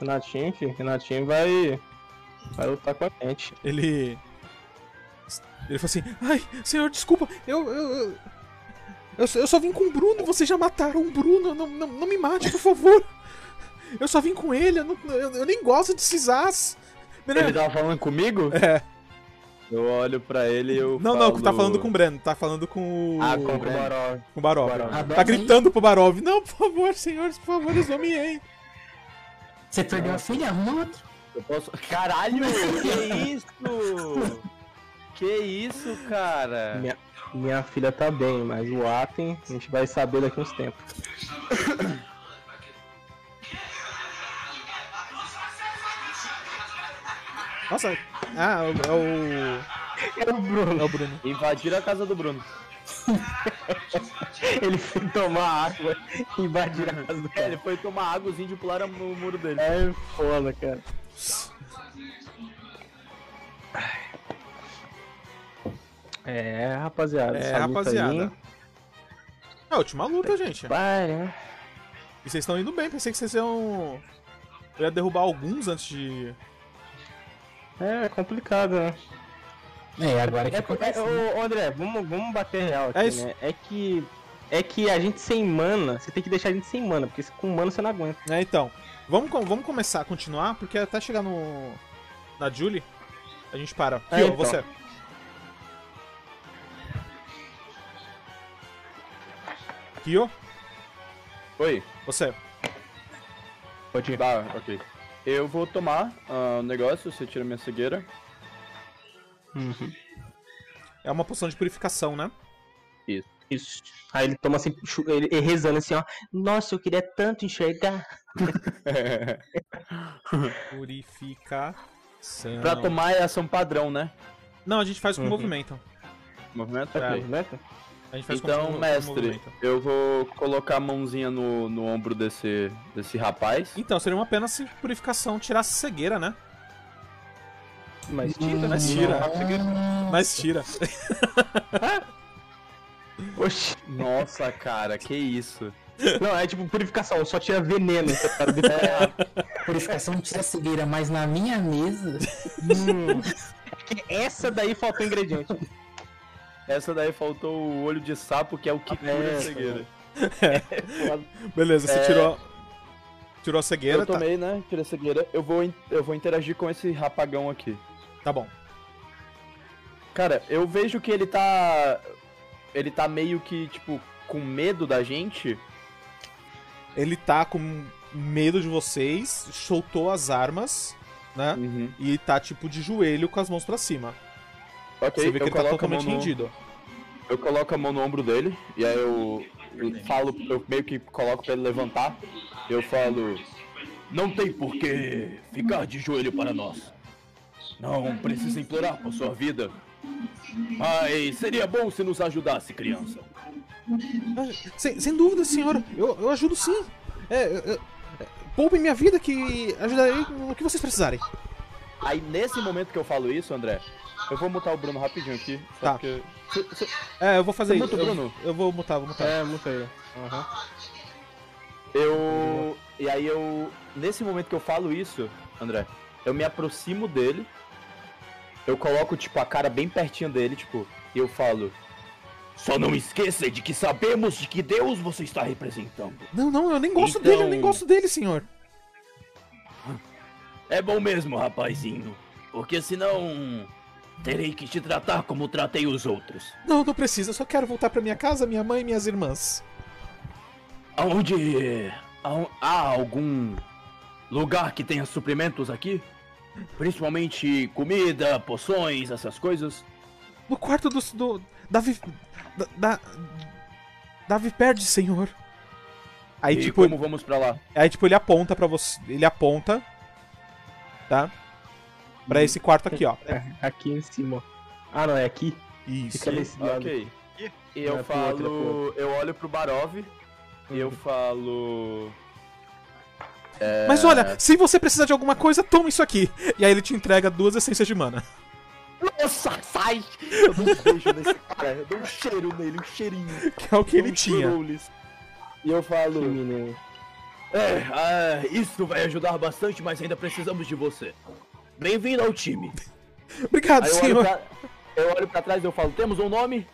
Renatinho, filho. Renatinho vai. Vai lutar com a gente. Ele. Ele falou assim: Ai, senhor, desculpa, eu. Eu, eu, eu só- eu só vim com o Bruno, vocês já mataram o Bruno, não, não, não me mate, por favor. Eu só vim com ele, eu, não- eu- eu nem gosto de cisás. Ele tava falando comigo? <laughs> É. Eu olho pra ele e eu. Não, falo... não, tá falando com o Breno, tá falando com o. Ah, com o Barol. com o Barov. Barov. Adoro, Tá hein? gritando pro Barov: Não, por favor, senhores, por favor, examinem. Você perdeu a filha, arruma outro. Eu posso. Caralho! que isso? Que isso, cara? Minha, minha filha tá bem, mas o Atem a gente vai saber daqui uns tempos. <laughs> Nossa, ah, é o. É o Bruno. É o Bruno. Invadiram a casa do Bruno. Ele foi tomar água e invadir a casa do É, ele foi tomar água, os índios pularam no muro dele. É foda, cara. É, rapaziada. É, essa luta rapaziada. aí- É a última luta, gente. Vai, né? E vocês estão indo bem, pensei que vocês iam. Eu ia derrubar alguns antes de. É, é complicado, né? É, agora que É, porque- acontece. é, né? ô, ô, André, vamos, vamos bater real aqui, É isso. né? É que. É que a gente sem mana, você tem que deixar a gente sem mana, porque se- com mana você não aguenta. É, então. Vamos, com- vamos começar a continuar, porque até chegar no. Na Julie, a gente para. Aqui, É, ó, então. você. Kyo, Oi. você. Pode ir. Tá, ok. Eu vou tomar ah, o negócio, você tira minha <laughs> cegueira. É uma poção de purificação, né? Isso. Aí ele toma assim, chu- ele, ele rezando assim, ó. Nossa, eu queria tanto enxergar. Purificação. pra tomar é ação padrão, né? Não, a gente faz com Uhum. movimento. Movimento? É. Ok. Né? A gente faz com Então, mov- mestre, movimento. eu vou colocar a mãozinha no, no ombro desse, desse rapaz. Então, seria uma pena se purificação tirasse cegueira, né? Mas tira, né? Mas tira. Ah, Mas tira. <laughs> Oxi. Nossa, cara, que isso. <laughs> Não, é tipo purificação, só tira veneno. você tá- purificação tira a cegueira, mas na minha mesa. Hum. É que <laughs> Essa daí faltou ingrediente. Essa daí faltou o olho de sapo, que é o que cura a cegueira. Beleza, você tirou. Tirou a cegueira, É. Eu tá, tomei, né? Tirei a cegueira. Eu vou, in- eu vou interagir com esse rapagão aqui. tá bom. Cara, eu vejo que ele tá. Ele tá meio que, tipo, com medo da gente. Ele tá com medo de vocês, soltou as armas, né? Uhum. E tá tipo de joelho com as mãos pra cima. Ok, Você vê que eu ele tá coloco a mão totalmente no- rendido. Eu coloco a mão no ombro dele, e aí eu, eu falo, eu meio que coloco pra ele levantar. Eu falo, Não tem por que ficar de joelho para nós. Não precisa implorar por sua vida. Mas seria bom se nos ajudasse, criança. Sem, sem dúvida, senhora. Eu, eu ajudo sim. É, eu- eu- é, poupem minha vida que ajudarei no que vocês precisarem. Aí nesse momento que eu falo isso, André, eu vou mutar o Bruno rapidinho aqui. Só Tá. porque. Cê- cê- É, eu vou fazer isso. Você muta o Eu, Bruno? eu vou mutar, vou mutar. É, muito aí. Eu. E aí eu. Nesse momento que eu falo isso, André, eu me aproximo dele. Eu coloco, tipo, a cara bem pertinho dele, tipo, e eu falo. Só não esqueça de que sabemos de que Deus você está representando. Não, não, eu nem gosto dele, eu nem Então- gosto dele, senhor. É bom mesmo, rapazinho. Porque senão. Terei que te tratar como tratei os outros. Não, não precisa, eu só quero voltar pra minha casa, minha mãe e minhas irmãs. Aonde. aon- Há algum lugar que tenha suprimentos aqui? Principalmente comida, poções, essas coisas? No quarto do. do da, vi, da, da. da Viperde, senhor. Aí, e tipo, como vamos pra lá? aí, tipo, ele aponta pra você. Ele aponta. Tá? Pra esse quarto aqui, ó. Aqui em cima, ó. Ah, não, é aqui? Isso. Fica nesse lado. Ok. Ih, E eu é pro outro, é pro falo. Eu olho pro Barov e eu falo. Mas olha, se você precisar de alguma coisa, toma isso aqui. E aí ele te entrega duas essências de mana. <laughs> Nossa, sai! Eu dou um beijo nesse cara, eu dou um cheiro nele, um cheirinho. Que é o que ele um tinha. cheirolis. E eu falo. É, ah, isso vai ajudar bastante, mas ainda precisamos de você. Bem-vindo ao <laughs> time. Obrigado, Aí eu olho, senhor. pra, eu olho pra trás e eu falo, temos um nome?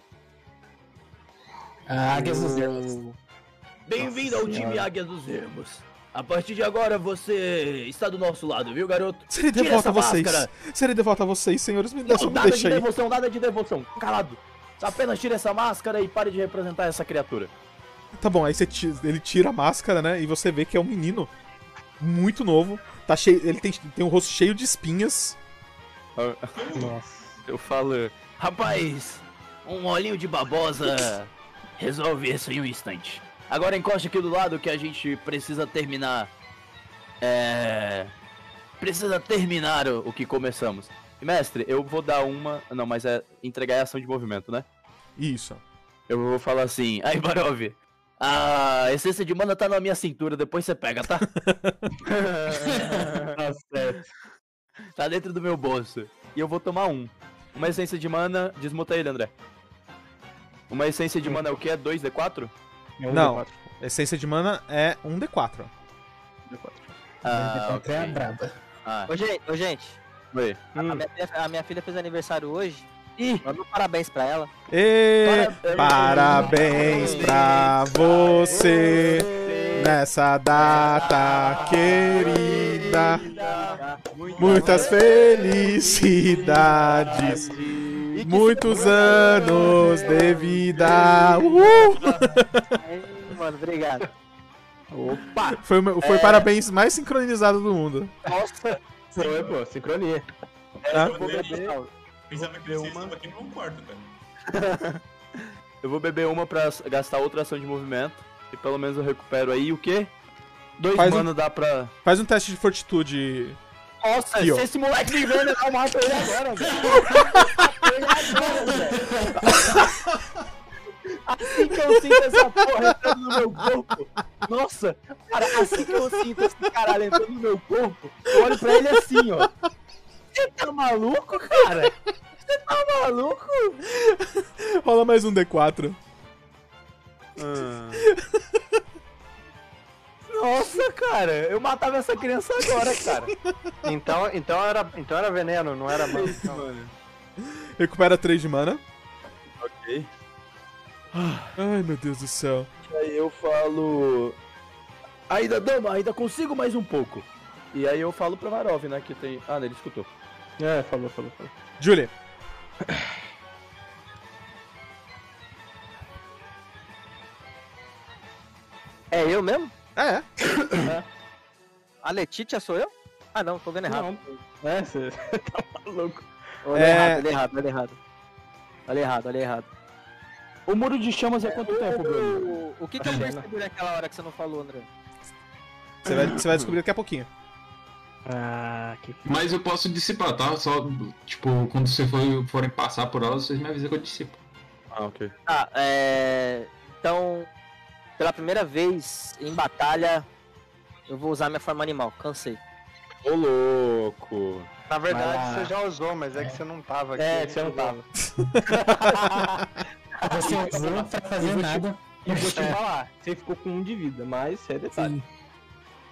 Ah, Águias dos Ermos. Bem-vindo ao time Águia dos Ermos. A partir de agora você está do nosso lado, viu, garoto? Serei Tira devoto essa a vocês. máscara. Serei devoto a vocês, senhores. Me, dá- só Não, me nada de deixa aí. devoção, nada de devoção. Calado. Apenas tira essa máscara e pare de representar essa criatura. Tá bom, aí você ti- ele tira a máscara, né? E você vê que é um menino muito novo. Tá cheio, ele tem, tem um rosto cheio de espinhas. Eu falo. Rapaz, um olhinho de babosa resolve isso em um instante. Agora encosta aqui do lado que a gente precisa terminar. É. Precisa terminar o, o que começamos. Mestre, eu vou dar uma. Não, mas é entregar a ação de movimento, né? Isso. Eu vou falar assim, <laughs> aí Barov, A essência de mana tá na minha cintura, depois você pega, tá? Tá certo. tá dentro do meu bolso. E eu vou tomar um. Uma essência de mana, desmuta ele, André. Uma essência de mana é o quê? É 2D4? É um Não. de quatro. Essência de mana é um D4. Ah, Até tá é a braba. ah, Ô, gente, ô, gente oi. a, minha filha, a minha filha fez aniversário hoje. Ih, Manda um parabéns pra ela. E parabéns Parabéns pra você nessa data querida. Muitas felicidades. Muitos anos de vida. Uhul! Aí, mano, obrigado. Foi, o meu- É. foi o parabéns mais sincronizado do mundo. Nossa, Não, é, pô, sincronia. Ah, eu bebi- pessoal. pensava que deu vocês uma. estavam aqui no meu quarto, cara. Eu vou beber uma pra s- gastar outra ação de movimento. E pelo menos eu recupero aí o quê? Dois Faz um- mana dá pra. Faz um teste de fortitude. Nossa, Aqui, ó. se esse moleque me vendo, eu mato ele agora, velho. Assim que eu sinto essa porra entrando no meu corpo. Nossa, cara, assim que eu sinto esse caralho entrando no meu corpo, eu olho pra ele assim, <laughs> ó. Você tá maluco, cara? Você tá maluco? Rola mais um D4. Nossa, cara, eu matava essa criança agora, cara. Então, então, era, então era veneno, não era mano. Não. Recupera 3 de mana. Ok. Ai, meu Deus do céu. Aí eu falo. Ainda dama, ainda consigo mais um pouco. E aí eu falo pra Varov, né? Que tem. Ah, não, ele escutou. É, falou, falou, falou. Julie. É eu mesmo? É, A Letícia sou eu? Ah, não, tô vendo errado. É, você... Olha É. errado, olha errado, olha errado. Olha errado, olha errado. O muro de chamas é quanto tempo, Bruno? Tá O, o que que eu percebi naquela hora que você não falou, André? Você vai, você vai descobrir daqui a pouquinho. Ah, que Mas eu posso dissipar, tá? Só, tipo, quando vocês for- forem passar por ela, vocês me avisam que eu dissipo. Ah, ok. Tá, é... Então, pela primeira vez em batalha, eu vou usar minha forma animal. Cansei. Ô, louco. Na verdade, Mas a- você já usou, mas é que você não tava aqui. É, você não tava. Você usou pra fazer nada. Eu vou te falar, você ficou com um de vida, mas é detalhe. Sim.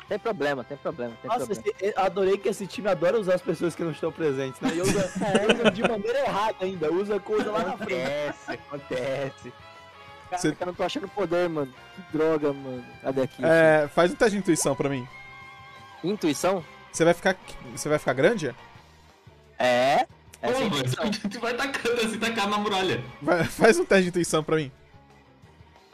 Tem problema, tem problema, tem Nossa, problema. esse- eu adorei que esse time adora usar as pessoas que não estão presentes, né? E usa, usa de maneira errada ainda, usa coisa lá na frente. Acontece, acontece. Você- Caraca, eu não tô achando poder, mano. Que droga, mano. Cadê aqui? É, faz um teste de intuição pra mim. Intuição? Você vai ficar. Você vai ficar grande? É. Ô, Essa é mano, intuição. <laughs> tu vai tacando assim, tacando na muralha. Vai- faz um teste de intuição pra mim.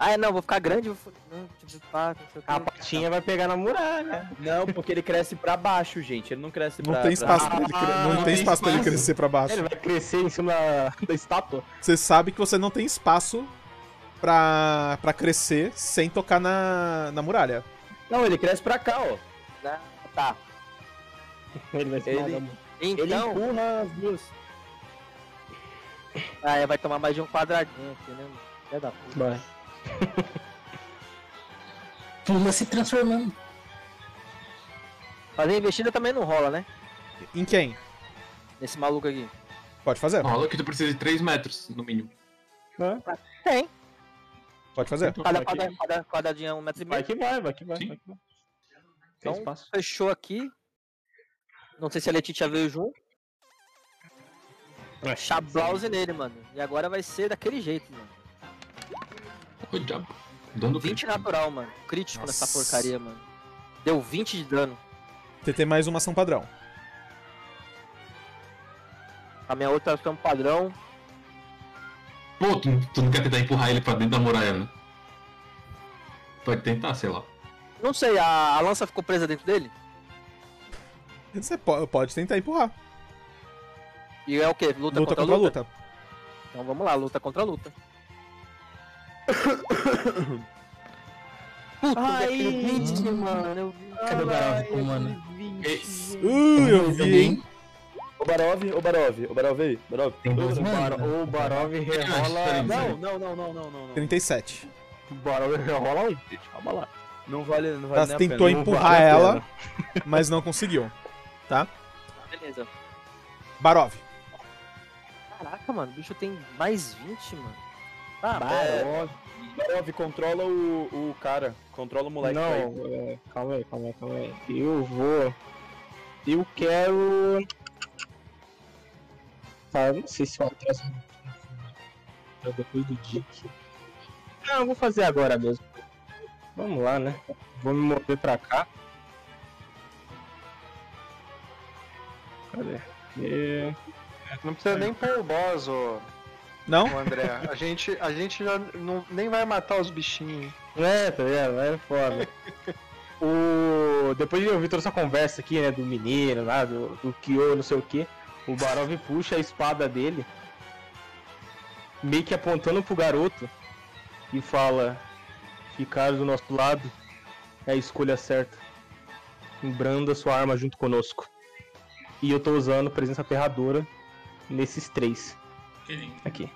Ah, é, não, vou ficar grande. Vou... f- Não, tipo, pá, não sei o quê. A patinha vai pegar na muralha. Não, porque ele cresce pra baixo, gente. Ele não cresce Não pra tem pra- espaço pra ele, cre- Ah, não não tem tem espaço pra ele espaço. Ah, crescer pra baixo. Ele vai crescer em cima da, da estátua. Você sabe que você não tem espaço pra, pra crescer sem tocar na, na muralha. Não, ele cresce pra cá, ó. Ah, Tá. Ele vai se Ele- matar. Ele Então, empurra Um, né, as duas. ah, é, vai tomar mais de um quadradinho aqui, né? mano? Filha da puta. Vai. Pula se transformando. Fazer investida também não rola, né? Em quem? Nesse maluco aqui. Pode fazer, Rola que tu precisa de 3 metros, no mínimo. Tem. pode fazer. Cada quadra- quadra- quadradinho é um metro e meio. Vai que vai, vai que vai, Sim. vai que vai. Tem Então- espaço. Fechou aqui. Não sei se a Letícia veio junto. É. Ué, Chablause nele, mano. E agora vai ser daquele jeito, mano. Ô, diabo. Dando 20 crítico. natural, mano. Crítico nessa Nossa. porcaria, mano. Deu 20 de dano. Você tem mais uma ação padrão. A minha outra ação padrão. Pô, tu, tu não quer tentar empurrar ele pra dentro da muralha, né? Pode tentar, sei lá. Não sei, a, a lança ficou presa dentro dele? Você po- pode tentar empurrar. E é o quê? Luta Luta, contra, contra a luta? luta. Então vamos lá, luta contra <coughs> luta. Puta, Ai, eu vi, mano. Eu vi. Cadê o Garov com o ano? Uh, Uhum. eu vi, hein? Ô Barov, ô Barov, ô Barov aí, Barov. Tem dois Ô, Barov. Mano, O Barov rerola- Não, não, não, não, não, não. não. 37. Barov rola aí, gente, calma lá. Não vale, não vale Ela nem a tentou pena, não empurrar vale a ela. pena. <laughs> Mas não conseguiu. Beleza. Barov. Caraca, mano, o bicho tem mais 20, mano. Ah, é, Barov. Barov, controla o, o cara, controla o moleque. aí. Não, é, calma aí, calma aí, calma aí. Eu vou. Eu quero. Tá, eu não sei se eu atraso pra depois do Dick. Não, eu vou fazer agora mesmo. Vamos lá, né? Vou me mover pra cá. Cadê? Aqui. Não precisa nem pôr o boss, ô, Não? ô André. A gente, a gente já não, nem vai matar os bichinhos. É, tá ligado? É foda. <laughs> O... Depois de ouvir toda essa conversa aqui, né? Do menino lá, do, do Kyo, não sei o que. O Barov puxa a espada dele, meio que apontando pro garoto, e fala: Ficar do nosso lado é a escolha certa. Embranda sua arma junto conosco. E eu tô usando presença aterradora nesses três Que lindo. aqui.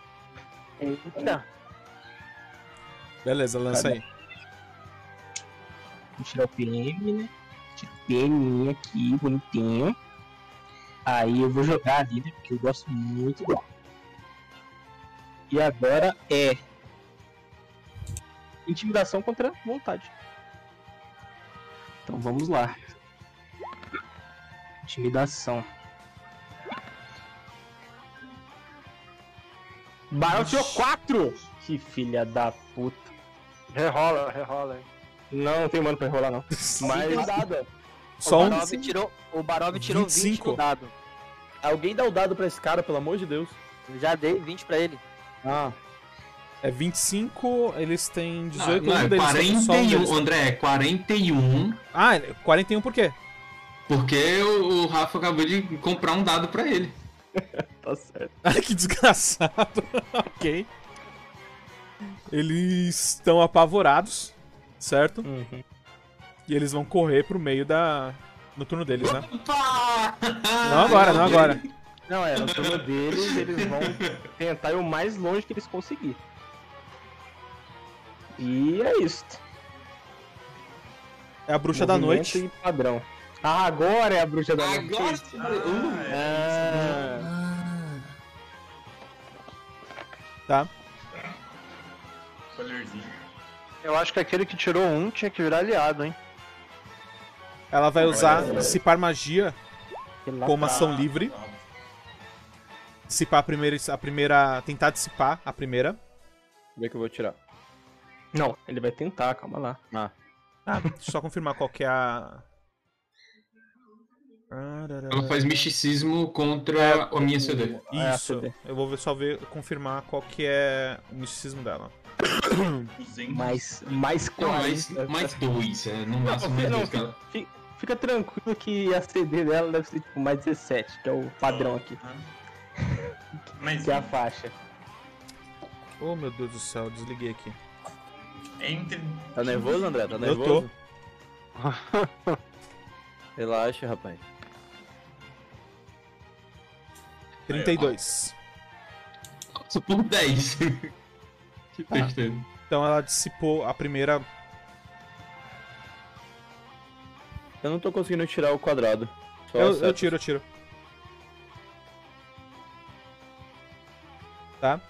Beleza, lança aí. Vou tirar o PM, né? Tirar o PM aqui, bonitinho. Aí eu vou jogar ali, né? Porque eu gosto muito dela. E agora é. Intimidação contra vontade. Então vamos lá. Intimidação. Barão tirou 4! Que filha da puta. Rerola, rerola aí. Não, não tem mano pra enrolar, não. Mas. Alguém dá o dado. <laughs> Só o um. Barov tirou, o Barov tirou 20 25. no dado. Alguém dá o dado pra esse cara, pelo amor de Deus. Eu já dei 20 pra ele. Ah. É 25, eles têm Não, 18 não, um é deles, só um 41, deles. André, é 41. Ah, 41 por quê? <laughs> Porque o, o Rafa acabou de comprar um dado pra ele. Tá certo. Ah, que desgraçado. <laughs> ok. Eles estão apavorados, certo? E eles vão correr pro meio da. No turno deles, né? Opa! Não agora, não agora. Não, é, no turno deles, eles vão tentar ir o mais longe que eles conseguir. E é isso. É a bruxa da Movimento noite. E padrão. Ah, agora é a bruxa da noite. Agora sim. é. Ah, é. Ah, Ah, Colherzinho. É. Eu acho que aquele que tirou um tinha que virar aliado, hein? Ela vai usar Cipar Magia aquele lá como tá. ação livre. Ah, Dissipar a primeira. A primeira. Tentar dissipar a primeira. é Vê que eu vou tirar. Não, ele vai tentar, calma lá. <laughs> Ah, deixa eu só confirmar qual que é a. Ela faz misticismo É, contra a minha CD. Ah, é Isso. Eu vou ver- só ver, confirmar qual que é o misticismo dela. O Zen. Mais, mais Não, Então, é, mais, 40. mais dois, é, no máximo mais não, dois. cara. Fica tranquilo que a CD dela deve ser tipo mais 17, que é o padrão aqui, Ah. Mas que é a faixa. Oh meu Deus do céu, desliguei aqui. entre. Tá nervoso, André? Tá Eu <laughs> nervoso? Relaxa, rapaz. 32. Nossa, por Tá. 10. que tristeza. Então ela dissipou a primeira. Eu não tô conseguindo tirar o quadrado. Só Então, Eu, acerto. eu tiro, eu tiro. Tá?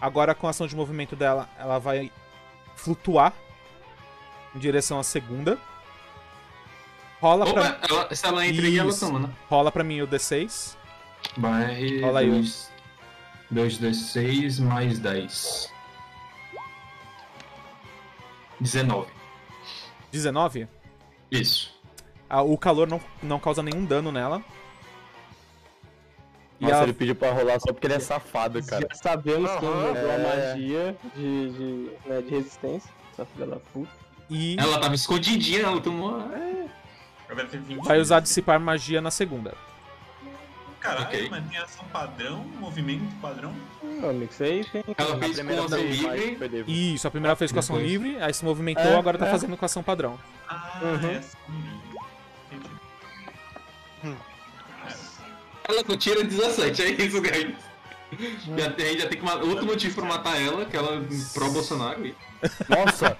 Agora com a ação de movimento dela, ela vai flutuar em direção à segunda. Rola pra, Opa, ela- se ela entra aí, ela Isso. toma, né? rola pra mim o D6. Barre. Rola aí, 2d6 mais 10. 19. 19. Isso. Ah, o calor não, não causa nenhum dano nela. E Nossa, ela- ele pediu pra rolar só porque ele é safado, cara. Já sabemos quem Aham. jogou a É. magia de, de, né, de resistência, essa filha da puta. E Ela tava escondidinha, ela tomou. é, Agora tem 20. vai usar dissipar magia na segunda. Caralho, Ok. mas tem ação padrão, movimento padrão. Meu amigo, isso aí tem... Ela fez com ação vez, mas livre. foi livre. Isso, a primeira fez com ação Depois. É, livre, aí se movimentou, agora tá fazendo com ação padrão. Ah, Uhum. é ação livre. Entendi. Hum. Ela não tira 17, é isso, guys. Já tem, já tem que ma- outro motivo pra matar ela, que ela é pró-Bolsonaro. e- Nossa,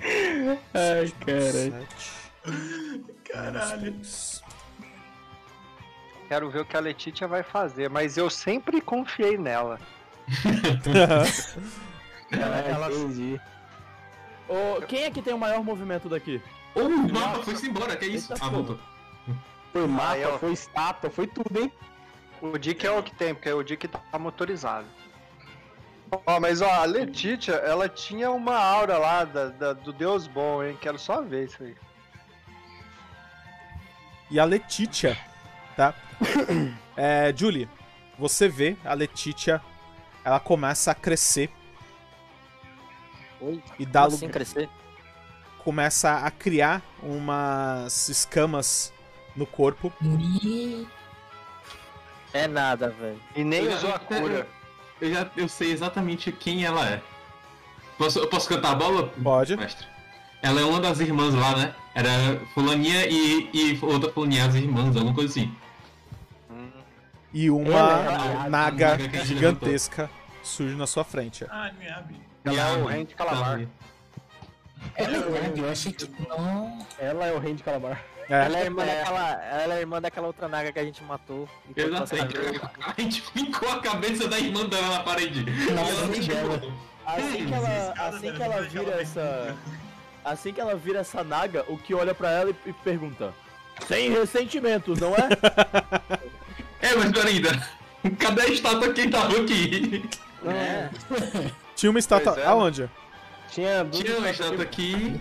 Ai, caralho. Sete, Caralho. três. Quero ver o que a Letitia vai fazer, mas eu sempre confiei nela. Ela... Entendi. Ô, quem é que tem o maior movimento daqui? Oh, o mapa foi-se embora, que é isso? Eita Ah, porra. voltou. Foi mapa, Aí, ó. foi estátua, foi tudo, hein? O Dick é o que tem, porque o Dick tá motorizado. Ó, mas ó, a Letitia, ela tinha uma aura lá da- da- do Deus Bom, hein? Quero só ver isso aí. E a Letitia, tá? <coughs> É, Julie, você vê a Letitia, ela começa a crescer Oi, e dá Dá lugar. Tá sem crescer. começa a criar umas escamas no corpo. me- É nada, velho. E nem Eu já- usou a cura. Eu já eu sei exatamente quem ela é. Posso, eu posso cantar a bola, Pode. mestre? Ela é uma das irmãs lá, né? Era fulaninha e, e outra fulaninha, as irmãs, alguma coisa assim. E Ela uma é naga naga que a gente gigantesca surge na sua frente. É. Ah, me abre. Ela é o Miyabi, rei de calamar. Miyabi. Ela é grave, eu achei que não. Ela é o rei de Calabar. É, Ela é, irmã É. Daquela, ela é irmã daquela outra naga que a gente matou. enquanto Eu ela já sei. saiu. A gente fincou a cabeça da irmã dela na parede. Nossa, Ela- que bela. Assim que ela, assim que ela vira essa. Assim que ela vira essa naga, o que olha pra ela e, e pergunta: Sem ressentimento, não é? É, mas peraí, ainda. Cadê a estátua que tava aqui? tinha uma estátua. Pois é, né? Aonde? Tinha duas Tinha uma estátua aqui.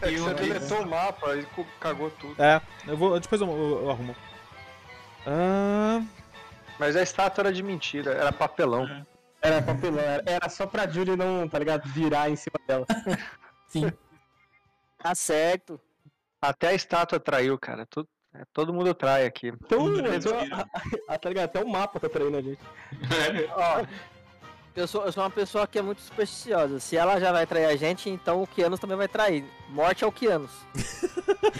É E que você uma deletou o mapa e cu- cagou tudo. É, eu vou. Depois eu, eu- eu arrumo. Ah, Mas a estátua era de mentira, era papelão. Era papelão, era, era só pra Julie não, tá ligado? Virar em cima dela. Tá certo. Até a estátua traiu, cara. Tudo- é, todo mundo trai aqui. Então, Tudo bem, então, vira. a- a- tá ligado? Até o mapa tá traindo a gente. É, Ó, Eu sou, eu sou uma pessoa que é muito supersticiosa. Se ela já vai trair a gente, então o Kianos também vai trair. Morte é ao Kianos.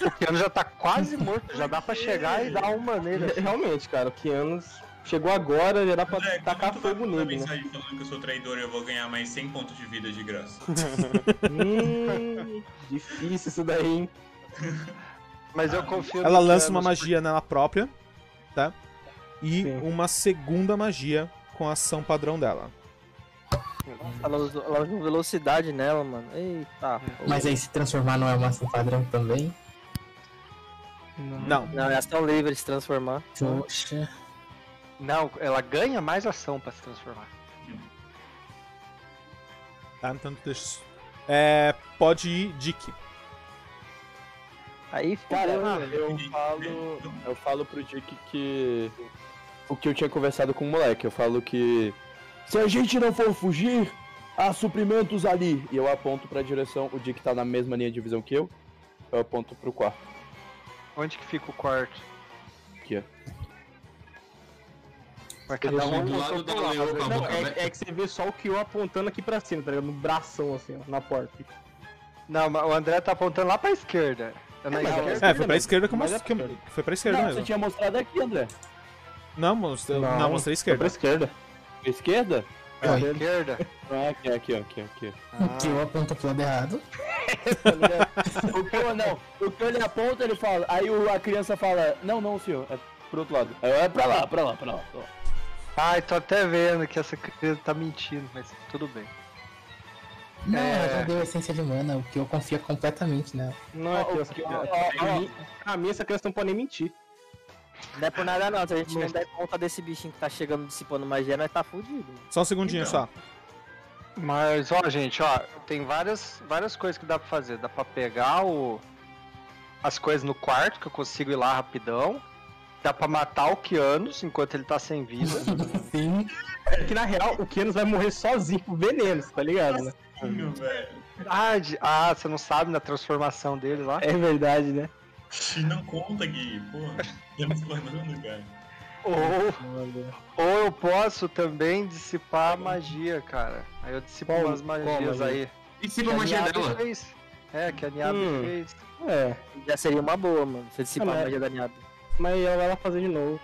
O Keanu já tá quase morto, já dá pra chegar e dar uma nele. assim. Realmente, cara, o Kianos chegou agora, já dá pra É, Moleque, tacar quando tu vai fogo mandar nele, né? mensagem falando que eu sou traidor e eu vou ganhar mais 100 pontos de vida <laughs> de graça. né? Hum, difícil isso daí, hein? Mas eu confio Ela no lança uma Keanu, magia nela própria, tá? E Sim. uma segunda magia com a ação padrão dela. Ela usou, ela usou velocidade nela, mano. Eita. Mas aí se transformar não é uma ação padrão também? Não. Não, é ação livre se transformar. Poxa. Não, ela ganha mais ação pra se transformar. Tá? Então deixa isso. É, pode ir, Dick. É, Aí né, fica. Cara, eu falo, é, eu falo pro Dick que. O que eu tinha conversado com o moleque. Eu falo que. Se a gente não for fugir, há suprimentos ali. E eu aponto pra direção. O Dick tá na mesma linha de visão que eu. Eu aponto pro quarto. Onde que fica o quarto? Aqui, ó. Vai cada um Do apontou lado da pro lado, leoa com a Não, boca aberta. é, é que você vê só o Kyo apontando aqui pra cima, tá ligado? No bração, assim, ó, na porta. Não, mas o André tá apontando lá pra esquerda. É na mas ela- esquerda? É, foi pra esquerda que eu Mas é mostrei. pra que eu- Foi pra esquerda Não, você mesmo. tinha mostrado aqui, André. Não, mostrei, não, Não, mostrei Foi pra esquerda. esquerda. Esquerda? É na esquerda? É, Ah, aqui, aqui, ó, aqui, aqui. O Kyo aponta pro lado errado. Tá O Kyo não. O Kyo ele aponta, ele fala. Aí o- a criança fala: Não, não, senhor. É pro outro lado. Aí eu, É pra lá, pra lá, pra lá. pra lá." Ai, tô até vendo que essa criança tá mentindo, mas tudo bem. Não, É. ela já deu a essência de mana, o Kyo confia completamente nela. Não é criança. Pra mim- Pra mim, essa criança não pode nem mentir. Não é por nada não. Se a gente não der conta desse bichinho que tá chegando dissipando magia, nós tá fudido. Só um segundinho Então. só. Mas, ó, gente, ó, tem várias, várias coisas que dá pra fazer. Dá pra pegar o... as coisas no quarto, que eu consigo ir lá rapidão. Dá pra matar o Kianos enquanto ele tá sem vida. <laughs> Sim, É que na real, o Kenos vai morrer sozinho pro veneno, tá ligado? Né? Meu velho. Verdade. Ah, você não sabe na transformação dele lá? É verdade, né? E não conta, Gui. Pô, estamos falando, cara. Ou, ou eu posso também dissipar a magia, cara. Aí eu dissipo Qual- umas qual magias magia? aí. Dissipa Que a a Tipo magia Niabe dela. fez. É, que a Niabe Hum. fez. É, Já seria uma boa, mano. Se dissipar Mas- a magia da Niab. mas ela vai lá fazer de novo.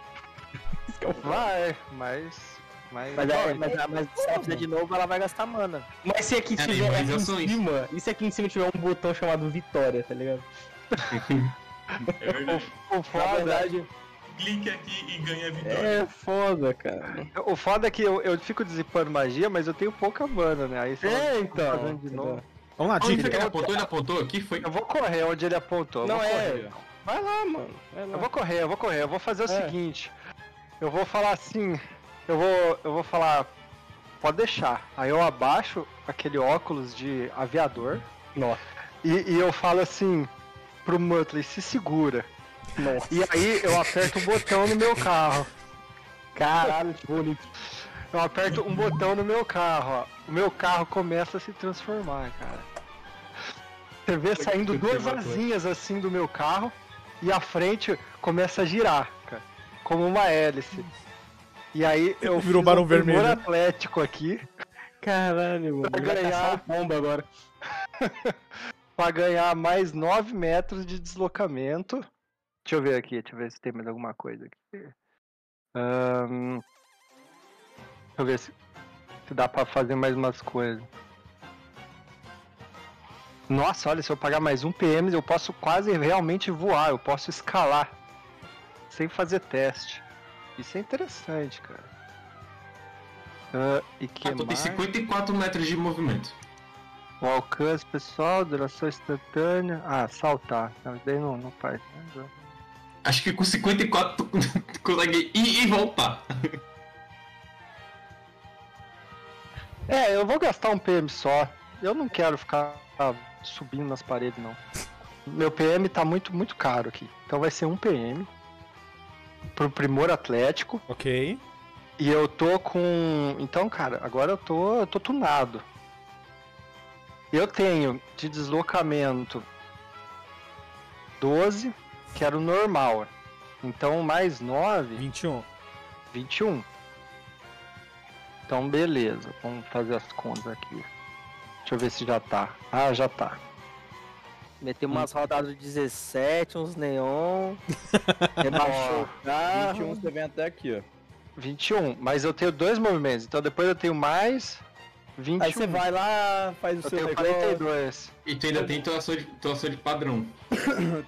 Isso que é o foda. Vai, mas. Mas, Mas, é, mas, mas se ela fizer de novo, ela vai gastar mana. Mas se aqui É, tiver tem aqui em mais ações. cima, e se aqui em cima tiver um botão chamado Vitória, tá ligado? É verdade. o, o Na foda, verdade, Clique aqui e ganha a vitória. É foda, cara. o foda é que eu, eu fico dissipando magia, mas eu tenho pouca mana, né? Aí se eu- É, então. Fazendo de novo. Vamos lá, Onde foi Dick. que ele apontou? Ele apontou aqui? Foi. Eu vou correr onde ele apontou. eu Não vou é. correr. Vai lá, mano. Vai Eu lá. vou correr, eu vou correr. Eu vou fazer o É. seguinte. Eu vou falar assim. Eu vou, eu vou falar. Pode deixar. Aí eu abaixo aquele óculos de aviador. Nossa. E, e eu falo assim pro Muttley, se segura. Nossa. E aí eu aperto um botão no <laughs> meu carro. Caralho, que bonito. Eu aperto um botão no meu carro, ó. O meu carro começa a se transformar, cara. Você vê saindo duas asinhas assim do meu carro e a frente começa a girar, cara. Como uma hélice. E aí eu Virou fiz Barão um primor Vermelho. né? atlético aqui Caralho, mano. Pra Ele vai ganhar. caçar o pombo agora. <laughs> pra ganhar mais 9 metros de deslocamento. Deixa eu ver aqui, deixa eu ver se tem mais alguma coisa aqui. Ahn, deixa eu ver se, se dá pra fazer mais umas coisas. Nossa, olha, se eu pagar mais um PM, eu posso quase realmente voar, eu posso escalar. Sem fazer teste. Isso é interessante, cara. Ahn, e que Ah, tu tem mais? 54 metros de movimento. O alcance pessoal, duração instantânea. Ah, saltar. Não, isso daí não, não faz. né? Acho que com 54 tu tu <laughs> consegue ir e voltar. É, eu vou gastar um PM só. Eu não quero ficar ah, subindo nas paredes, não. Meu PM tá muito, muito caro aqui. Então vai ser um PM. Pro Primor Atlético. Ok. E eu tô com. Então, cara, agora eu tô. Eu tô tunado. Eu tenho de deslocamento 12, que era o normal. Então mais 9. 21. 21. Então, beleza. Vamos fazer as contas aqui. Deixa eu ver se já tá. Ah, já tá. Meteu umas rodadas de 17, uns neon. rebaixou o carro. 21 você vem até aqui, ó. 21. Mas eu tenho dois movimentos. Então, depois eu tenho mais 21. Aí um. você vai lá, faz o Eu seu tenho negócio, 42. E tu ainda tem tua ação de, tua ação de padrão.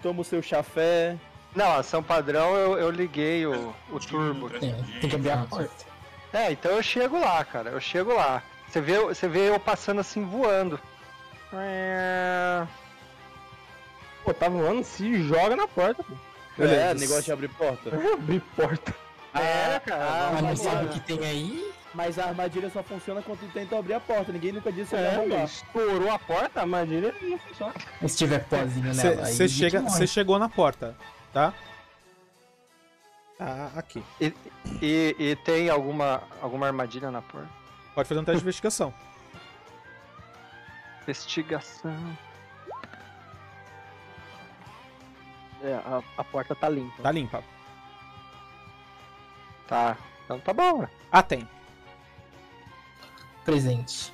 toma o seu chafé. Não, ação padrão eu, eu liguei o, o turbo. É, tem que abrir Ah. a porta. É, então eu chego lá, cara. Eu chego lá. Você vê, você vê eu passando assim, voando. É... Pô, tá voando, se joga na porta, pô. É, negócio de abrir porta. Abrir porta. É, cara. Mas não vamos lá. sabe o que tem aí? Mas a armadilha só funciona quando tu tenta abrir a porta. Ninguém nunca disse que É, mas estourou a porta, a armadilha não funciona. Se tiver pozinho nela. aí um. Você a gente chega, morre. você chegou na porta, tá? Tá aqui. E, e tem alguma, alguma armadilha na porta? Pode fazer um teste de investigação. Investigação. É, a, a porta tá limpa. Tá limpa. Tá. Então tá bom, né? Ah, tem. Presente.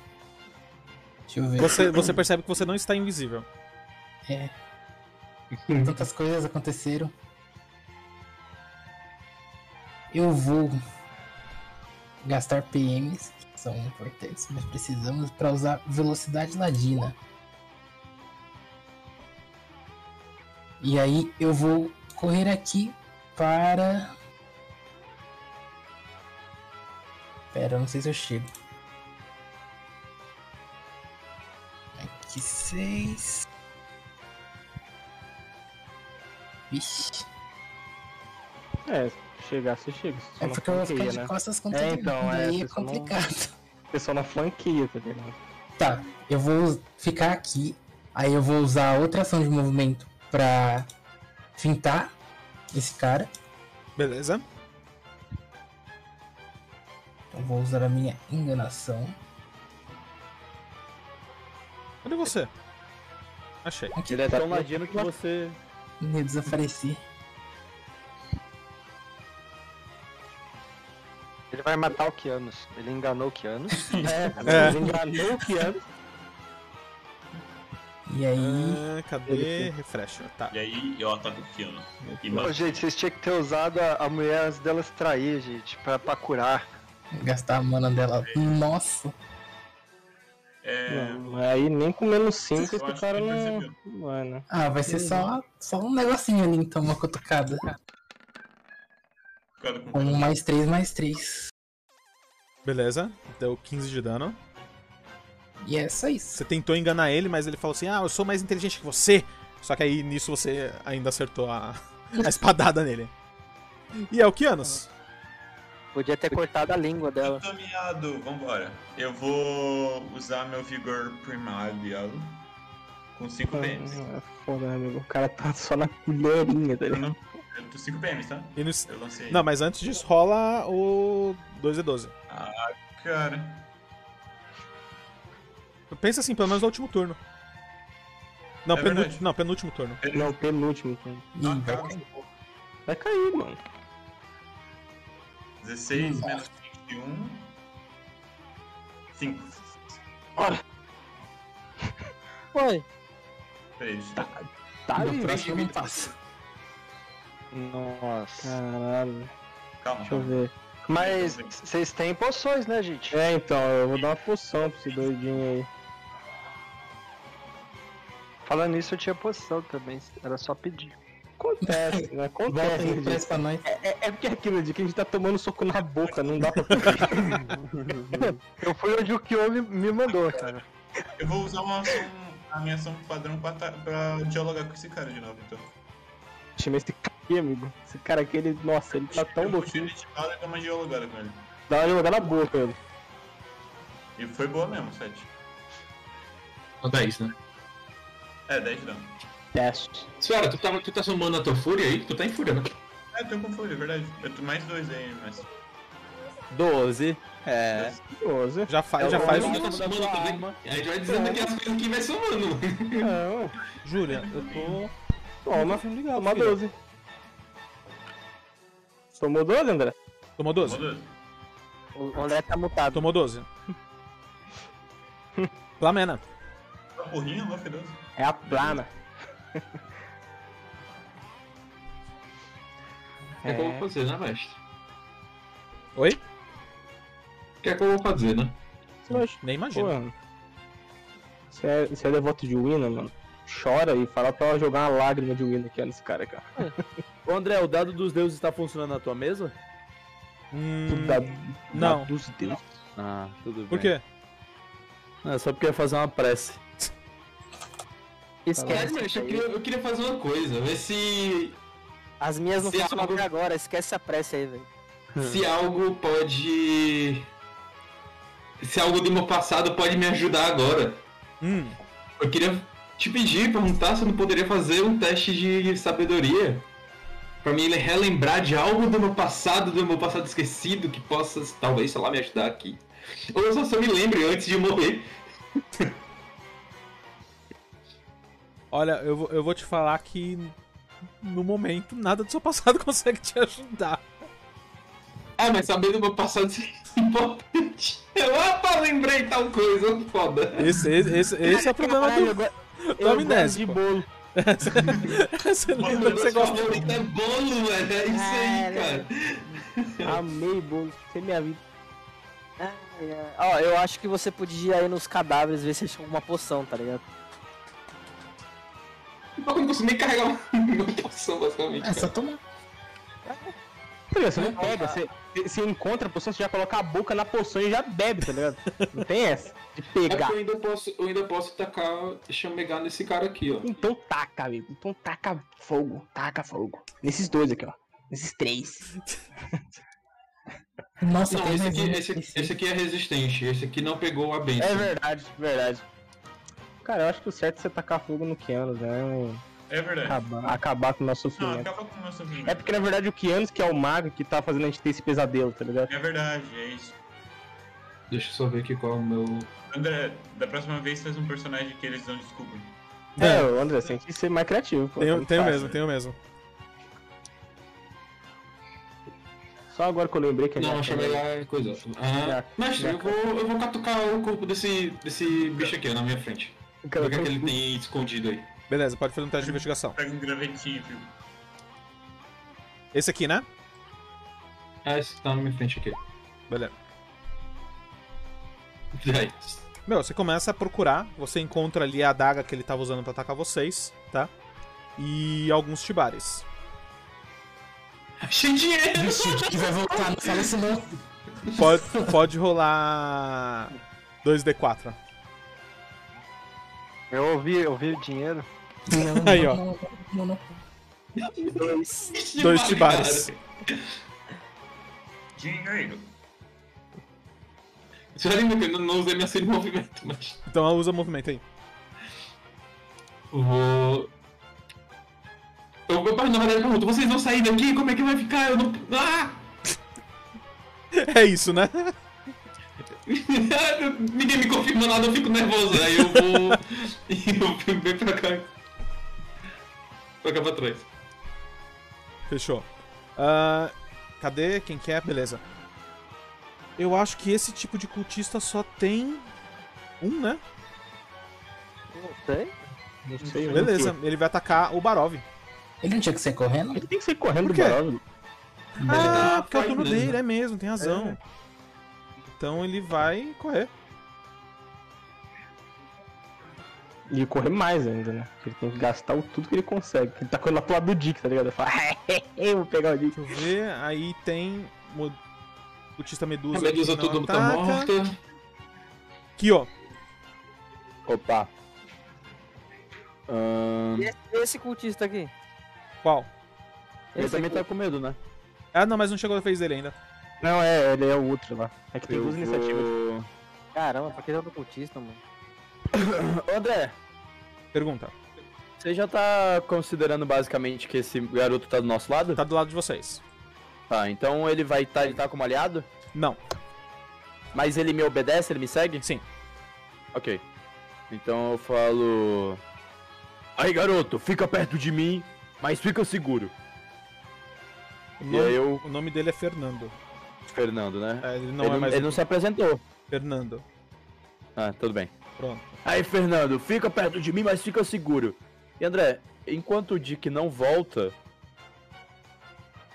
Deixa eu ver. Você, você percebe que você não está invisível. É. Tantas coisas aconteceram. Eu vou gastar PMs, que são importantes, mas precisamos para usar velocidade ladina. E aí eu vou correr aqui para. Pera, eu não sei se eu chego. Aqui seis. Vixe. É, chegar, você chega. você só É não porque eu vou flanqueia, ficar né? de costas com todo É, então, mundo, é, aí é vocês não- complicado. né? Você só não flanqueia, tá ligado? <laughs> Tá, eu vou ficar aqui, aí eu vou usar outra ação de movimento pra fintar esse cara. Beleza? Eu Então, vou usar a minha enganação. Cadê você? Achei. Aqui, Ele Tá é tão ladino que você. eu desapareci. Ele vai matar o Kianos. Ele enganou o Kianos. <laughs> É. Enganou o Keanu. E aí, Ah, cadê? Refresher. Tá. E aí eu ataco o Kiano. E Ô, mato. gente, vocês tinham que ter usado a, a mulher antes delas trair, gente, pra, pra curar. gastar a mana dela. Nossa, É. Não, Aí nem com menos 5 eu esse acho que cara ele não. percebeu. Não é, né? ah, vai ser só, só um negocinho ali então, uma cutucada. Cara, com- Com um mais três, mais três. Beleza. Deu 15 de dano. E é só isso. Você tentou enganar ele, mas ele falou assim: Ah, eu sou mais inteligente que você. Só que aí nisso você ainda acertou a, <laughs> a espadada nele. E é o Kianos. Podia ter cortado a língua dela. Tá miado, vambora. Eu vou usar meu vigor primordial com 5 PMs. Ah, Foda, né, amigo. O cara tá só na colherinha, tá Eu ligado? não- Eu tô 5 PMs, tá? E no- Eu lancei. Não, mas antes disso rola o 2D12. Cara, Pensa assim, pelo menos no último turno. Não, É penu- verdade. não, penúltimo turno. Não, penúltimo. então. cara. ah, Ih, cara Vai cair, mano. 16 menos 21. 5. Foi. 3. Tá no aí, próximo eu não passo. Nossa. Caralho, Calma, deixa eu calma. ver. Mas vocês têm poções, né, gente? É, então, eu vou dar uma poção pra esse doidinho aí. Falando nisso, eu tinha poção também. Era só pedir. Acontece, né? Vai, Acontece. gente. aparece pra nós. É, é- é porque é aquilo, de que a gente tá tomando soco na boca, não dá pra. Eu fui onde o Kiyomi me mandou, cara. Eu vou usar uma ação, a minha ação padrão pra, ta- pra dialogar com esse cara de novo, então. <laughs> Chama esse cara aqui, amigo. Esse cara aqui, ele. Nossa, ele tá tão eu vou louquinho. tirar ele de bala e dar uma dialogada com ele. Dá uma jogada boa pra ele. E foi boa mesmo, 7. Conta isso, né? É, 10 de dano. Teste. Suara, tu tá, tu tá somando a tua fúria aí? Tu tá em fúria, né? É, tô com fúria, é verdade. Eu tô mais dois aí, mas. 12. É. Curioso. Já, fa já Tá faz. somando a tua também. Aí já vai dizendo que as coisas aqui vai somando. Júlia, eu Toma, toma 12. Tomou 12, André? tô. Tomou 12? Tomou doze. O André tá mutado. Tomou 12. Flamena. Tá porrinha, não, filhoso? É a plana. É, que eu vou fazer, né, mestre? Oi? O que é que eu vou fazer, né? Nem imagino. Porra. Você é, você é devoto de Wina, mano. Chora e fala pra ela jogar uma lágrima de Wina aqui ó, nesse cara, cara. Ô, André, o dado dos deuses tá funcionando na tua mesa? Hum, Da- não. da- Dos deuses. Ah, tudo bem. por quê? É, só porque eu ia fazer uma prece. Sério, Esquece. mestre, eu queria, eu queria fazer uma coisa. Ver se, As minhas não Se funcionam algo- até agora. Esquece essa pressa aí, velho. se algo pode... Se algo do meu passado pode me ajudar agora. Hum, Eu queria te pedir, perguntar se eu não poderia fazer um teste de sabedoria. Pra mim relembrar de algo do meu passado, do meu passado esquecido, que possa, talvez, sei lá, me ajudar aqui. Ou eu só, só me lembre antes de morrer. olha, eu, vou- eu vou te falar que no momento nada do seu passado <laughs> consegue te ajudar. Ah, mas saber do meu passado <laughs> é importante. Eu, opa, lembrei tal coisa, foda. Esse, esse, esse, esse é o problema Caralho, do, agora- do amnésico. <laughs> bolo. Você Meu lembra que você negócio gosta. favorito é bolo, velho. É isso aí, cara. Caralho. Amei bolo, você minha vida. Ai, ai. É, Ó, eu acho que você podia ir nos cadáveres ver se achou alguma poção, tá ligado? Eu não consigo nem carregar uma <laughs> poção, basicamente. É só Cara. tomar. Tá ligado? Você não pega, você, você encontra a poção, você já coloca a boca na poção e já bebe, tá ligado? Não tem essa de É pegar. porque eu ainda posso, eu ainda posso tacar, chamegar nesse cara aqui, ó. Então taca, amigo. Então taca fogo, taca fogo. Nesses dois aqui, ó. Nesses três. Nossa, Não, tem esse mais aqui, um. esse, esse aqui é resistente, esse aqui não pegou a benção. É verdade, verdade. Cara, eu acho que o certo é você tacar fogo no Kianos, né? É verdade. Acabar, acabar com o nosso Não, sofrimento. acaba com o meu sofrimento. É porque na verdade o Kianos, que é o mago, que tá fazendo a gente ter esse pesadelo, tá ligado? É verdade, é isso. Deixa eu só ver aqui qual é o meu. André, da próxima vez faz um personagem que eles não descobrem. É, o André, você tem que ser mais criativo. Pô, Tenho, Não tenho faz. mesmo, tenho mesmo. Só agora que eu lembrei que a Não, gente- achei melhor coisa. Ah, Já- mestre, já- eu vou, eu vou catucar o corpo desse, desse bicho aqui ó, na minha frente. Ver o que, é que ele tem escondido aí. Beleza, pode fazer um teste de investigação. Pega um gravetinho, filho. Esse aqui, né? Ah, esse tá na minha frente aqui. <laughs> Beleza. Aí. Meu, você começa a procurar, você encontra ali a adaga que ele tava usando pra atacar vocês, tá? E alguns tibares. Achei dinheiro! Vixe, que vai voltar, não fala isso não. Pode, pode rolar 2D4. Eu ouvi, eu ouvi o dinheiro. Não, Aí, não, ó. não, não, não. Dois tibares. Dinheiro. Você vai lembrar que eu não usei minha série de movimento, mas. Então ela usa movimento aí. Vou. Eu, eu, na verdade, eu pergunto: vocês vão sair daqui? Como é que vai ficar? Eu não. Ah! É isso, né? <laughs> Ninguém me confirma nada, eu fico nervoso. Aí eu vou. <laughs> eu fico bem pra cá. Pra cá pra trás. Fechou. Ah, cadê? Quem que é? Beleza. Eu acho que esse tipo de cultista só tem um, né? Não sei. Não sei, eu não sei. Beleza, ele vai atacar o Barov. Ele não tinha que ser correndo? Ele tem que sair correndo do Por quê? barulho. Ah, tá porque é o turno atrás mesmo. dele, é mesmo, tem razão. Então ele vai correr. E correr mais ainda, né? Porque Ele tem que gastar o tudo que ele consegue. Ele tá correndo lá pro lado do Dick, tá ligado? Ele <laughs> fala, eu vou pegar o Dick. Deixa eu ver. Aí tem. mo- Cultista Medusa. A medusa que não toda tá ataca. morta. Aqui, ó. Opa. Ahn, E esse, esse cultista aqui? Qual? Ele também aqui? tá com medo, né? Ah, não, mas não chegou a vez dele ainda. Não, é, ele é o outro lá. É que tem duas iniciativas. vou... Caramba, pra que tanto cultista, mano? Ô, André, Pergunta. você já tá considerando basicamente que esse garoto tá do nosso lado? Tá do lado de vocês. Tá, então ele vai tá, ele tá como aliado? Não. Mas ele me obedece, ele me segue? Sim. Ok. Então eu falo. Aí garoto, fica perto de mim, mas fica seguro. O E nome, aí eu. o nome dele é Fernando. Fernando, né? É, ele não ele, é mais ele não se apresentou. Fernando. Ah, tudo bem. Pronto. Aí, Fernando, fica perto de mim, mas fica seguro. E André, enquanto o Dick não volta.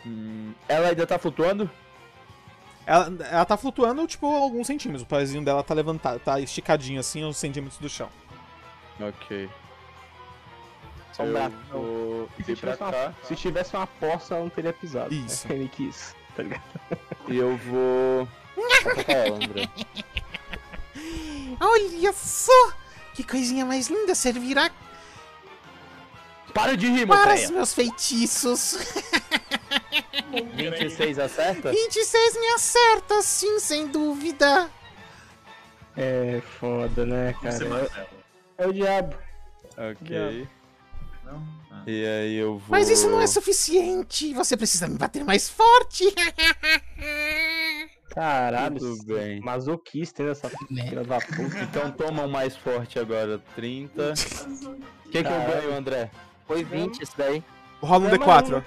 hum, ela ainda tá flutuando? Ela, ela tá flutuando, tipo, alguns centímetros. O pezinho dela tá levantado, tá esticadinho assim, uns centímetros do chão. Ok. Só um braço. Eu vou Se vir pra tivesse uma- cá Se tivesse uma poça, ela não teria Tá. pisado. <laughs> Isso. É meio que isso, tá ligado? e eu <laughs> vou. atacar ela, André. Olha só! Que coisinha mais linda servirá Para de rir, Montanha! meus feitiços. Vira aí. 26 acerta? 26 me acerta, sim, sem dúvida. É foda, né, Como você cara? mata ela? É, é o diabo. Ok. Não? Ah. E aí eu vou. é é suficiente. Você precisa me bater mais forte. Caralho, Tudo bem. masoquista hein, essa Né? filha da puta. Então toma um mais forte agora, 30. O que, que eu ganho, André? Foi 20 esse daí. Rola um D4.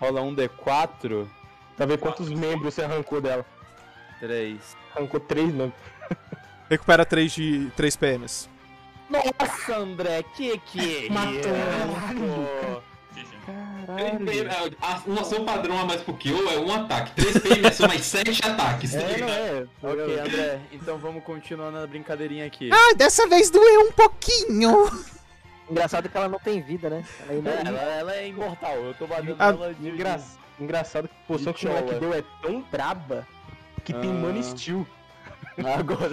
Rola um D4, Pra ver quantos membros você arrancou dela. 3. Arrancou três membros. Recupera 3 de 3 PMs. Nossa, André, que que é GG. Três PM, a- a- uma ação padrão a mais pro Kyo é um ataque. 3 PM são mais <laughs> 7 ataques. tá É, não ligado? é? Ok, André, então vamos continuar na brincadeirinha aqui. Ah, dessa vez doeu um pouquinho. Engraçado é que ela não tem vida, né? Ela ainda É, ela, ela é imortal, eu tô batendo Ah, ela de. um Engra- Engraçado que a poção que o moleque Tchola. deu é tão braba que tem Ah. Mano Steel. <laughs> Agora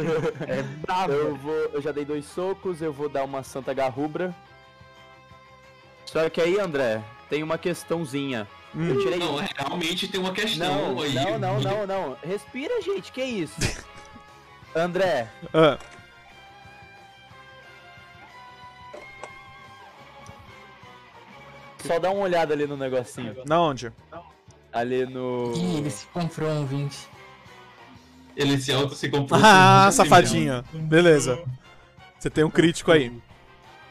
É braba. eu vou. Eu já dei dois socos, eu vou dar uma santa garrubra. Só que aí, André, tem uma questãozinha. Eu tirei. um. Não, realmente tem uma questão Hum. é. Não, aí. não, não, não, não. Respira, gente, que isso? <laughs> André, Ah, só dá uma olhada ali no negocinho. na onde? Ali no. Ih, ele se comprou um 20. Ele se auto se comprou. Ah, sem- sem safadinho. Beleza. Você tem um crítico aí.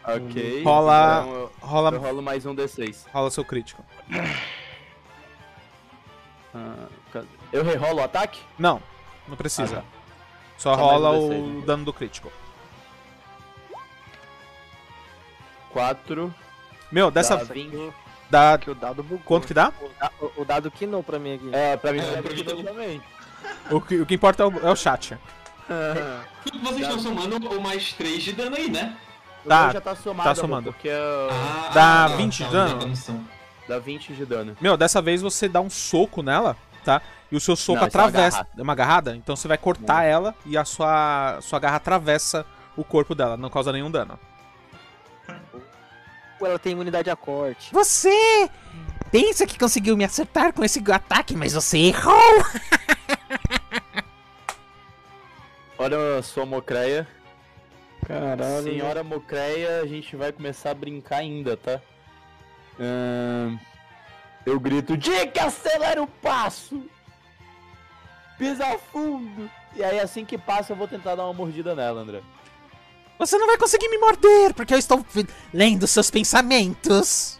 Ok. Rola- então eu- eu, Rola, rolo mais um D6. rola seu crítico. Ah, cadê? eu rerolo o ataque? Não, não precisa. Ah, Só Só mais rola um D6, o então. dano do crítico. 4. Meu, dessa. Dá 20. Dá. Que o dado bugou. Quanto que dá? O da- É, O, o dado que não pra mim aqui. É, pra mim É, é, pra mim também. também. O que, o que importa é o, é o chat. nenhum. Vocês estão somando o mais 3 de dano aí, né? Dá, O meu já tá somado. tá somando. amor, Porque ah. Ah, Dá tá, 20 tá, de dano? tá no som. dá 20 de dano. Meu, dessa vez você dá um soco nela, tá? E o seu soco Não, isso é uma atravessa. agarrada. É uma agarrada? Então você vai cortar ela e a sua, sua garra atravessa o corpo dela, não causa nenhum dano. Ou Ela tem imunidade a corte. Você pensa que conseguiu me acertar com esse ataque, mas você errou! Olha a sua mocreia. Caralho. Senhora mocreia, a gente vai começar a brincar ainda, tá? Ahn, eu grito, Dica, acelera o passo! Pisa fundo! E aí assim que passa eu vou tentar dar uma mordida nela, André. Você não vai conseguir me morder, porque eu estou vi- lendo seus pensamentos!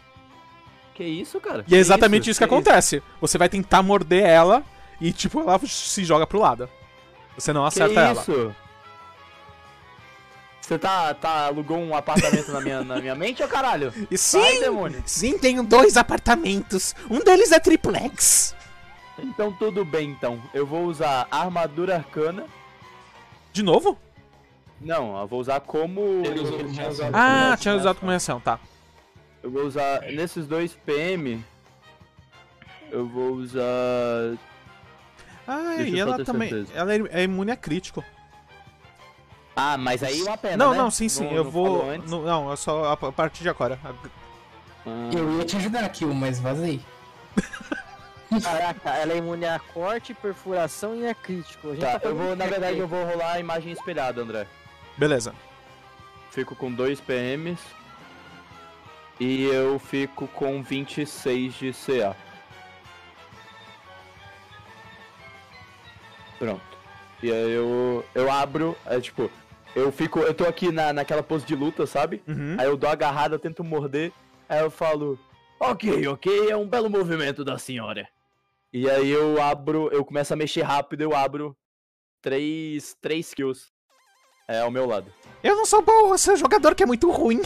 Que isso, cara? E é exatamente isso, que, acontece. acontece. Você vai tentar morder ela e, tipo, ela se joga pro lado. Você não acerta que ela. isso? Você tá, tá alugou um apartamento na minha, na minha mente, ô caralho? E Sai, sim, demônio. Sim, tenho dois apartamentos. Um deles é triplex. Então tudo bem, então. Eu vou usar armadura arcana. de novo? Não, eu vou usar como... Ele usou como reação. Ah, tinha usado como reação, tá. Eu vou usar É. nesses dois PM. Eu vou usar. Ah, Deixa eu e só ela ter também. certeza. Ela é imune a crítico. Ah, mas aí uma pena. não, né? É, não, sim, sim. Não- eu não vou. falou antes. não, não, é só a a partir de agora. Ah, Eu ia te ajudar, Kyo, mas vazei. Caraca, ela é imune a corte, perfuração e a crítico. A gente Tá, tá eu fazendo vou, na certo verdade, aí. eu vou rolar a imagem espelhada, André. Beleza. Fico com dois PMs. E eu fico com 26 de CA. Pronto. E aí eu, eu abro, é tipo, eu fico, eu tô aqui na, naquela pose de luta, sabe? Uhum. Aí eu dou a agarrada, tento morder, aí eu falo, Ok, ok, é um belo movimento da senhora. E aí eu abro, eu começo a mexer rápido, eu abro três, três kills. É ao meu lado. Eu não sou bom, eu sou um jogador que é muito ruim.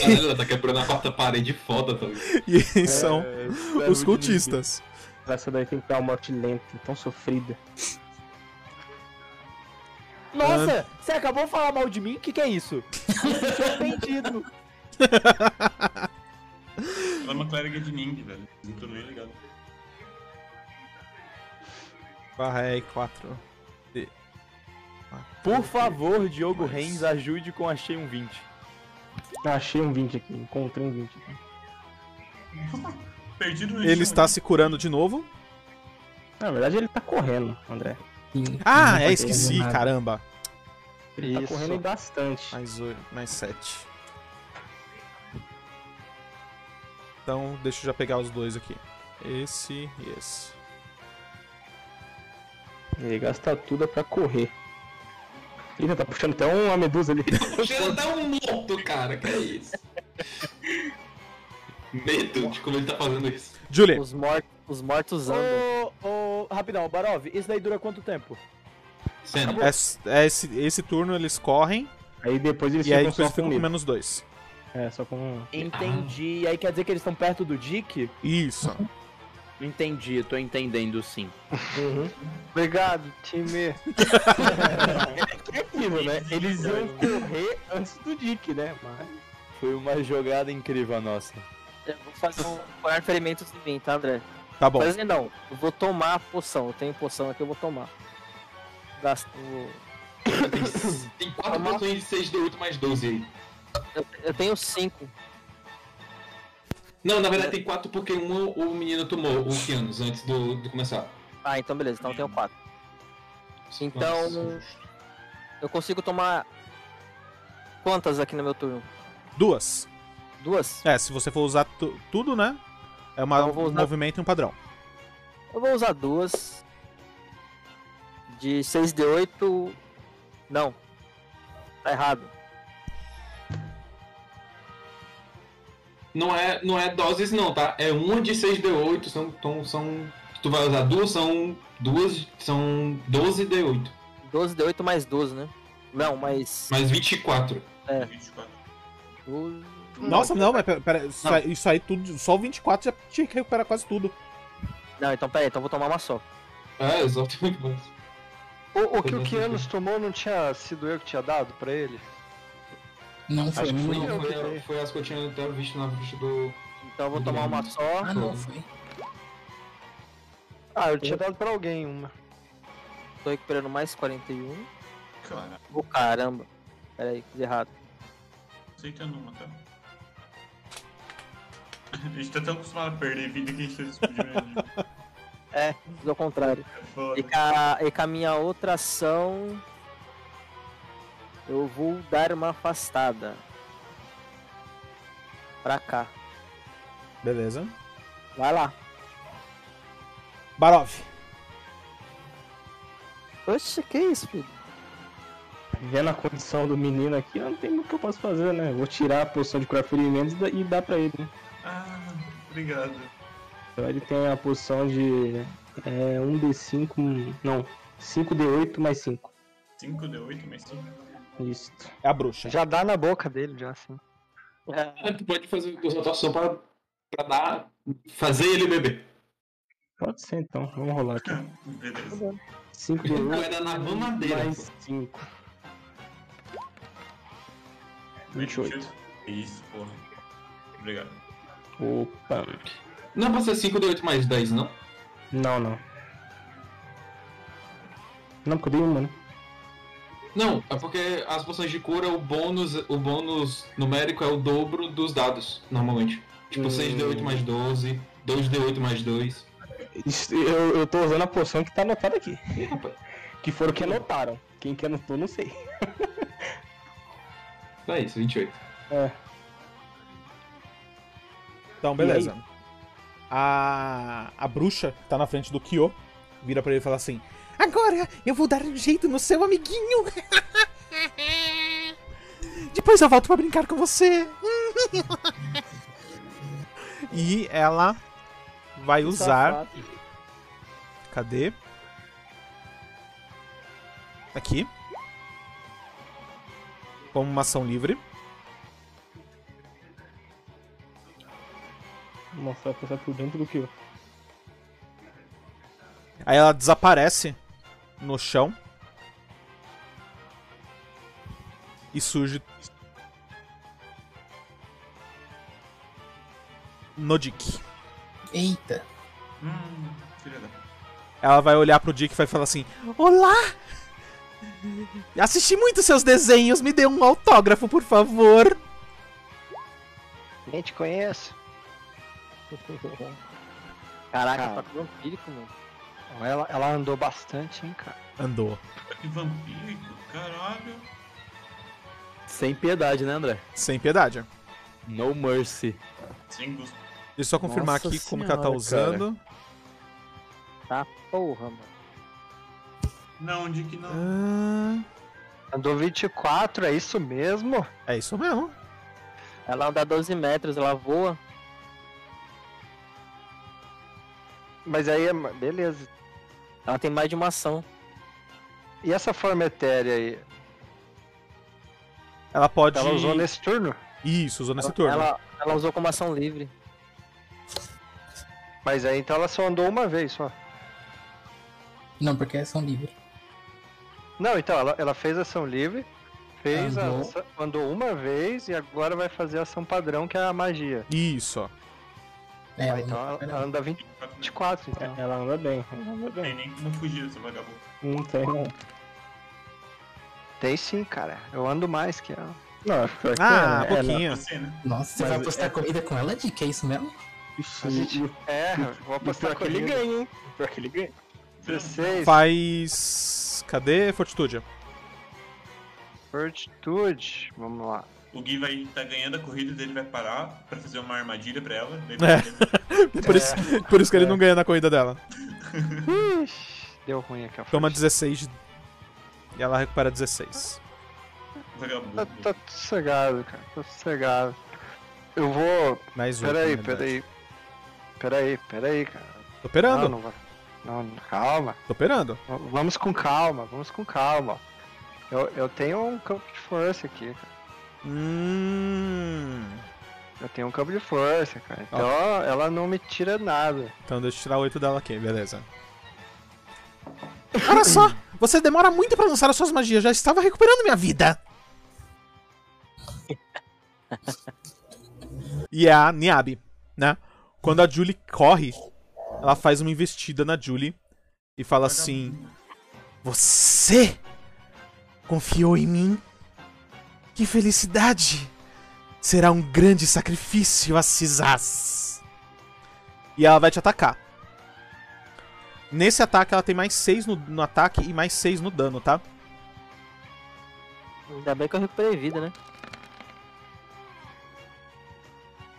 Caralho, tá quebrando a quarta parede foda, tá ligado? <laughs> E são os cultistas. Essa daí tem que dar uma morte lenta, tão sofrida. Nossa, você acabou de falar mal de mim? O que, que é isso? Arrependido. Ela é uma clériga de Ning, velho. Muito bem legal. Barra E4. <laughs> Por favor, Diogo Reis, ajude com Achei um 20. Ah, achei um 20 aqui, encontrei um 20 aqui. Perdido no Ele chão, está se curando de novo. Na verdade, ele tá correndo, André. Ah, Não é, vai esqueci, ter nada. caramba. Ele tá Isso. correndo bastante. Mais oito, mais sete. Então, deixa eu já pegar os dois aqui. Esse e esse. Ele gasta tudo pra correr. Eita, tá puxando até uma medusa ali. Cheira até um morto, cara, que é isso? Medo de como ele tá fazendo isso. Julie, Os, mor os mortos andam. Ô, ô, rapidão, Barov, isso daí dura quanto tempo? Sendo. é, é esse, esse turno eles correm Aí depois eles e ficam aí eles só ficam com com medo. menos dois. É, só com. Entendi. E Ah. aí quer dizer que eles estão perto do Dick? Isso. Entendi, tô entendendo sim. Obrigado, time. Aquilo, né? Eles iam correr antes do Dick, né? Mas... Foi uma jogada incrível a nossa. Eu vou fazer um curar ferimentos em mim, tá, André? Tá bom. Fazer não. Eu vou tomar a poção. Eu tenho poção aqui, eu vou tomar. Gasto. Tem 4 poções de 6 d 8 mais 12 aí. Eu, eu tenho cinco. Não, na verdade tem 4 porque uma o menino tomou 11 anos antes do, de começar. Ah, então beleza. Então eu tenho quatro. Então- Eu consigo tomar. Quantas aqui no meu turno? Duas. Duas? É, se você for usar tu- tudo, né? É uma- Então eu vou um usar- movimento e um padrão. Eu vou usar duas. De 6D8. Não. Tá errado. Não é, não é doses não, tá? É uma de 6D8, são, então são... Tu vai usar duas, são duas, são 12 D8, 12D8 mais 12, né? Não, mais. mais 24. É. né? 24. 12. Nossa, não, mas pera, pera, isso, aí, isso aí tudo, só o 24 já te recupera quase tudo. Não, então peraí, então eu vou tomar uma só. É, exatamente. mas- O, o que o Kianos tomou não tinha sido eu que tinha dado pra ele? Não foi, Acho que não. foi Não, eu. foi, foi as que eu tinha até visto na ficha do... Então eu vou tomar uma só. Ah, não foi. Ah, eu tinha dado pra alguém uma. Tô recuperando mais 41. Cara, Ô caramba. Pera aí, fiz errado. aceitando uma, tá? <laughs> A gente tá tão acostumado a perder vida que a gente tá despedindo. Fiz ao contrário. É E foda. com, a, e com a minha outra ação. Eu vou dar uma afastada. Pra cá. Beleza. Vai lá. Barov. Oxe, que isso, filho? Vendo a condição do menino aqui, eu não tem muito o que eu posso fazer, né? Eu Vou tirar a poção de curar ferimentos e dá- e dar pra ele, né? Ah, obrigado. Então ele tem a poção de é, 1D5. Não, 5D8 mais 5. 5D8 mais 5. Isso. É a bruxa. Já dá na boca dele, já assim. Ah, tu pode fazer usar tua ação pra, pra dar... Fazer ele beber. Pode ser então, vamos rolar aqui. Beleza. 5D8 Vai dar na mamadeira. mais 5. 28. Isso, porra. Obrigado. Opa. Não é pra ser 5D8 mais 10, não? Não, não. Não, porque eu dei uma, né? Não, é porque as poções de cura, o bônus, o bônus numérico é o dobro dos dados, normalmente. Tipo, Hum. 6D8 mais 12, 2D8 mais 2. Isso, Eu, eu tô usando a poção que tá anotada aqui. Ih, rapaz, Que foram que anotaram. Quem que anotou, não sei. tá isso, 28. Então, beleza. A, a bruxa que tá na frente do Kyo vira pra ele e fala assim: Agora eu vou dar um jeito no seu <laughs> amiguinho. Depois eu volto pra brincar com você. <laughs> E ela vai usar. Safado. Cadê? Aqui. Como uma ação livre. Nossa, vai passar por dentro do que? Aí ela desaparece no chão. E surge. No Dick. Eita. Hum, filha da. Ela vai olhar pro Dick e vai falar assim: Olá! <laughs> Assisti muito seus desenhos, me dê um autógrafo, por favor. Nem te conheço. Caraca, tá Cara. com vampírico, mano. Ela, ela andou bastante, hein, cara. Andou. Que vampírico, caralho. Sem piedade, né, André? Sem piedade. No mercy. Sem gosto. Deixa eu só confirmar Nossa aqui como que ela tá senhora, usando. Tá porra, mano. Não, Dick, não. Ah, Andou 24, é isso mesmo? é isso mesmo. Ela anda 12 metros, ela voa. Mas aí é. ma- Beleza. Ela tem mais de uma ação. E essa forma etérea aí? Ela pode. Ela usou nesse turno? Isso, usou nesse turno. Ela, ela usou como ação livre. Mas aí então ela só andou uma vez só. Não, porque é ação livre. Não, então ela, ela fez ação livre, fez a- Andou. aça- andou uma vez e agora vai fazer a ação padrão, que é a magia. Isso. É, Ah, então ela, ela anda 24, então. É, Ela anda bem, ela anda Não bem. tem nem como fugir desse vagabundo. Não tem. Não, Tem sim, cara. Eu ando mais que ela. Não, pior que Ah, é, ela- pouquinho. Você, né? Nossa, você Mas vai é- apostar corrida com ela, Dick? É isso mesmo? Ixi, A gente- e- É, vou apostar pior que é que ele ele- ganha, hein? Pior que ele ganha. 16. Faz. Cadê Fortitude? É. Fortitude. Vamos lá. O Gui vai estar ganhando a corrida dele, vai parar pra fazer uma armadilha pra ela. daí É. vai- Por isso, por É. isso que ele não ganha na corrida dela. Ixi, deu ruim aqui a Toma fortitude. 16. de- E ela recupera 16. Vagabundo. Tá, tá sossegado, cara. Tá sossegado. Eu vou. Mais um. Peraí, peraí. Peraí, peraí, cara. Tô operando, Não, não vai. Não, não, calma. tô operando. V- Vamos com calma, vamos com calma. Eu, eu tenho um campo de força aqui, cara. Hum. Eu tenho um campo de força, cara. Então ela não me tira nada. Então deixa eu tirar 8 dela aqui, beleza. <laughs> Olha só, você demora muito pra lançar as suas magias, já estava recuperando minha vida. <laughs> e é a Niabe, né? Quando a Julie corre, ela faz uma investida na Julie e fala assim: Você confiou em mim? Que felicidade! Será um grande sacrifício a Cisas. E ela vai te atacar. Nesse ataque, ela tem mais 6 no, no ataque e mais 6 no dano, tá? Ainda bem que eu recuperei vida, né?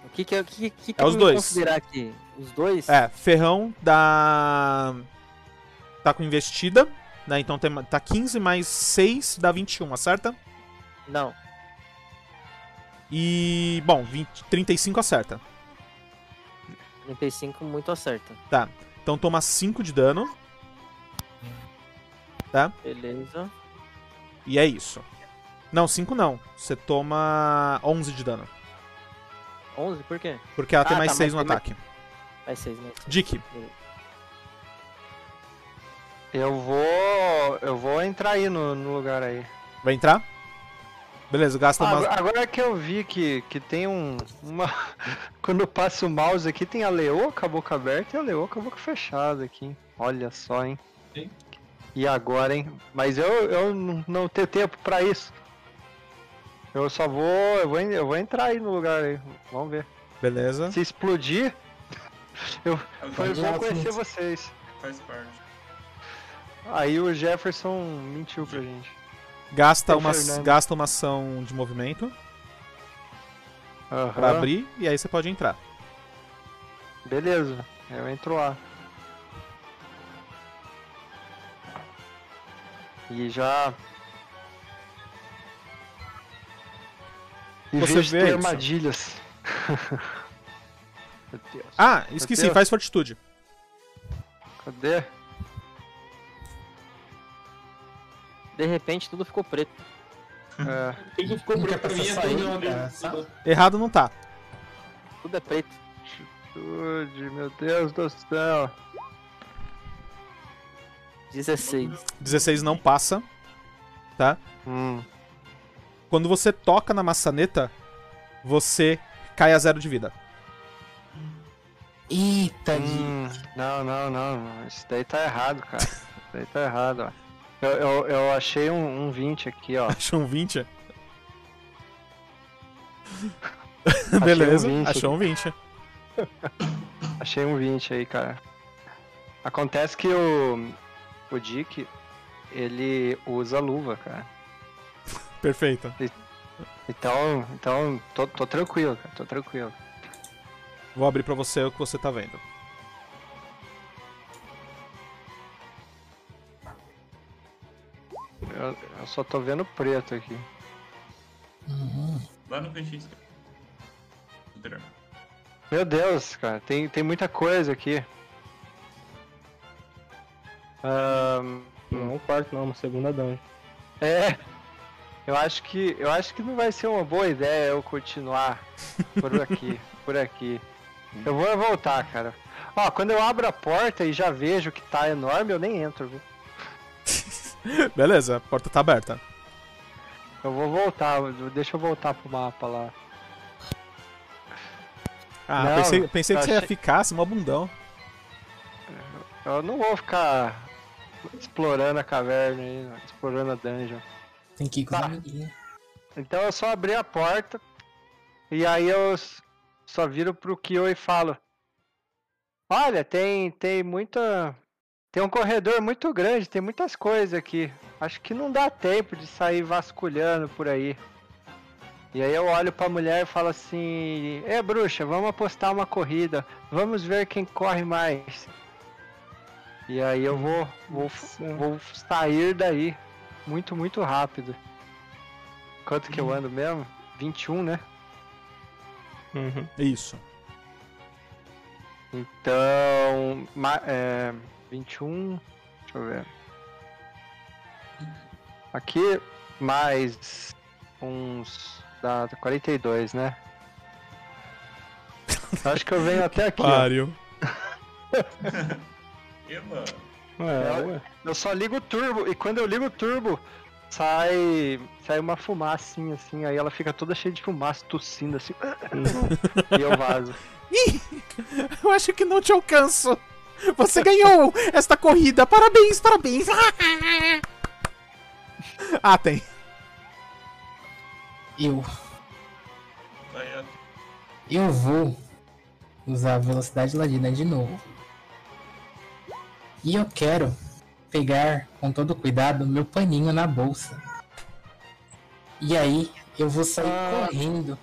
O que que, é- o que, que, que É os eu dois. considerar aqui? Os dois? É, ferrão dá. Tá com investida, né? Então tem, tá 15 mais 6 dá 21, acerta? Não. E. Bom, 20, 35 acerta. 35 muito acerta. Então toma 5 de dano. Beleza. E é isso. Não, 5 não. Você toma 11 de dano. 11, por quê? Porque ela tem Ah, mais tá, 6 no mas tem ataque. Mais 6, mais seis. Dick, Eu vou. Eu vou entrar aí no, no lugar aí. vai entrar? Beleza, gasta Ah, uma. agora- Agora que eu vi que, que tem um. Uma... <laughs> Quando eu passo o mouse aqui, tem a leoa com a boca aberta e a leoa com a boca fechada aqui. hein? Olha só, hein? E agora, hein? Mas eu, eu n- não tenho tempo pra isso. Eu só vou. Eu vou, en- eu vou entrar aí no lugar aí. Vamos ver. Beleza. Se explodir, foi Vamos lá, bom conhecer Fluxo. vocês. Faz parte. Aí o Jefferson mentiu pra gente. Gasta Tem uma, Fernando. gasta uma ação de movimento. Aham. Pra abrir e aí você pode entrar. Beleza, eu entro lá. E já. Em Você vez de vê ter isso. <laughs> armadilhas. Meu Deus. Ah, esqueci, Mateus. faz fortitude. Cadê? De repente tudo ficou preto. Hum. É, Tudo ficou branco pra mim, é tudo uma Errado não tá. Tudo é preto. atitude, meu Deus do céu. 16. 16 não passa. Tá? Hum, Quando você toca na maçaneta, você cai a zero de vida. Tá. Eita, de... hum, não, não, não. Isso daí tá errado, cara. Isso daí tá errado, ó. Eu, eu, eu achei um, um 20 aqui, <laughs> ó. Achou um <laughs> 20? um Beleza, 20. achou um 20. Achei um 20 aí, cara. Acontece que o. O Dick. Ele usa luva, cara. Perfeito. Então. Então. Tô, tô tranquilo, cara. Tô tranquilo. Vou abrir pra você o que você tá vendo. Eu, eu só tô vendo preto aqui. Lá no cantinho esquerdo. Interior. Meu Deus, cara, tem, tem muita coisa aqui. Ahn, Não é um quarto, não, uma segunda dungeon. é. Eu acho que. Eu acho que não vai ser uma boa ideia eu continuar por aqui. por aqui. Eu vou voltar, cara. Ó, quando eu abro a porta e já vejo que tá enorme, eu nem entro, viu? Beleza, a porta tá aberta. Eu vou voltar, eu- deixa eu voltar pro mapa lá. Ah, Não, tá pensei, pensei que eu você ia achei- ficar, se mó bundão. Eu não vou ficar explorando a caverna aí, né? explorando a dungeon. tem que ir com os Tá. amiguinhos. Então eu só abri a porta e aí eu s- só viro pro Kyo e falo: Olha, tem tem muita tem um corredor muito grande, tem muitas coisas aqui. Acho que não dá tempo de sair vasculhando por aí. E aí eu olho pra mulher e falo assim: "É, bruxa, vamos apostar uma corrida. Vamos ver quem corre mais." E aí eu vou vou, f- vou sair daí muito muito rápido. Quanto que eu ando mesmo? 21, né? Uhum. Isso. Então. ma- é, 21. Deixa eu ver. Aqui, mais uns. Dá 42, né? Acho que eu venho até aqui. ó. Pariu. Eba! Eu, eu só ligo o turbo e quando eu ligo o turbo, sai. sai uma fumacinha assim, aí ela fica toda cheia de fumaça, tossindo assim. <laughs> e eu vazo. <laughs> Eu acho que não te alcanço. Você ganhou esta corrida. Parabéns, parabéns. <laughs> Ah, tem. Eu, Aí, ó. eu vou usar a velocidade ladina de novo. E eu quero pegar com todo cuidado meu paninho na bolsa. E aí eu vou sair correndo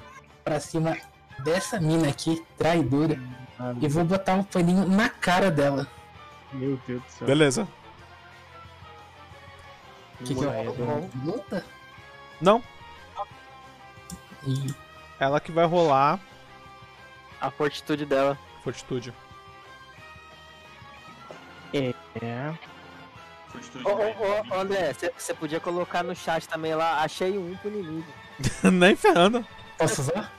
pra cima dessa mina aqui, traidora, e vou botar o paninho na cara dela. Meu Deus do céu. Beleza. O que, que eu rolo? Luta? Não, E ela que vai rolar A fortitude dela. fortitude. <laughs> Fortitude. Ô, ô, vai, ô, vinte. ô, André, você podia colocar no chat também lá, achei um pro inimigo. Nem ferrando. posso usar?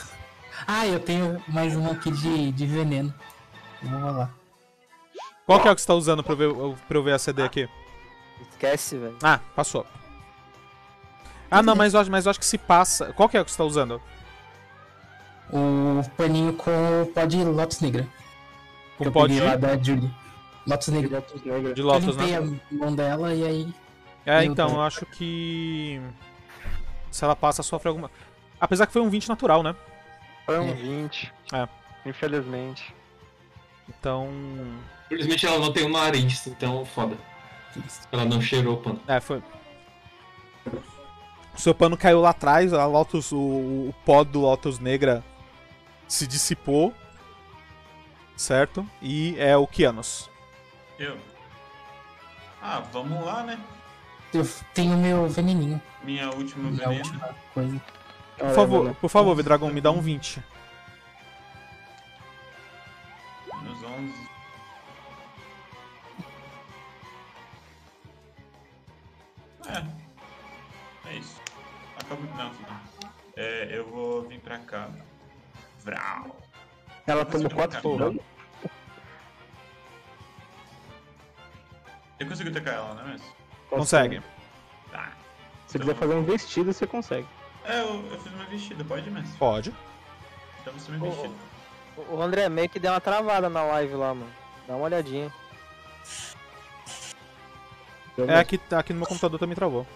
<laughs> ah, eu tenho mais uma aqui de, de veneno. Vou rolar. Qual que é o que você tá usando pra eu ver, pra eu ver a CD aqui? Esquece, velho. Ah, passou. Ah, não, mas eu, acho- mas eu acho que se passa. Qual que é o que você tá usando? O paninho com o pó de Lotus Negra. que Com eu pó de, peguei lá da Julie. Lotus Negra. Um de eu Lotus, limpei né? a mão dela e aí. É, Meu então, Deus. eu acho que. Se ela passa, sofre alguma. Apesar que foi um 20 natural, né? Foi um É. 20. Infelizmente. Então. Infelizmente ela não tem um nariz, então foda. Ela não cheirou, pano. É, foi. O seu pano caiu lá atrás, a Lotus, o, o pó do Lotus Negra se dissipou. Certo? E é o Kianos. Eu. Ah, vamos lá, né? Eu tenho meu veneninho. Minha última Minha veneno. última coisa. Por favor, por favor, Vidragon, me dá um 20. Menos 11. É. É isso. Acabou. Não, não. É, eu vou vir pra cá. Vral. Ela tomou quatro porra. Eu consegui atacar ela, não é mesmo? Consegue. Tá. Se quiser fazer um vestido, você consegue. É, eu, eu fiz meu vestido, pode, mestre? Pode. Então você me vestido. O o André meio que deu uma travada na live lá, mano. Dá uma olhadinha. É aqui, aqui no meu computador também travou.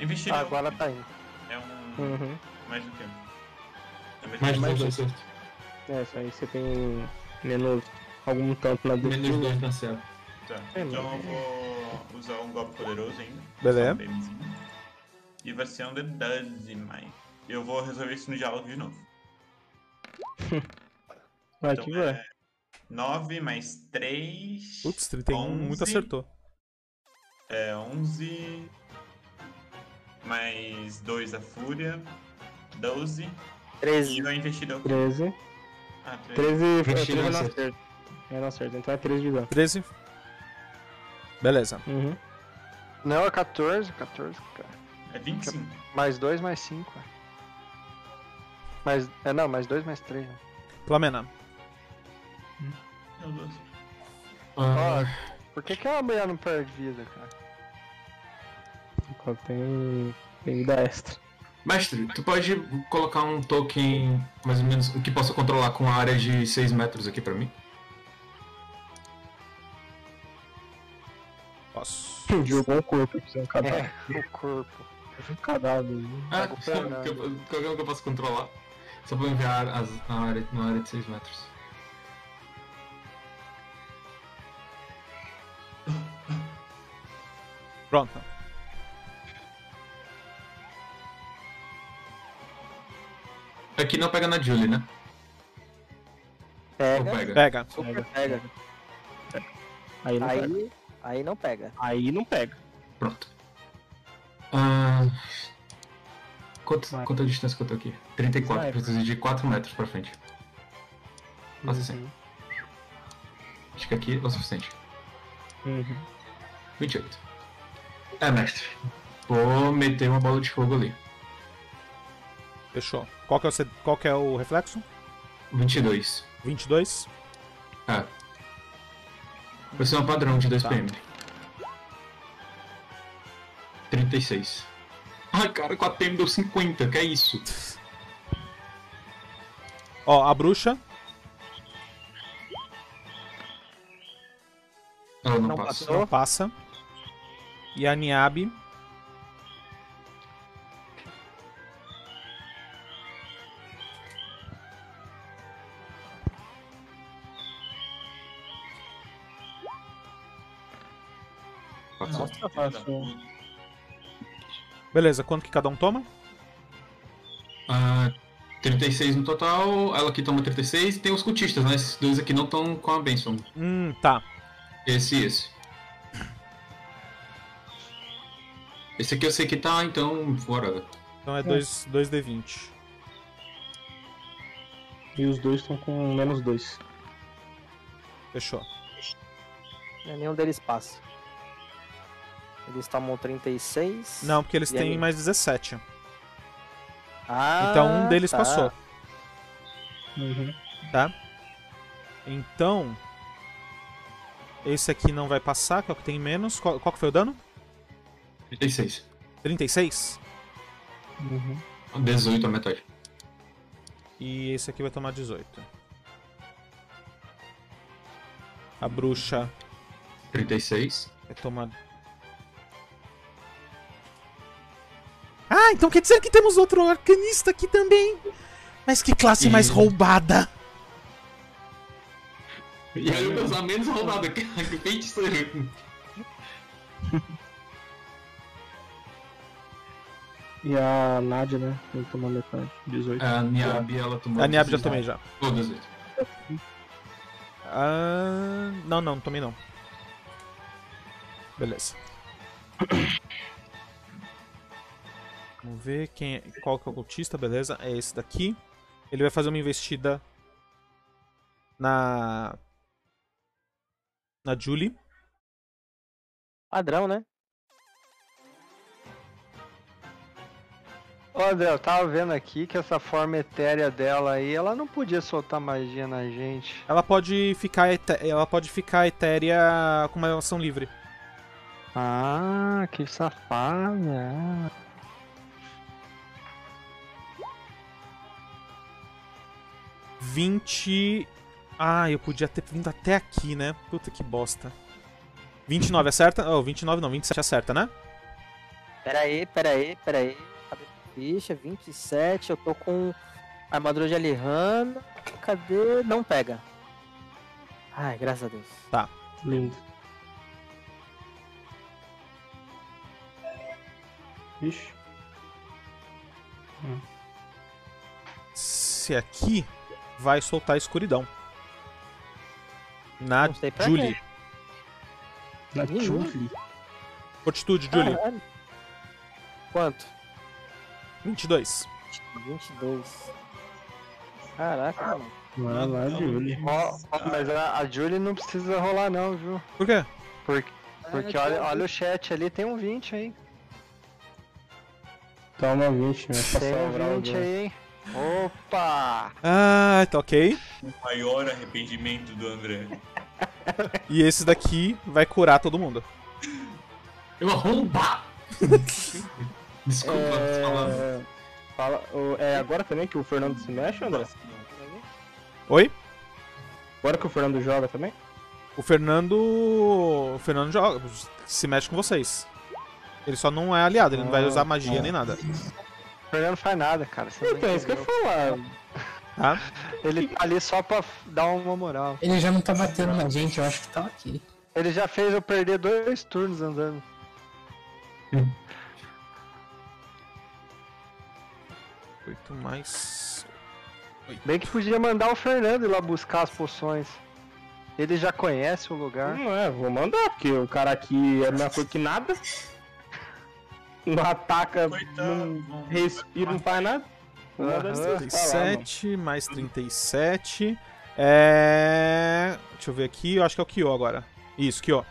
Investir Ah, é um- agora tá indo. é um. Uhum. Mais do que. É mais, Mais do dois que. dá certo. É, isso aí você tem menos algum tanto na Menos defesa. dois dá certo. Tá. Então eu vou usar um golpe poderoso ainda. Beleza. Só um BMzinho. E vai ser um de 12, mas. Eu vou resolver isso no diálogo de novo. Vai Então que vai. é 9 mais 3. Ups, 31, muito acertou. É 11. Mais 2 a fúria. 12. 13. E vai investir deu. 13. Ah, 13. 13 foi Vestido 13 dá não certo. acerta. É, não acerta. Então é 13 de dano. 13. Beleza. Uhum. Não, é 14, 14, cara. É 25. Mais 2, mais 5. Mais, é, não, mais 2, mais né? 3. Plamena. Meu Deus. Ah, Por que, que a mulher não perde vida, cara? Qual Tem. Tem vida extra. Mestre, tu pode colocar um token mais ou menos que possa controlar com a área de 6 metros aqui pra mim? Posso. Jogou um corpo pra você, um cadáver. O corpo. Um cadáver. né? Ah, com que eu, pena. <laughs> que eu, que eu- que eu posso controlar. Só pra enviar as, na, área, na área de 6 metros. Pronto. Aqui não pega na Julie, né? Ou Pega. pega? Pega. Super pega. Aí não pega. Aí, aí não pega. Aí não pega. Pronto. Ah, quanto, Vai. quanta distância que eu tô aqui? 34, Vai. preciso de 4 metros pra frente. Nossa, sim. Acho que aqui é o suficiente. Uhum. 28. É, mestre. Vou meter uma bola de fogo ali. Fechou. Qual que é o, C- qual que é o reflexo? 22. 22. É. Vai ser um padrão de 2 Tá. PM. 36. Ai, cara, 4 PM deu 50, que é isso? Ó, a bruxa. Ela não, Não passa. passou. Não passa. E a Niabe. Passou. Nossa, passou. Beleza, quanto que cada um toma? Ah, 36 no total, ela aqui toma 36 e tem os cultistas, né? Esses dois aqui não estão com a benção. Hum, tá. Esse e esse. Esse aqui eu sei que tá, então fora. Então é 2 D20. E os dois estão com menos dois. Fechou. é Nenhum deles passa. Eles tomam 36. Não, porque eles E têm aí? mais 17. Ah, Então um deles tá. passou. Tá? Uhum. Então. Esse aqui não vai passar, que é o que tem menos. Qual, qual que foi o dano? 36. 36? 18 a metade. E esse aqui vai tomar 18. A bruxa 36. vai tomar. Ah, então quer dizer que temos outro arcanista aqui também. Mas que classe mais E- roubada. E aí eu vou usar menos rodada <laughs> que é que feiticeiro. E a Nádia, né? Tem que tomar metade. 18. A Niab, ela tomou. A Niab já 16. tomei já. Oh, 18. Ah, não, não, não tomei não. Beleza. <coughs> Vamos ver quem é, qual que é o cultista, beleza? É esse daqui. Ele vai fazer uma investida na na Julie. Padrão, né? Ô, André, eu tava vendo aqui que essa forma etérea dela aí, ela não podia soltar magia na gente. Ela pode ficar ete- ela pode ficar etérea com uma ação livre. Ah, que safada. Vinte. 20... Ah, eu podia ter vindo até aqui, né? Puta que bosta. 29 acerta? Oh, 29 não, 27 acerta, né? Pera aí, pera aí, pera aí. Cadê a ficha? 27, eu tô com armadura de Alihan. Cadê? Não pega. Ai, graças a Deus. Lindo. Ixi. Se aqui vai soltar a escuridão. Na Não sei pra Julie. Na Ih, Julie? Fortitude, Julie. Caralho. Quanto? é. 22. 22. Caraca, mano. Vai lá, Julie. Ó, ó, mas a, a Julie não precisa rolar não, viu? Por quê? Porque, porque olha, olha o chat ali, tem um 20 aí. Toma 20, né? Tem Passar o grau. um 20 aí, hein? Opa! Ah, tá ok. O maior arrependimento do André. E esse daqui vai curar todo mundo. Eu <laughs> arromba! Desculpa as palavras. É... Fala... o- É agora também que o Fernando se mexe, André? Oi? Agora É, que o Fernando joga também? O Fernando. O Fernando joga. Se mexe com vocês. Ele só não é aliado, ele não Ah, vai usar é. magia nem nada. O Fernando não faz nada, cara. você não Então, isso que eu ia entendeu. falar. Tá? Ele tá ali só pra dar uma moral. Ele já não tá batendo na gente, eu acho que tá ok. Ele já fez eu perder dois turnos andando. Oito mais. Bem que podia mandar o Fernando ir lá buscar as poções. Ele já conhece o lugar. Não é, vou mandar, porque o cara aqui é a mesma coisa que nada. Não ataca, Coitado. não respira, não faz nada. Vou mandar ele Aham. pra lá, mano. 37 mais 37. É. Deixa eu ver aqui, eu acho que é o Kyo agora. Isso, Kyo.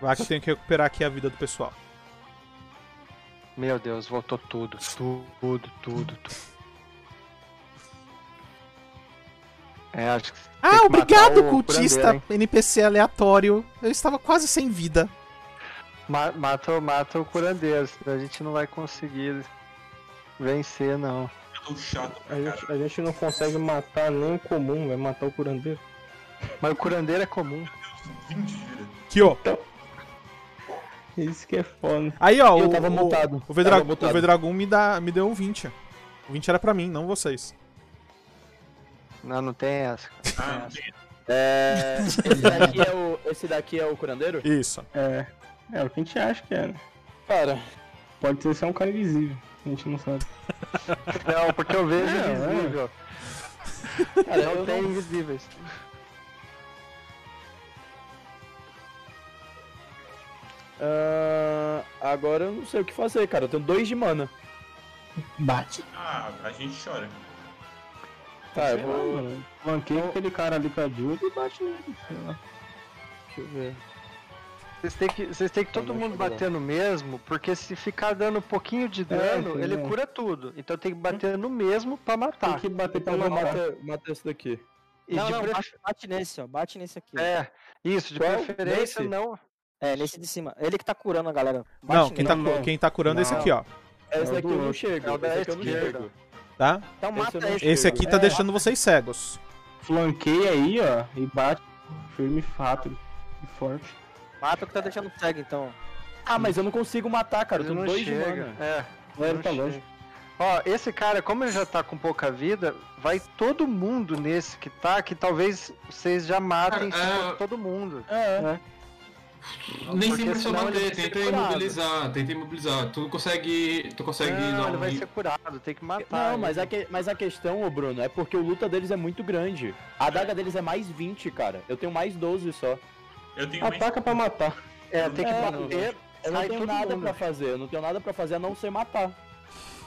Vai que eu tenho que recuperar aqui a vida do pessoal. Meu Deus, voltou tudo. Tudo, tudo, tudo. É, acho que. tem que Ah, matar obrigado, um o curandeiro, cultista hein? NPC aleatório. Eu estava quase sem vida. Ma- Mata, o- mata o curandeiro, senão a gente não vai conseguir vencer, não. Eu tô um chato pra A gente, a gente não consegue matar nem o comum, vai matar o curandeiro. Mas o curandeiro é comum. caralho. 20 de vida. Kyo. Isso que é foda. Aí, ó, Eu o, tava o, montado. o, Vedra- Tava montado. o Vedragon me, dá, me deu um 20. O 20 era pra mim, não vocês. Não, não tem essa. Ah, não tem. É, esse, daqui é o, esse daqui é o curandeiro? Isso. É. É o que a gente acha que é, né? Cara, Pode ser só um cara invisível. A gente não sabe. Não, porque eu vejo É, invisível. cara eu, Não tem não, invisíveis. Ah, agora eu não sei o que fazer, cara. Eu tenho dois de mana. Bate. Ah, a gente chora. Tá, eu Sei lá, vou. mano. Banquei aquele cara ali pra Judy e bate nele. sei lá. Deixa eu ver. Vocês têm que, vocês têm que todo Também mundo acho legal. bater no mesmo, porque se ficar dando um pouquinho de dano, sim, ele é. cura tudo. Então tem que bater no mesmo pra matar. Tem que bater pra Então eu Tá. matar. mato, mato esse daqui. E não, de não, prefe- bate, bate nesse, ó. Bate nesse aqui. É, É, isso, de Qual? preferência Nesse? não. nesse de cima. Ele que tá curando a galera. Bate Não, nele. quem tá, cu- não. quem tá curando é esse Não. aqui, ó. Esse É o daqui do eu não outro. chego. É o da Esse daqui eu não esquerda. chego. Tá? Então mata eu não esse. chego. Esse aqui tá É. deixando vocês cegos. Flanqueia aí, ó, e bate firme e rápido e forte. Mata o que tá deixando cego, então. Ah, mas eu não consigo matar, cara. Eu ele tenho não dois de chega. mana. É, Não, ele não tá longe. chega. Ó, esse cara, como ele já tá com pouca vida, vai todo mundo nesse que tá, que talvez vocês já matem se Ah, for ah. todo mundo. Né? Nem Porque sempre é só senão ele vai bater, ser tenta curado. imobilizar, tenta imobilizar. Tu consegue. Tu consegue não, dar ele um. vai ser curado, tem que matar. Não, mas ele. a, que- mas a questão, ô Bruno, é porque o luta deles é muito grande. A daga deles é mais 20, cara. Eu tenho mais 12 só. Ah, Eu tenho mais. Ataca pra matar. É, tem que É, bater. Eu não Sai tenho todo nada mundo. pra fazer, eu não tenho nada pra fazer a não ser matar.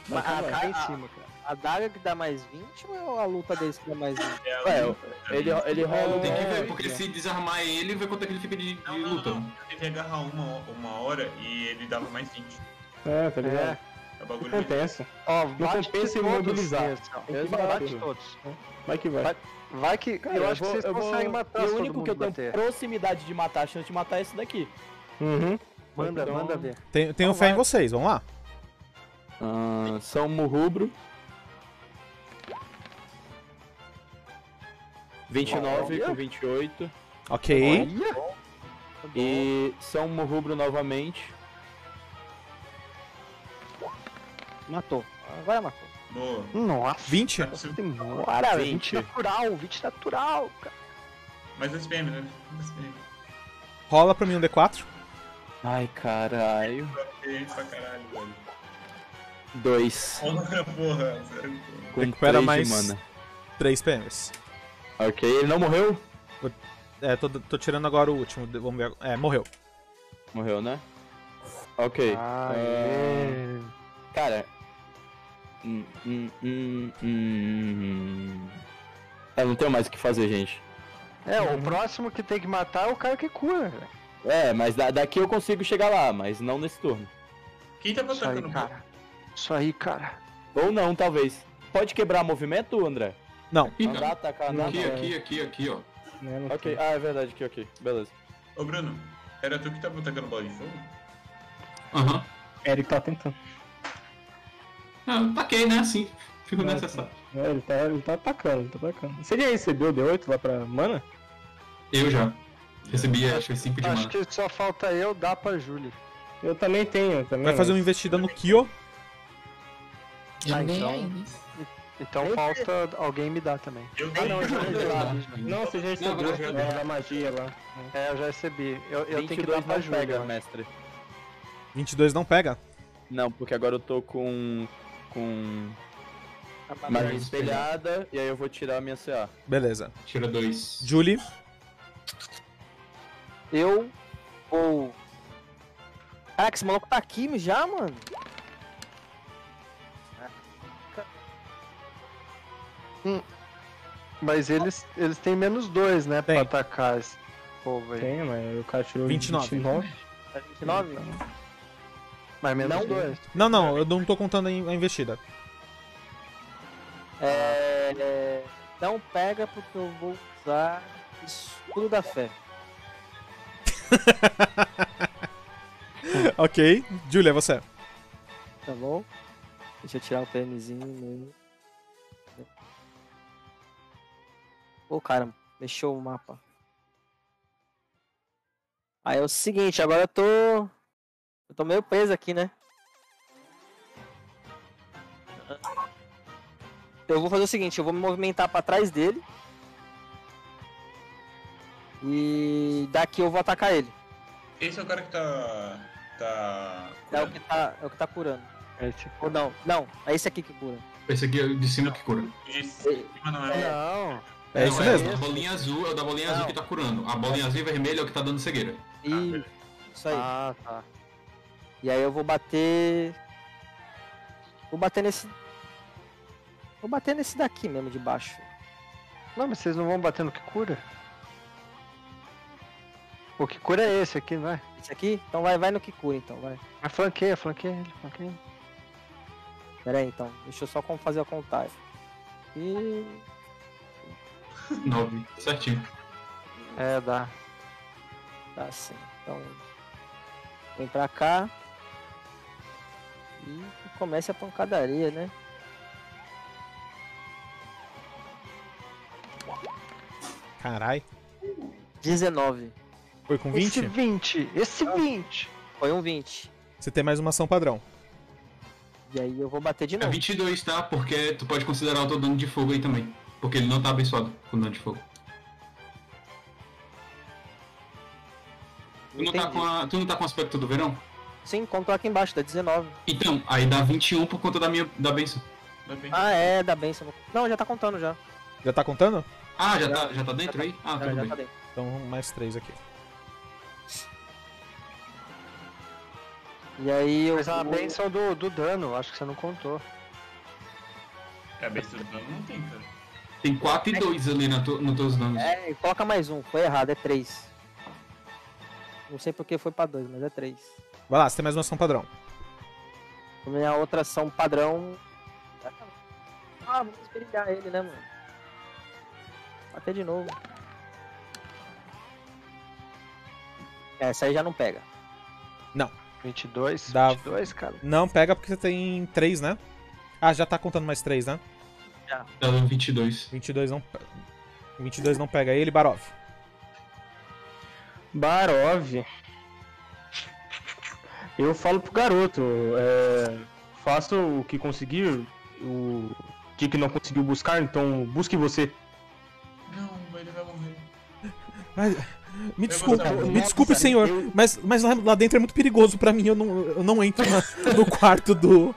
Mas Ah, a, Vai, a, vai em a, a daga que dá mais 20 ou é a luta deles que dá mais 20? É, Ué, eu Ele, ele rola. Tem que um- ver, porque se desarmar ele, vai quanto é que ele fica de, de não, luta. não. tentei agarrar uma, uma hora e ele dava mais 20. É, tá ligado? É o bagulho muito. Compensa. Ó, Não bate compensa todos imobilizar. nesse, ó. Tem que Exato. bater. Bate todos. Vai que vai. Vai- Vai que. Cara, eu acho vou- que vocês eu vou- conseguem matar E se o todo único mundo que eu tenho bater. proximidade de matar, a chance de matar é esse daqui. Uhum. Manda, Então- manda ver. Tenho, tenho fé em vocês, vamos lá. Ah, São Murrubro. 29 com 28. Ok. Tá E São Murrubro novamente. Matou. Ah, Agora matou. Boa. Nossa, 20? demora, 20. 20 natural, 20 natural, cara. Mas o SPM, né? SPM. Rola pra mim um D4. Ai, caralho. É isso pra caralho, velho. 2. Porra, porra. sério. Com Recupera três de mais- mana. 3 PMs. Ok, ele não morreu? É, tô, tô tirando agora o último. de- Vamos ver. agora. É, morreu. Morreu, né? Ok. Ah, Ai, Cara. Hum, hum, hum, hum. Eu não tenho mais o que fazer, gente. É, o próximo que tem que matar é o cara que cura, velho. É, mas da- daqui eu consigo chegar lá, mas não nesse turno. Quem tá tava Isso atacando aí, o cara. Isso aí, cara. Ou não, talvez. Pode quebrar movimento, André? Não. Ih, Não cara. dá atacar nada. Aqui, aqui, aqui, aqui, ó. Ok, ah, é verdade, aqui, ok. Beleza. Ô, Bruno, era tu que tava atacando bola de fogo? Aham. Eric tá tentando. Ah, taquei, né? Assim. Fico necessário. É, ele, tá, ele tá atacando, ele tá atacando. Você já recebeu o D8 lá pra mana? Eu já. Recebi, acho que 5 de Acho mana. que só falta eu dar pra Júlia. Eu também tenho, eu também. Vai fazer um uma investida no Kyo. Eu Ah, nem então. ainda. Então falta alguém me dar também. Eu ganhei. não, eu já dei lá. Não, você já recebeu agora já né, da magia lá. É, eu já recebi. Eu, eu tenho que 22 dar pra não pega, Júlia. né? mestre. 22 não pega. Não, porque agora eu tô com. com. magia espelhada, e aí eu vou tirar a minha CA. Beleza. Tira 2. Julie. Eu vou. Caraca, esse maluco tá aqui já, mano. Mas eles, eles têm menos dois, né? Tem. Pra atacar esse povo aí. Tem, mas o cara tirou 29. 29. Tá 29? Mas menos Não. dois. Não, não, eu não tô contando a in- a investida. É, é, Não pega porque eu vou usar escudo da fé. <laughs> ok. Julia, você. Tá bom? Deixa eu tirar o PMzinho mesmo. Ô cara, mexeu o mapa. Aí é o seguinte, agora eu tô. Eu tô meio preso aqui, né? Então Eu vou fazer o seguinte, eu vou me movimentar pra trás dele. E daqui eu vou atacar ele. Esse é o cara que tá. tá. É o que tá, é o que tá curando. Esse Ou não, não, é esse aqui que cura. Esse aqui é o de cima que cura. De cima não é. Não. É isso é mesmo. o da bolinha azul, é o da bolinha azul que tá curando. A bolinha azul e vermelha é o que tá dando <laughs> cegueira. E... Isso aí. Ah, tá. E aí eu vou bater. Vou bater nesse. Vou bater nesse daqui mesmo de baixo. Não, mas vocês não vão bater no que cura? O que cura é esse aqui, não é? Esse aqui? Então vai, vai no que cura então, vai. Mas flanqueia, flanqueia ele, flanqueia ele. Pera aí então. Deixa eu só como fazer a contagem. E. 9. Certinho. É, dá. Tá assim. Então. Vem pra cá. E que comece a pancadaria, né? Carai. 19. Foi com Esse 20? 20, esse 20. Foi um 20. Você tem mais uma ação padrão. E aí eu vou bater de É novo. 22, tá? Porque tu pode considerar o teu dano de fogo aí também. Porque ele não tá abençoado com dano de fogo. Tu não, tá Entendi. com a- tu não tá com o aspecto do verão? Sim, contou aqui embaixo, dá 19. Então, aí dá 21 por conta da minha da benção. Tá bem. Ah, é, dá bem. se eu não- Não, já tá contando já. Já tá contando? Ah, já, tá, já tá dentro aí? Ah, já, tudo já bem. tá dentro. Então mais três aqui. E aí eu. Mas a vou- benção Tá, do, do dano, acho que você não contou. Cabeça do dano não tem, cara. Tem 4 e 2 ali na to- nos teus danos. É, coloca mais um. Foi errado, é três. Não sei porque foi pra dois, mas é três. Vai lá, você tem mais uma ação padrão. Minha é outra ação padrão. tá Ah, vamos espelhar ele, né, mano? Bater de novo. Essa aí já não pega. 22? Dá. 22, cara? Não, pega porque você tem 3, né? Ah, já tá contando mais 3, né? Tá dando 22. 22 não. pe- 22 não pega ele, Barov. Barov. Eu falo pro garoto, é, faça o que conseguir, o que que não conseguiu buscar, então busque você. Não, ele vai morrer. Mas, me desculpa, gostava- me desculpe, senhor, mas, mas lá, lá dentro é muito perigoso pra mim, eu não, eu não entro na- no quarto do.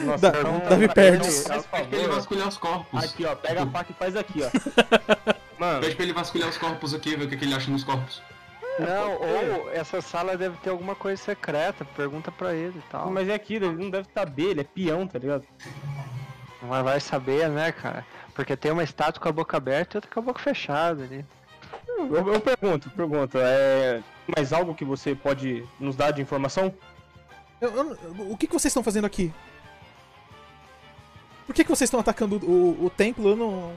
Nossa, Da- então- Davi Perdes. Então, Pede pra ele vasculhar os corpos. Aqui ó, pega a faca e faz aqui ó. Mano, Pede pra ele vasculhar os corpos aqui, ver o que, que ele acha nos corpos. não, ou essa sala deve ter alguma coisa secreta, pergunta pra ele e <laughs> tal. Mas é aquilo, ele não deve saber, ele é peão, tá ligado? Mas vai saber, né, cara? Porque tem uma estátua com a boca aberta e outra com a boca fechada ali. Eu, eu pergunto, pergunto, é mais algo que você pode nos dar de informação? Eu- eu- o que, que vocês estão fazendo aqui? Por que, que vocês estão atacando o, o templo? Eu não.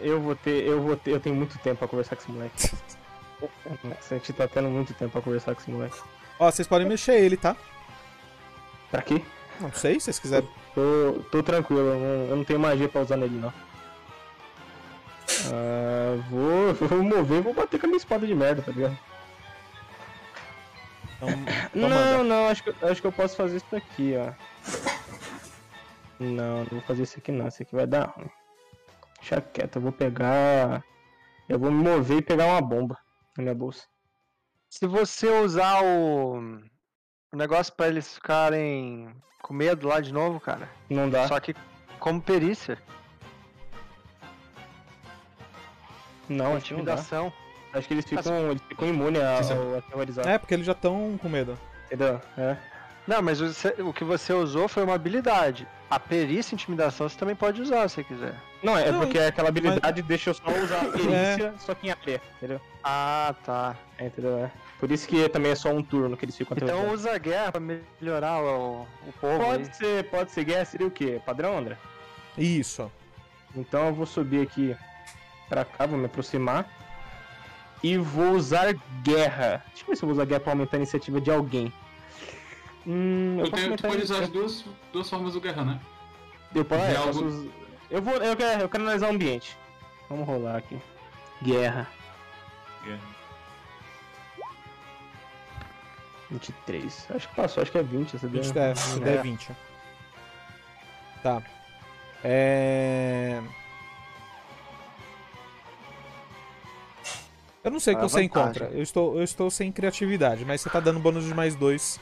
Eu vou ter, eu vou ter, eu tenho muito tempo pra conversar com esse <laughs> moleque. A gente tá tendo muito tempo pra conversar com esse moleque. Ó, vocês podem mexer ele, tá? Pra quê? Não sei, se vocês quiserem. Tô, tô tranquilo, eu não, eu não tenho magia pra usar nele não. Ah, vou, vou mover e vou bater com a minha espada de merda, tá ligado? Então, então manda. Não, não, acho que, eu- acho que eu posso fazer isso daqui, ó. Não, não vou fazer isso aqui não, isso aqui vai dar ruim. Deixa quieto, eu vou pegar. Eu vou me mover e pegar uma bomba na minha bolsa. Se você usar o, o negócio pra eles ficarem com medo lá de novo, cara. Não dá, Só que como perícia, não, acho que não dá. intimidação. Acho que eles ficam, eles ficam imunes ao, ao aterrorizado, É, porque eles já estão com medo. entendeu? É. Não, mas você- o que você usou foi uma habilidade. A perícia e intimidação você também pode usar se você quiser. Não, é Não, porque aquela habilidade deixa eu só usar a perícia, só que em área, entendeu? Ah, tá. É, entendeu? É. Por isso que também é só um turno que eles ficam Então aterrorizados. usa a guerra pra melhorar o, o povo. aí. Pode ser, pode ser guerra, seria o quê? Padrão, André? Isso. Então eu vou subir aqui pra cá, vou me aproximar. E vou usar guerra. Deixa eu ver se eu vou usar guerra pra aumentar a iniciativa de alguém. Hum, eu Tu, posso tem, tu aumentar a pode usar as iniciativa. duas, duas formas do guerra, né? Eu, posso, é, de eu, posso algo. usar- eu vou. Eu quero, eu quero analisar o ambiente. Vamos rolar aqui. Guerra. Guerra. 23. Acho que passou, acho que é 20 essa 20 guerra. der, se der 20. né? É. Tá. É. Eu não sei o que Ah, você vantagem. encontra. Eu estou, eu estou sem criatividade, mas você tá dando bônus de mais dois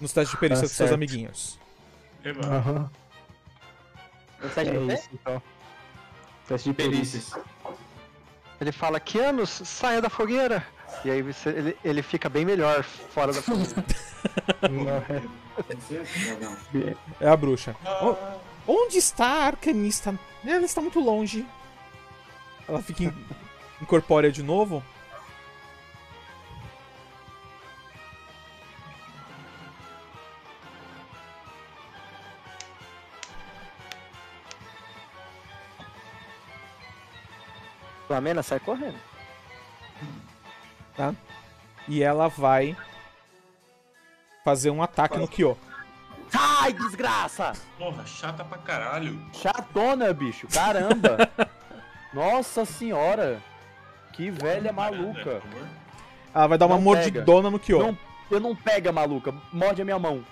nos testes de perícia Tá dos seus certo. amiguinhos. Eba. Aham. Você acha que É não isso então. Teste de perícia. Perícias. Ele fala, Kianos, saia da fogueira! E aí você- ele, ele fica bem melhor fora da fogueira. Não, é- É a bruxa. Ah, O- Onde está a arcanista? Ela está muito longe. Ela fica in- incorpórea de novo. tem? Flamena, sai correndo. E ela vai fazer um ataque no Kyo. Sai, desgraça! Porra, chata pra caralho. Chatona, bicho, caramba! Nossa senhora! Que velha é, Por maluca! favor. Ela vai dar uma Não mordidona no Kyo. Não Eu não pega, maluca, morde a minha mão.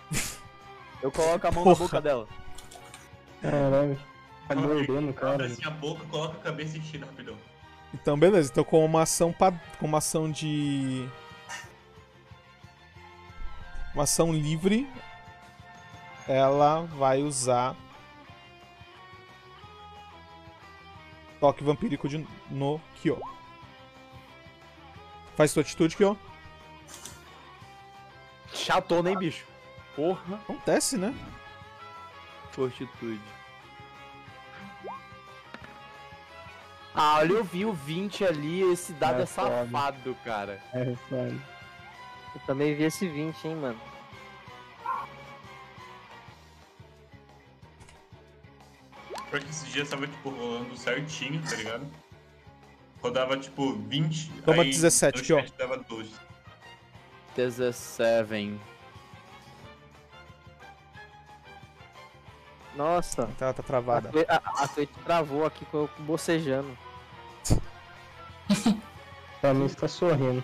Eu coloco a mão na Porra. boca dela. Caralho. Tá mordendo, Abre cara. assim a boca, coloca a cabeça e tira rapidão. Então, beleza. Então, com uma ação pa- com uma ação de uma ação livre, ela vai usar toque vampírico de... no Kyo. Faz sua atitude, Kyo. né, Chatona, hein, bicho? Porra. Acontece, né? Fortitude. Ah, olha, eu vi o 20 ali, esse dado é, É foda. safado, cara. É, sabe? Eu também vi esse 20, hein, mano. Pior que esse dia tava, tipo, rolando certinho, tá ligado? Rodava, tipo, 20. Toma aí 17 no aqui, ó. chat Dava 12. 17. Nossa. Tá, tá A travada. Twitch- A, a Twitch travou aqui com eu bocejando. <laughs> Pra mim, você tá sorrindo.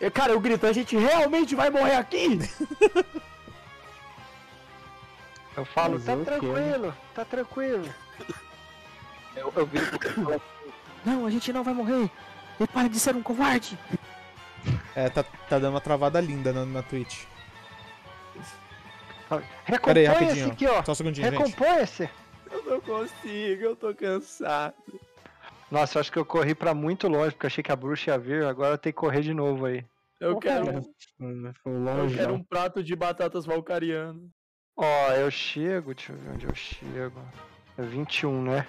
Eu, cara, eu grito, a gente realmente vai morrer aqui? Eu falo, Mas tá eu quero. tranquilo, tá tranquilo. Eu, eu vi Não, a gente não vai morrer. E para de ser um covarde. É, tá, tá dando uma travada linda na, na Twitch. Peraí, Recomponha-se rapidinho. aqui, ó. Só um segundinho, gente. Recomponha-se. Eu não consigo, eu tô cansado. Nossa, eu acho que eu corri pra muito longe, porque achei que a bruxa ia vir, agora tem que correr de novo aí. Eu quero, um, Hum, Foi eu longe. quero ó. um prato de batatas valcarianas. Ó, eu chego, deixa eu ver onde eu chego. É 21, né?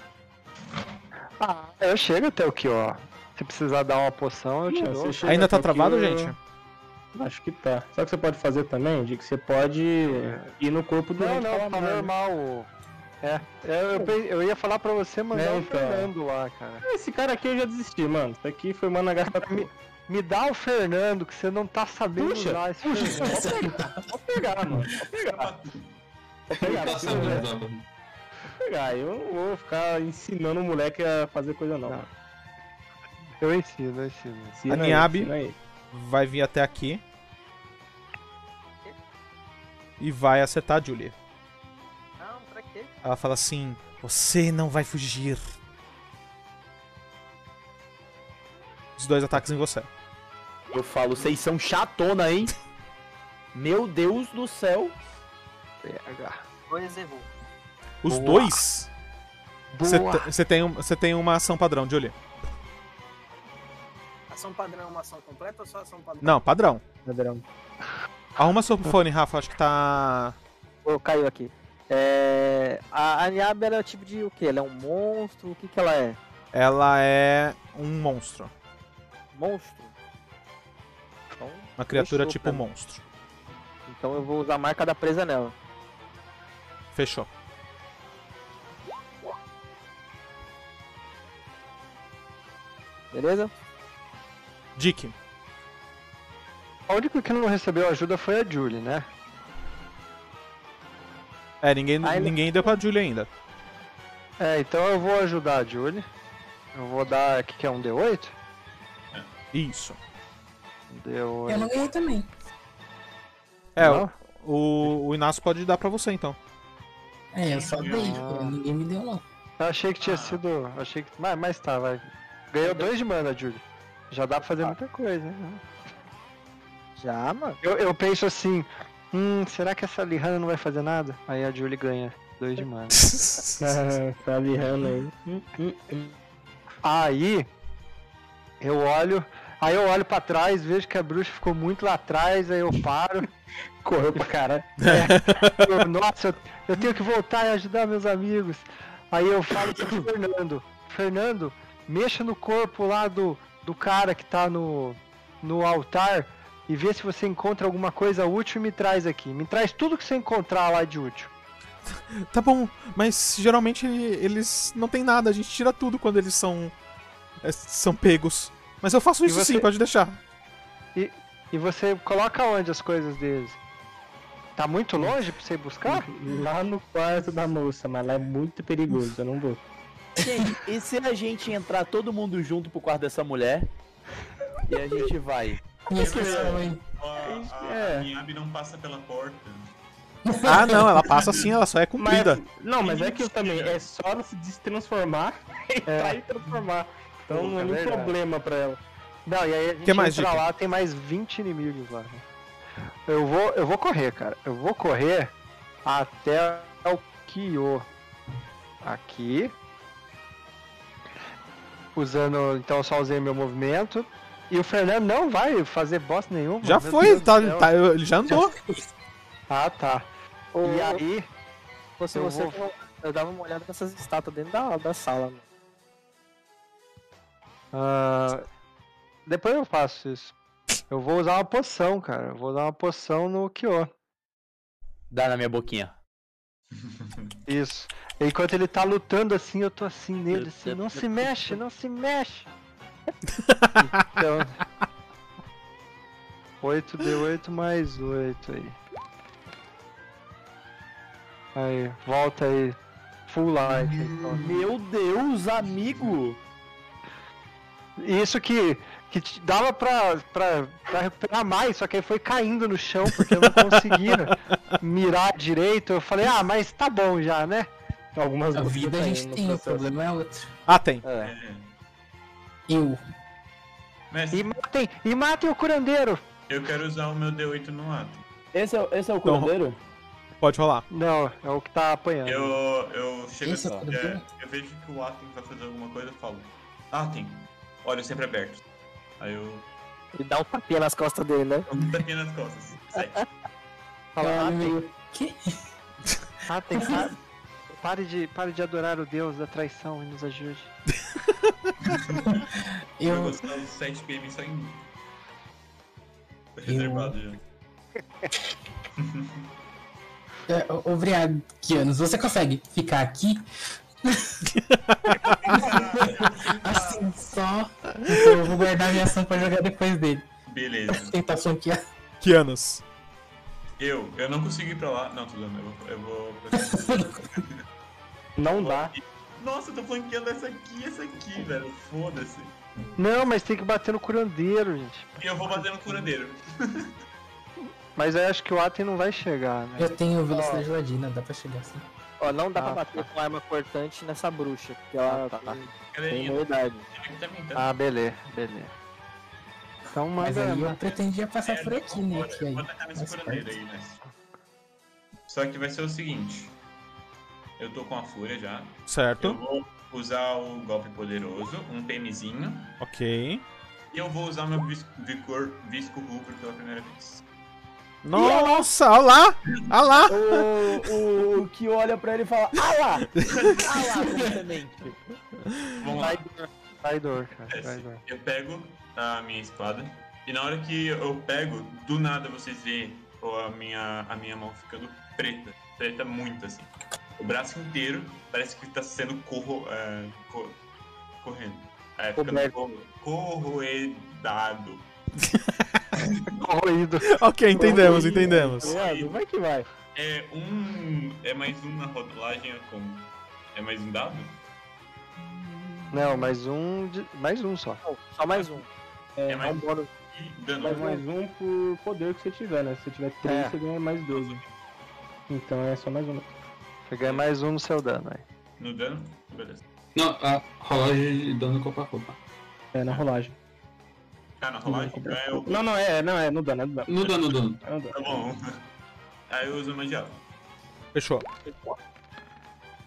Ah, eu chego até o que, ó. Se precisar dar uma poção, eu te Não, dou. você chega Ainda até tá o que travado, eu- gente? Acho que tá. Sabe o que você pode fazer também, Dick? Você pode É. ir no corpo do Não, Andy não, falar tá merda. normal. É, eu, eu pe- eu ia falar pra você mandar Não, o então. Fernando lá, cara. Esse cara aqui eu já desisti, mano. Isso aqui foi uma gasta Me- Me dá o Fernando, que você não tá sabendo Puxa, usar esse Fernando. pegar, mano. Tá sabendo, tá? Pegar. Eu não vou ficar ensinando o moleque a fazer coisa, não. Não. Eu ensino, eu ensino. Ensina A aí, Niabe. ensina aí. Vai vir até aqui. E vai acertar a Julia. Não, pra quê? Ela fala assim: Você não vai fugir. Os dois ataques em você. Eu falo, vocês são chatona, hein? Meu Deus do céu. PH. Dois errou. Os Boa. dois? Você Boa. te- Você tem, um- você tem uma ação padrão, Julia. Ação padrão é uma ação completa ou só ação padrão? Não, padrão. Padrão. Arruma seu fone, Rafa. Acho que tá. Ô, caiu aqui. É, A, a Niab ela é o tipo de o quê? Ela é um monstro? O que que ela é? Ela é um monstro. Monstro? Então, Uma criatura Fechou, tipo cara. monstro. então eu vou usar a marca da presa nela. Fechou. Beleza? Dick. A única que não recebeu ajuda foi a Julie, né? É, ninguém, Ah, ele- ninguém deu pra Julia ainda. É, então eu vou ajudar a Julie. Eu vou dar, que que é um D8? Isso. Um Eu D8. não ganhei também. É, Não? o, o Inácio pode dar pra você então. É, eu só dei, pô. Ninguém me deu, não. Eu achei que Ah. tinha sido, eu achei que, mas, mas tá, vai. Ganhou dois de mana, Julie. Já dá pra fazer muita coisa, hein? Ah. Já, mano. Eu, eu penso assim, hum, será que essa Lihana não vai fazer nada? Aí a Julie ganha dois <laughs> de mana. Ah, tá virando aí. Aí eu olho, aí eu olho pra trás, vejo que a bruxa ficou muito lá atrás, aí eu paro. Correu pra caralho. nossa, eu, eu tenho que voltar e ajudar meus amigos. Aí eu falo <coughs> pro Fernando, Fernando, mexa no corpo lá do, do cara que tá no, no altar e vê se você encontra alguma coisa útil e me traz aqui. Me traz tudo que você encontrar lá de útil. tá bom, mas geralmente eles não tem nada, a gente tira tudo quando eles são. é, são pegos. Mas eu faço E isso você- sim, pode deixar. E você coloca onde as coisas deles? Tá muito longe pra você buscar? <laughs> Lá no quarto da moça, mas lá é muito perigoso, eu não vou. Gente, e se a gente entrar todo mundo junto pro quarto dessa mulher? E a gente vai. Minha inscrição, hein? Ó, a, É. a Niab não passa pela porta. Ah, não, ela passa assim, ela só é Mas, cumprida. não, mas é aquilo também, é só ela se destransformar e sair e transformar. Então não é É nenhum verdade. problema pra ela. Não, e aí a gente Que mais, entra Dica? lá, tem mais 20 inimigos lá. né? Eu vou, eu vou correr, cara. Eu vou correr até o Kyo. Aqui. Usando, então eu só usei meu movimento. E o Fernando não vai fazer boss nenhum. Tá- Já foi, tá- tá- ele já andou. Ah, tá. Ô, E aí, Você, eu Tipo assim, você, um- vou- eu, dava uma olhada nessas estátuas dentro da, da sala. né? mano. Ah, depois eu faço isso. Eu vou usar uma poção, cara. Eu vou dar uma poção no Kyo. Dá na minha boquinha. Isso. Enquanto ele tá lutando assim, eu tô assim nele, assim, não se mexe, não se mexe. Então. 8 d 8 mais 8 aí. Aí, volta aí. Full life. então. Meu Deus, amigo! Isso que, que te- dava pra, pra, pra recuperar mais, só que aí foi caindo no chão porque eu não conseguia <laughs> mirar direito. Eu falei, ah, mas tá bom já, né? Algumas A gotas vida a gente caindo no tem, o processo. problema é outro. Ah, tem. É. Eu. Mestre, E matem, e matem o curandeiro! eu quero usar o meu D8 no ato. Esse é, o- esse é o Então- curandeiro? Pode rolar. Não, é o que tá apanhando. Eu, eu chego Esse é o assim, curandeiro? é, eu vejo que o Atem vai fazer alguma coisa, eu falo, Atem, olha sempre aberto. Aí eu E dá um tapinha nas costas dele, né? dou um tapinha nas costas. Sete. Fala, Caralho, matem, eu- Que? Ah, matem, matem. Pare de, pare de adorar o deus da traição e nos ajude. Eu Eu. vou gastar os 7 PM só em mim. Tô reservado já. é, ô- Ô, Vriagianos, você consegue ficar aqui? assim, só. Então eu vou guardar minha ação pra jogar depois dele. Beleza. Tentar flanquear. Que anos? Eu, eu não consigo ir pra lá. Não, tudo bem, eu vou. Eu vou... Não dá. Nossa, eu tô flanqueando essa aqui e essa aqui, velho. Foda-se. Não, mas tem que bater no curandeiro, gente. E eu vou bater no curandeiro. Mas aí acho que o Atem não vai chegar, né? Eu tenho velocidade ladina, dá pra chegar assim. Ó, não dá pra Ah, bater com arma cortante nessa bruxa, porque ela tá. tem- tem Cadê ele? imunidade. Ele tá me Ah, beleza, beleza. Então Mas manda. aí eu pretendia passar por aqui, né? Bora, Que aí. Vou atacar nesse faz curandeiro aí, né? Só que vai ser o seguinte. Eu tô com a fúria já. Eu Certo. vou usar o golpe poderoso, um PMzinho. Ok. E eu vou usar meu vis- vigor visco rubro pela primeira vez. Nossa, olha lá! Olha lá! O, o, o que olha pra ele e fala, ah lá! Ah lá, completamente. Vamos lá. Traidor, traidor, cara. Traidor. Eu pego a minha espada. E na hora que eu pego, do nada vocês veem ó, a minha, a minha mão ficando preta. Preta muito assim. O braço inteiro parece que tá sendo corro, é, co- correndo. É, ficando Coberto. corro, corroedado. Corroído. Ok, entendemos, entendemos. Leandro, vai que vai. É um. É mais um na rodagem, é como? É mais um dado? Não, mais um. de- Mais um só. Não, só mais um. É, mais um bônus. dano. Mais mais um por poder que você tiver, né? Se você tiver três, É. você ganha mais 12. Então é só mais um. Você ganha mais um no seu dano aí. No dano? Beleza. Não, a rolagem de dano copa a copa. É na rolagem. Ah, na rolagem? Então é o. um. Não, não, é, não, é no dano, é no dano. No dano, dano. É no dano. Tá bom. Aí eu uso o magia. Fechou.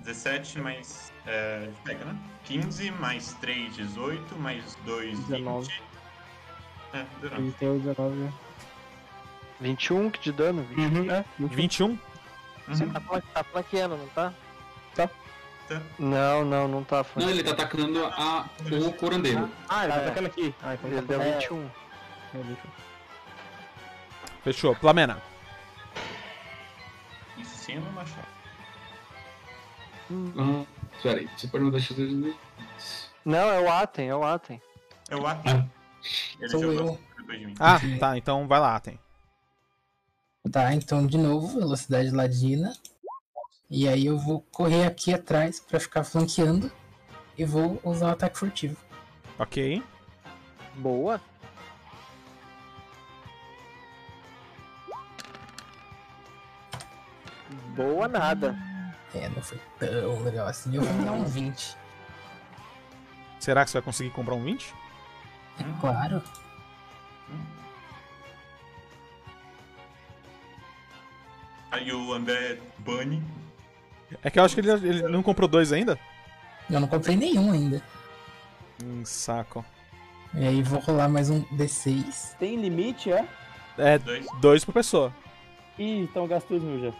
17 mais. É, pega, né? 15 mais 3, 18, mais 2, 19. 20. É, durante. Ele tem o 19. né? 21 de dano? 20. É, 21? Uhum. Tá, flan- tá flanqueando, não tá? Não, não, não tá Não, falando. ele tá atacando a, o curandeiro. Ah, ele Ah, tá é. atacando aqui. Ah, então Ele tá deu bom. 21. É, deixa eu- Fechou. Plamena. Em cima, machado. Ah, Peraí, você pode mudar né? x de Não, é o Atem, é o Atem. Eu ato. Ah. Ele Sou jogou eu. depois de mim. Ah, tá, então vai lá, Atem. Tá, então de novo, velocidade ladina. E aí eu vou correr aqui atrás pra ficar flanqueando. E vou usar o ataque furtivo. Ok. Boa. Boa nada. É, não foi tão legal assim. Eu vou dar um 20. Será que você vai conseguir comprar um 20? É claro. Aí o André Bunny. É que eu acho que ele, ele não comprou dois ainda. Eu não comprei nenhum ainda. Hum, saco. E aí vou rolar mais um D6. Tem limite, é? É, Dois. dois por pessoa. Ih, então gasta os mil já.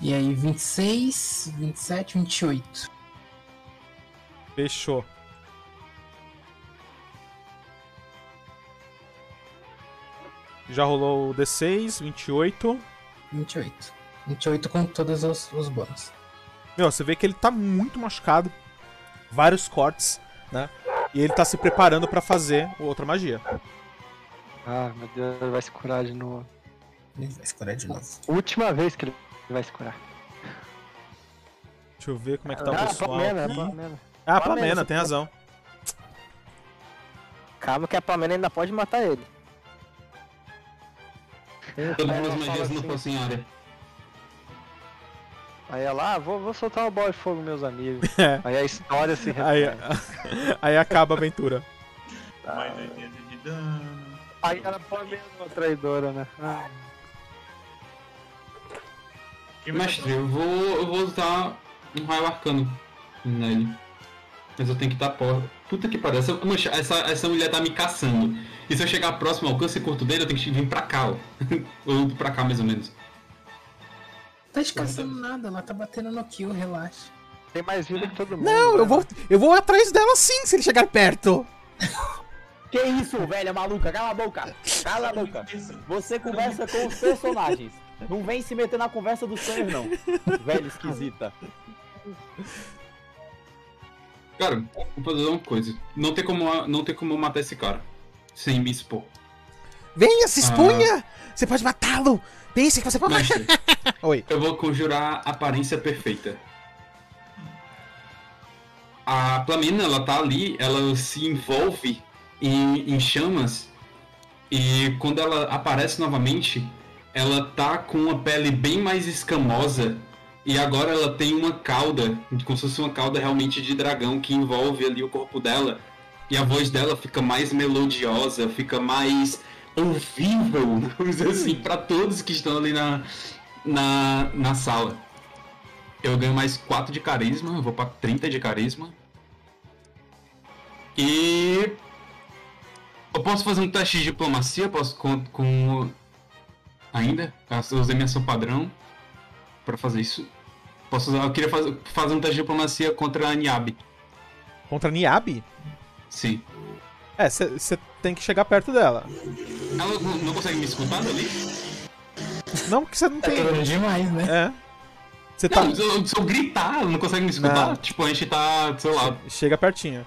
E aí, 26, 27, 28. Fechou. Já rolou o D6, 28. 28. 28 com todos os, os bônus. Meu, você vê que ele tá muito machucado. Vários cortes, né? E ele tá se preparando pra fazer outra magia. Ah, meu Deus, ele vai se curar de novo. Ele vai se curar de novo. Última vez que ele vai se curar. Deixa eu ver como é que tá o ah, pessoal. Pamela, aqui. Pamela. Ah, Pamela, Pamena, você tem razão. Calma que a Pamela ainda pode matar ele. Todas as magias não fossem hora. Aí ela, ah, vou, vou soltar uma bola de fogo, meus amigos. <laughs> É. Aí a história se Aí, <laughs> repete. aí acaba a aventura. Mais 80 de dano. Aí ela foi mesmo uma traidora, né? Ah, Quem vai Mestre, eu vou, eu vou usar um raio arcano nele. Mas eu tenho que estar por. Puta que pariu, essa, mancha, essa, essa mulher tá me caçando. E se eu chegar próximo ao alcance curto dele, eu tenho que vir pra cá, ó. <laughs> Ou pra cá, mais ou menos. Tá descansando nada, ela tá batendo no kill, relaxa. tem mais vida que todo mundo. Não, eu né? vou, eu vou atrás dela sim, se ele chegar perto. Que isso, velha maluca? Cala a boca! Cala a boca! Isso. Você conversa com os personagens. Não vem se meter na conversa dos sonhos, não. Velha esquisita. Cara, vou fazer uma coisa. Não tem como, não tem como eu matar esse cara. Sem me expor. Venha, Ah. se expunha! Você pode matá-lo! Pense que você pode matá Mestre. Oi. Eu vou conjurar a aparência perfeita. A Plamina, ela tá ali, ela se envolve em, em chamas. E quando ela aparece novamente, ela tá com uma pele bem mais escamosa. E agora ela tem uma cauda, como se fosse uma cauda realmente de dragão, que envolve ali o corpo dela. E a voz dela fica mais melodiosa, fica mais ouvível, <laughs> vamos dizer assim, pra todos que estão ali na, na, na sala. Eu ganho mais 4 de carisma, eu vou pra 30 de carisma. E. Eu posso fazer um teste de diplomacia? Posso com. com... Ainda? Eu usei minha ação padrão pra fazer isso. Posso usar, eu queria faz- fazer um teste de diplomacia contra a Niabi. Contra Niabi? Sim. É, você tem que chegar perto dela. Ela não não consegue me escutar ali? Não, porque você não Tá tem. durando demais, né? É. Você tá. Não, se eu, se eu gritar, ela não consegue me escutar? Não. Tipo, a gente tá, sei lá, Chega pertinho.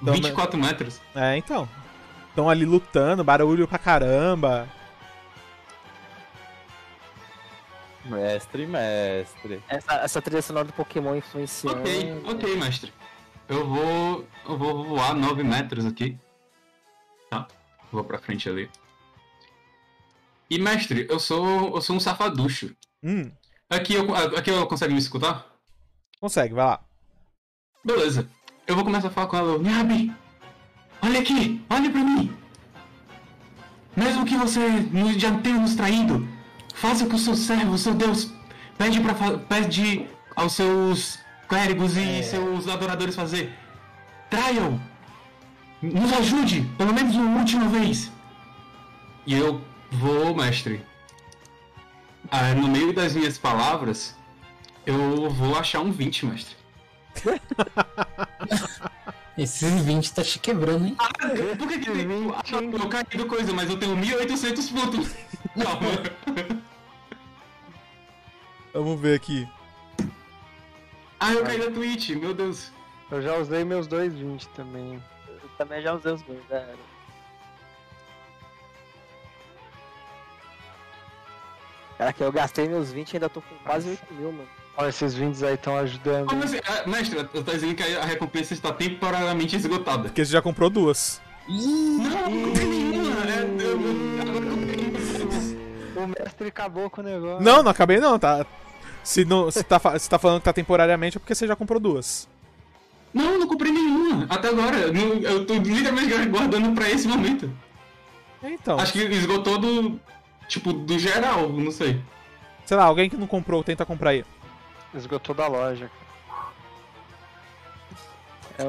Então, 24 metros. É, então. Estão ali lutando, barulho pra caramba. Mestre, mestre. Essa, essa trilha sonora do Pokémon influenciou. Ok, ok, mestre. Eu vou. Eu vou voar 9 metros aqui. Tá? Vou pra frente ali. E mestre, eu sou. eu sou um safaducho. Hum, Aqui eu, aqui eu consigo me escutar? consegue, vai lá. Beleza. Eu vou começar a falar com ela. Nhabi! Olha aqui! Olha pra mim! Mesmo que você nos- já tenha nos traído, faça o que o seu servo, o seu Deus, pede, pra, fa- pede aos seus clérigos e seus adoradores fazer. Traiam! Nos ajude, pelo menos uma última vez! E eu vou, mestre. Ah, no meio das minhas palavras, eu vou achar um 20, mestre. Esses 20 tá te quebrando, hein? Por que que tem? Ah, Eu caí do coisa, mas eu tenho 1800 pontos. <laughs> Não. Vamos ver aqui. Ah, eu caí da Twitch, meu Deus. Eu já usei meus dois 20 também. Eu também já usei os meus, né? Caraca, eu gastei meus 20 e ainda tô com quase 8 mil, mano. Olha, esses 20 aí estão ajudando. Ah, mas, ah, mestre, eu tô dizendo que a recompensa está temporariamente esgotada. Porque você já comprou duas. Não, não tem nenhuma. É, eu, eu- agora eu tenho. O mestre acabou com o negócio. Não, não acabei não, tá? Se, não, se, tá, fa- se tá falando que tá temporariamente é porque você já comprou duas. Não, não comprei nenhuma. Até agora. Não- eu tô literalmente guardando pra esse momento. Então, Acho que esgotou do. Tipo, do geral, não sei. sei lá, alguém que não comprou, tenta comprar aí. Esgotou da loja. cara.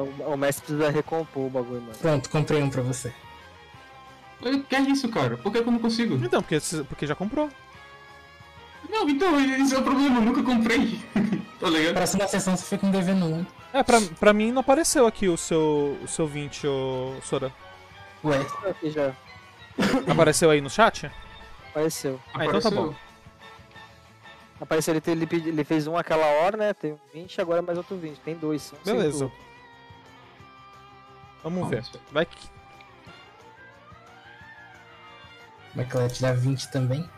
É, o, o mestre precisa recompor o bagulho, mano. Pronto, comprei um pra você. Eu- Que é isso, cara? Por que, que eu não consigo? Então, porque, você- porque já comprou. Não, então, esse é o problema, eu nunca comprei. <laughs> tá ligado? ah, Próxima sessão você fica me devendo um. É, pra, pra mim não apareceu aqui o seu, o seu 20, ô Sora. Ué, Tá Aqui já Apareceu aí no chat? apareceu. Ah, então tá bom. Apareceu, ele, te- ele, pedi- ele fez um aquela hora, né? Tem 20, agora mais outro 20. Tem dois. são cinco. Beleza. Vamos ver. Vai que. Como é que ela vai tirar 20 também?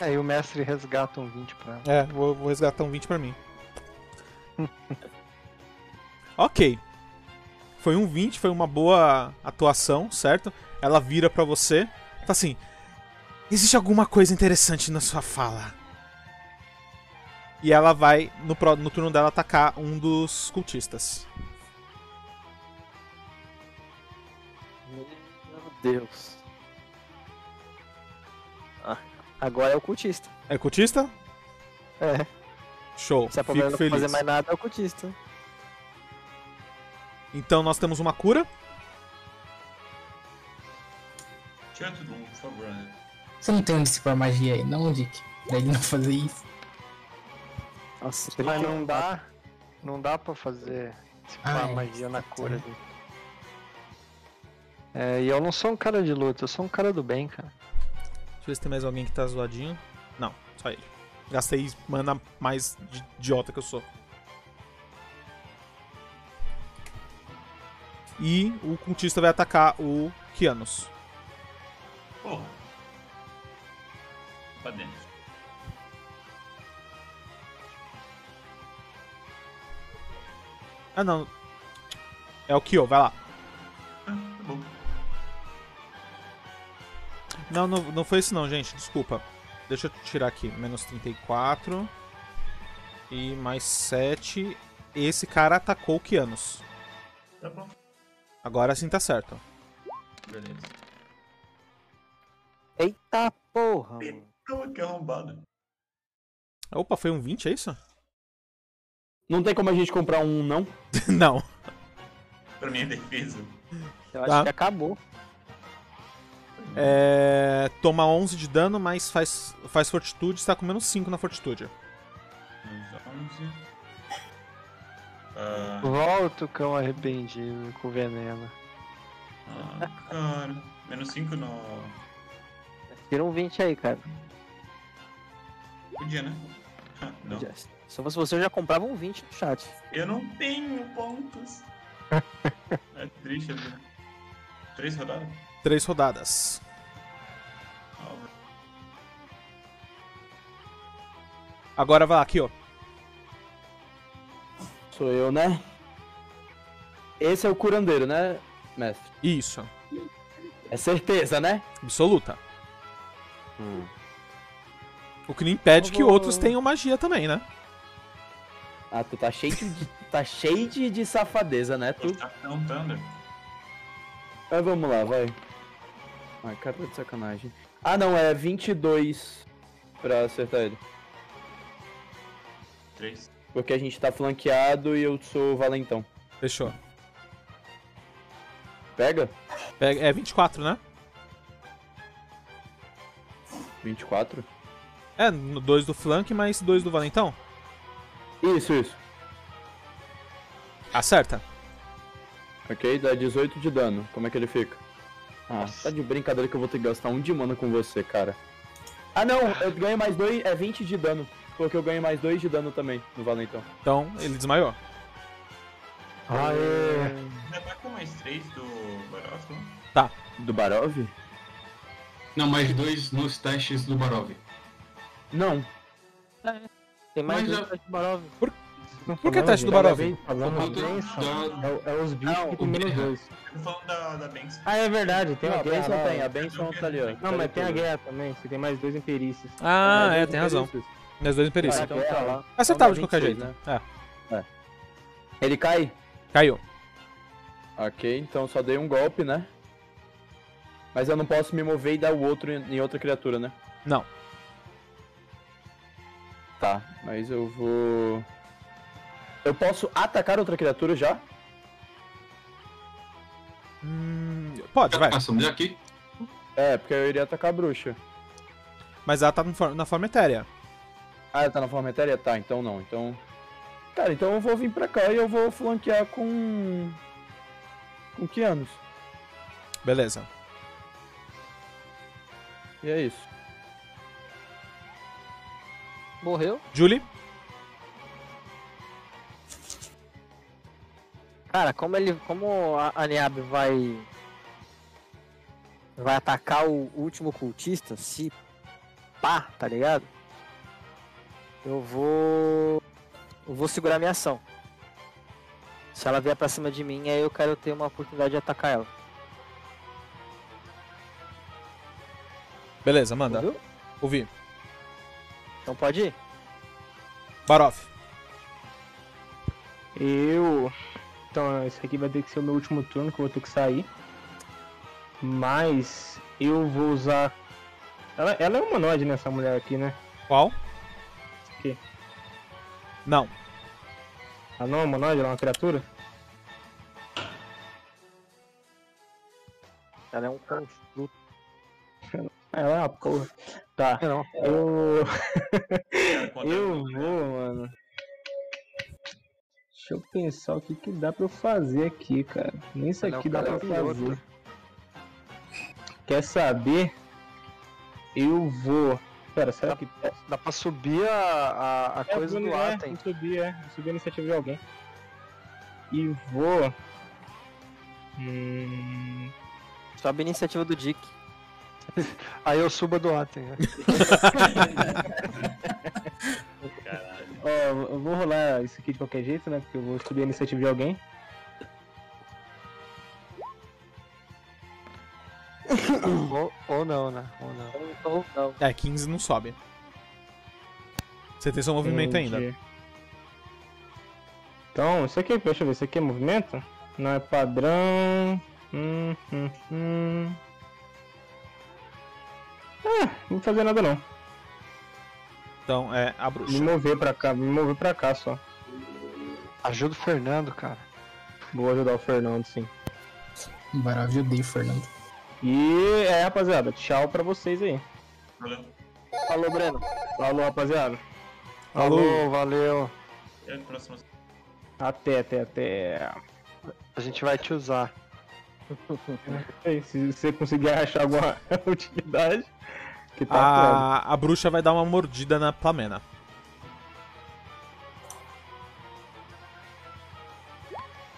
Aí É, o mestre resgata um 20 pra ela. É, vou, vou resgatar um 20 pra mim. <laughs> ok. Foi um 20, foi uma boa atuação, certo? Ela vira pra você. Tá assim. Existe alguma coisa interessante na sua fala. E ela vai, no, pró- no turno dela, atacar um dos cultistas. Meu Deus. Ah, agora é o cultista. É cultista? É. Show. Se a Palmeira Fico não for fazer feliz. mais nada, é o cultista. Então nós temos uma cura. Tira tudo, por favor, né? Você não tem onde dissipar magia aí, não, Dick? Pra ele não fazer isso. Nossa, Mas não dá. Não dá pra fazer Ah, dissipar é. magia na cura dele. É, e eu não sou um cara de luta, eu sou um cara do bem, cara. Deixa eu ver se tem mais alguém que tá zoadinho. Não, só ele. Gastei mana mais de idiota que eu sou. E o cultista vai atacar o Kianos. Porra. Pra dentro. Ah, não. É o Kyo, vai lá. Tá bom. Não, não, não foi isso não, gente. Desculpa. Deixa eu tirar aqui. Menos 34. E mais 7. Esse cara atacou o Kianos. Tá bom. Agora sim tá certo. Beleza. Eita porra, mano. Então, que arrombado. Opa, foi um 20, é <laughs> isso? Não tem como a gente comprar um, não? não. Pra minha defesa. Tá. Eu acho que acabou. É, toma 11 de dano, mas faz, faz fortitude, está com menos 5 na fortitude. Menos 11. Ah, Volta o cão arrependido com veneno. ah, cara. Menos 5 no. Tira um 20 aí, cara. Podia, né? Ah, não. Já- Se eu fosse você, eu já comprava um 20 no chat. Eu não tenho pontos. é triste, né? Três rodadas? 3 rodadas. Ah, Agora vai lá, aqui, ó. Sou eu, né? Esse é o curandeiro, né, mestre? Isso. É certeza, né? Absoluta. Hum. O que não impede que outros tenham magia também, né? Ah, tu tá cheio de, tá cheio de, de safadeza, né, tu? Tá contando. Mas É, vamos lá, vai. Ai, cara tá de sacanagem. Ah, não, é 22 pra acertar ele. Três. Porque a gente tá flanqueado e eu sou valentão. Fechou. Pega? Pega- É 24, né? 24? É, 2 do flank, mais 2 do então? valentão. Isso, isso. Acerta. Ok, dá 18 de dano. Como é que ele fica? Ah, tá de brincadeira que eu vou ter que gastar um de mana com você, cara. Ah, não, eu ganho mais dois, é 20 de dano. Porque eu ganho mais dois de dano também no valentão. Então, ele desmaiou. Aê! Já tá com mais três do Barof, né? Do Barov? Não, mais dois nos testes do Barov. Não. Tem mais Mas um já- chat de Barov. Por que teste do Barov? é Eu tô- da- É, os bichos que tem menos dois. Eu tô falando da, da Benz. <laughs> Ah, é verdade. Tem não, a guerra. Benção tem, a Benção tá ali, ó. Não, mas tem a guerra também. Você tem mais dois imperícios. Ah, é, tem razão. Meus dois Ah, imperícios. então tá lá. Acertava de Então qualquer dá jeito. 26, É, Ele cai? caiu. Ok, então só dei um golpe, né? Mas eu não posso me mover e dar o outro em em outra criatura, né? Não. Tá, mas eu vou. Eu posso atacar outra criatura já? Hum, pode, vai. Hum, Passamos aqui. É, porque eu iria atacar a bruxa. Mas ela tá no for- na forma etérea. Ah, ela tá na forma etérea? Tá, então não. Então. Cara, então eu vou vir pra cá e eu vou flanquear com. Com que anos? Beleza. E é isso. Morreu? Julie? Cara, como ele. Como a Aniab vai. Vai atacar o último cultista, se pá, tá ligado? Eu vou. Eu vou segurar minha ação. Se ela vier pra cima de mim, aí eu quero ter uma oportunidade de atacar ela. Beleza, manda. Ouviu? Ouvi. Então pode ir? Barof. Eu. Então, esse aqui vai ter que ser o meu último turno que eu vou ter que sair. Mas eu vou usar. Ela, ela é humanoide nessa mulher aqui, né? Qual? Aqui. Não. Ela não é humanoide, ela é uma criatura? Ela é um construto. <laughs> Ela é uma porra. Tá. É, Não. Eu. É, Quando Eu vou, <laughs> mano. Deixa eu pensar o que, que dá pra eu fazer aqui, cara. Nem isso Olha, o aqui dá cara pra é piloto. fazer. Quer saber? Eu vou. Pera, será que. Dá pra subir a, a, a É, coisa vou- Tá do é, Atem. vou subir, é. Vou subir a iniciativa de alguém. E vou. Hum... Sobe a iniciativa do Dick. Aí eu subo a do Atem. né? Caralho. Ó, eu vou rolar isso aqui de qualquer jeito, né? Porque eu vou subir a iniciativa de alguém. ou, ou não, né? Ou não. Ou não. É, 15 não sobe. Você tem seu movimento ainda. Entendi. Então, isso aqui, deixa eu ver, isso aqui é movimento? Não é padrão. Hum, hum, hum. Ah, não vou fazer nada não. Então é a Me bruxa. mover pra cá, me mover pra cá só. Ajuda o Fernando, cara. Vou ajudar o Fernando, sim. Barov, eu odeio, Fernando. E é, rapaziada, tchau pra vocês aí. Valeu. Falou, Breno. Falou, rapaziada. Alô. Alô, valeu. Até a próxima. Até, até, até. A gente vai te usar. Ei, Se você conseguir achar alguma <laughs> utilidade, que tá foda. A, a bruxa vai dar uma mordida na Plamena.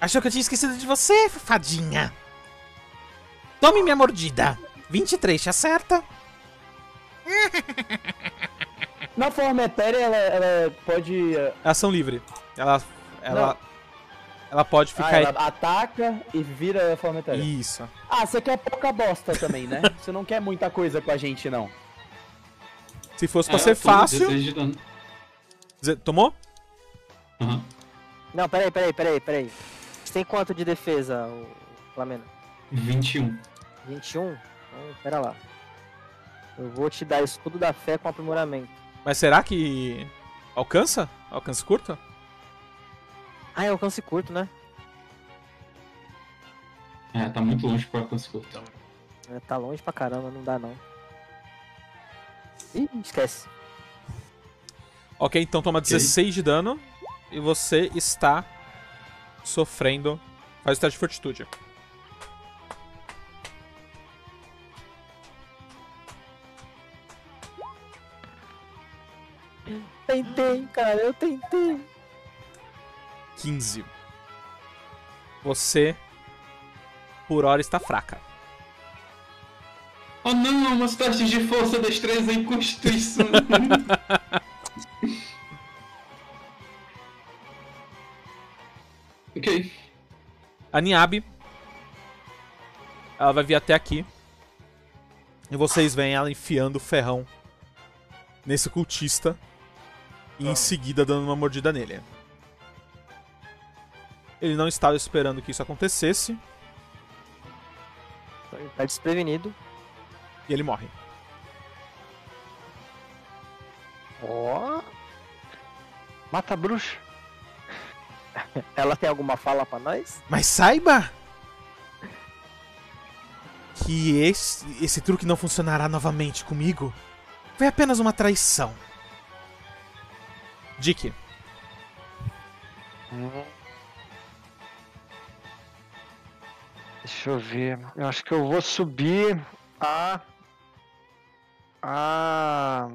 Achou que eu tinha esquecido de você, fadinha? Tome minha mordida. 23, te acerta? Na forma etérea, ela, ela pode. ah, eh, É Ação livre. Ela. Ela. Ela pode Ah, ficar. ela ataca e vira a forma etérea. Isso. Ah, você quer pouca bosta também, né? Você não quer muita coisa com a gente, não. Se fosse É, pra ser eu tomo fácil. 16 de dano. Ze- Tomou? Aham. Não, peraí, peraí, peraí, peraí. Você tem quanto de defesa, o Flamengo? 21. 21? Então, pera lá. Eu vou te dar escudo da fé com aprimoramento. Mas será que. Alcança? Alcance curto? Ah, é alcance curto, né? É, tá muito longe pra conseguir. É, Tá longe pra caramba, não dá não. Ih, esquece. Ok, então toma 16 de dano. E você está sofrendo. Faz o teste de fortitude. Tentei, cara, eu tentei. 15. Você. Por hora está fraca. Oh não, meus testes de força, destreza e constituição. <laughs> ok. A Niabe. Ela vai vir até aqui. E vocês veem ela enfiando o ferrão nesse cultista. E em Ah. seguida dando uma mordida nele. Ele não estava esperando que isso acontecesse. Então, ele Tá desprevenido. E ele morre. Ó. Mata a bruxa. <laughs> Ela tem alguma fala pra nós? Mas saiba! Que esse, esse truque não funcionará novamente comigo. Foi apenas uma traição. Dick. Deixa eu ver. Eu acho que eu vou subir a. A.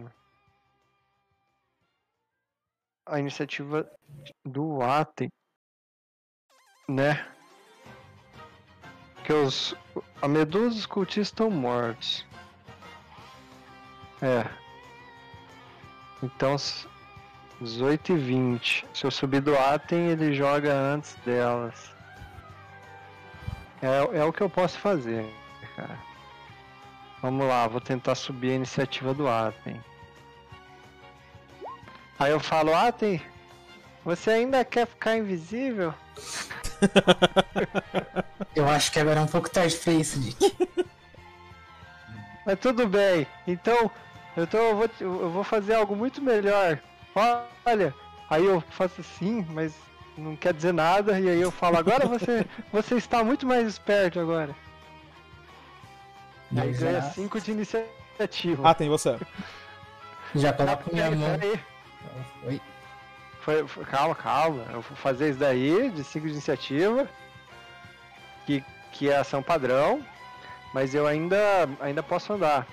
A iniciativa do Atem. Né? Porque os. A Medusa e os cultistas estão mortos. É. Então. s- 18 e 20. Se eu subir do Atem, ele joga antes delas. É, é o que eu posso fazer, cara. Vamos lá, vou tentar subir a iniciativa do Atem. Aí eu falo, Atem, você ainda quer ficar invisível? Eu acho que agora é um pouco tarde pra isso, Dick. Mas tudo bem, então eu, tô- eu vou, te- eu vou fazer algo muito melhor. Olha, aí eu faço assim, mas não quer dizer nada, e aí eu falo, agora <laughs> você, você está muito mais esperto agora. Aí Mas ganha já- 5 de iniciativa. Ah, tem você. Já coloco minha Peraí, mão. peraí. Oi. Foi- foi- calma, calma. Eu vou fazer isso daí de ciclo de iniciativa, que, que é ação padrão, mas eu ainda, ainda posso andar.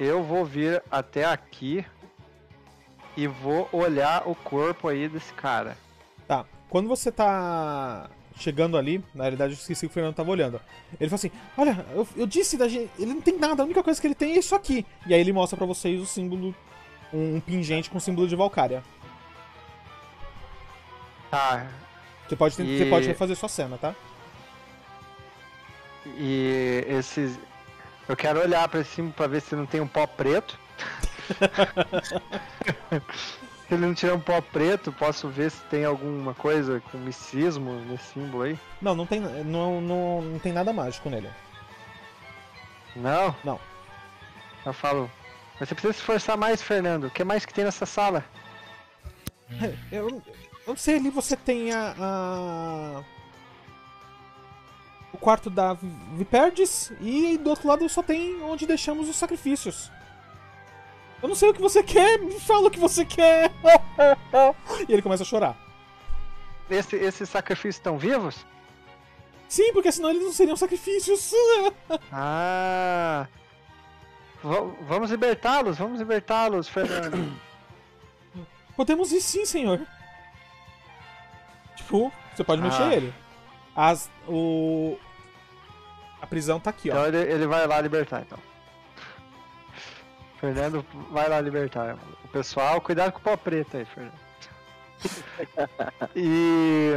Eu vou vir até aqui e vou olhar o corpo aí desse cara. Tá. Quando você tá chegando ali, na realidade eu esqueci que o Fernando tava olhando. Ele fala assim: Olha, eu, eu disse da gente. Ele não tem nada, a única coisa que ele tem é isso aqui. E aí ele mostra pra vocês o símbolo. Um, um pingente com o símbolo de Valkyria. Tá. Você pode, tent- E- você pode refazer sua cena, tá? E esses. Eu quero olhar pra cima pra ver se não tem um pó preto. se ele não tiver um pó preto, posso ver se tem alguma coisa com micismo nesse símbolo aí. Não, não tem, não, não, não tem nada mágico nele. Não? Não. Eu falo. Você precisa se esforçar mais, Fernando. O que mais que tem nessa sala? Eu, eu não sei, ali você tem a. a- O quarto da Vi- Viperdes e do outro lado só tem onde deixamos os sacrifícios. Eu não sei o que você quer, me fala o que você quer! <laughs> e ele começa a chorar. Esse, esses sacrifícios estão vivos? Sim, porque senão eles não seriam sacrifícios! Ah. Va- vamos libertá-los, vamos libertá-los, Fernando. Podemos ir sim, senhor. Tipo, você pode Ah. mexer ele. As. O. A prisão tá aqui, ó. Então ele, ele vai lá libertar, então. Fernando, vai lá libertar o pessoal. Cuidado com o pau preto aí, Fernando. e,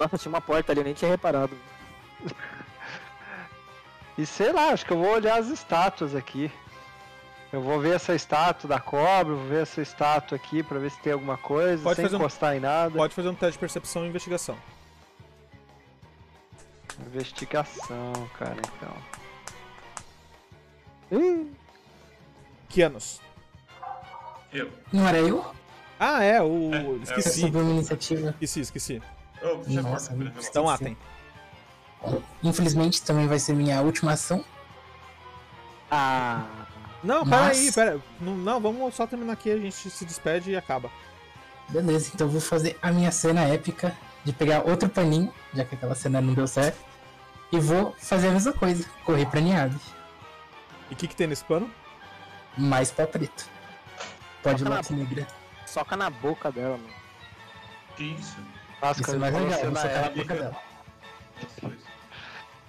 Nossa, tinha uma porta ali, eu nem tinha reparado. e sei lá, acho que eu vou olhar as estátuas aqui. Eu vou ver essa estátua da cobra, vou ver essa estátua aqui pra ver se tem alguma coisa, Pode sem fazer um- encostar em nada. Pode fazer um teste de percepção e investigação. Investigação, cara, então. Que anos? Eu. Não era eu? Ah, é, o. Eu esqueci, subi uma iniciativa. esqueci, esqueci. Oh, puxa a Nossa, porta, Fernando. muito Então, Atem. Infelizmente também vai ser minha última ação. Ah, Não, Nossa. peraí, peraí. Não, não, vamos só terminar aqui, a gente se despede e acaba. Beleza, então eu vou fazer a minha cena épica de pegar outro paninho, já que aquela cena não deu certo. E vou fazer a mesma coisa, correr pra Niave. E o que, que tem nesse pano? Mais pau preto. Pode ir lá, negra. soca na boca dela, mano. Que isso? Nossa, Isso é quando mais ele, falou assim, legal, cena vou socar na épica, boca dela.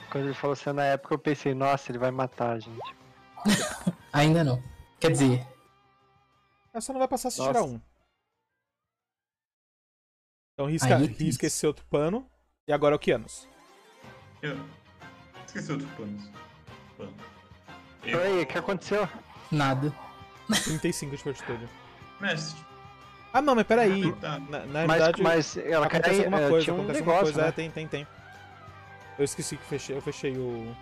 quando ele falou cena época, eu pensei, nossa, ele vai matar a gente. Ainda não. Quer dizer, Essa não vai passar se Nossa. tirar um. Então risca, Aí, risca esse outro pano. E agora é o Kianos. Eu. Esqueci outro pano. Pano. Eu. Peraí, o que aconteceu? nada. 35 de fortitude. Mestre. Ah, não, mas peraí. Tá. Na, na Mas, verdade, mas ela cai, acontece alguma é, coisa. tinha um acontece alguma negócio, coisa. né? É, tem, tem, tem. Eu esqueci que fechei, eu fechei o.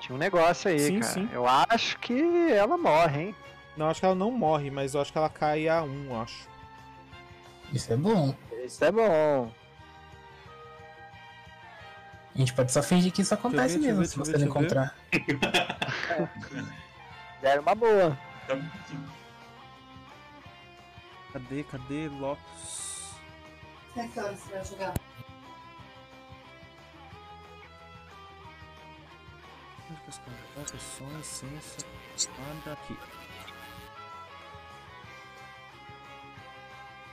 Tinha um negócio aí, é. Sim, cara. sim. Eu acho que ela morre, hein? Não, acho que ela não morre, mas eu acho que ela cai a 1, eu acho. Isso é bom. Isso é bom. A gente pode só fingir que isso acontece Deixa eu ver, deixa mesmo, eu se ver, você não deixa eu ver. encontrar. Era uma boa. Tá bonitinho. Cadê, cadê, Lopes? Até que hora você vai jogar? Marcas, contratar, pessoa, licença, nada aqui.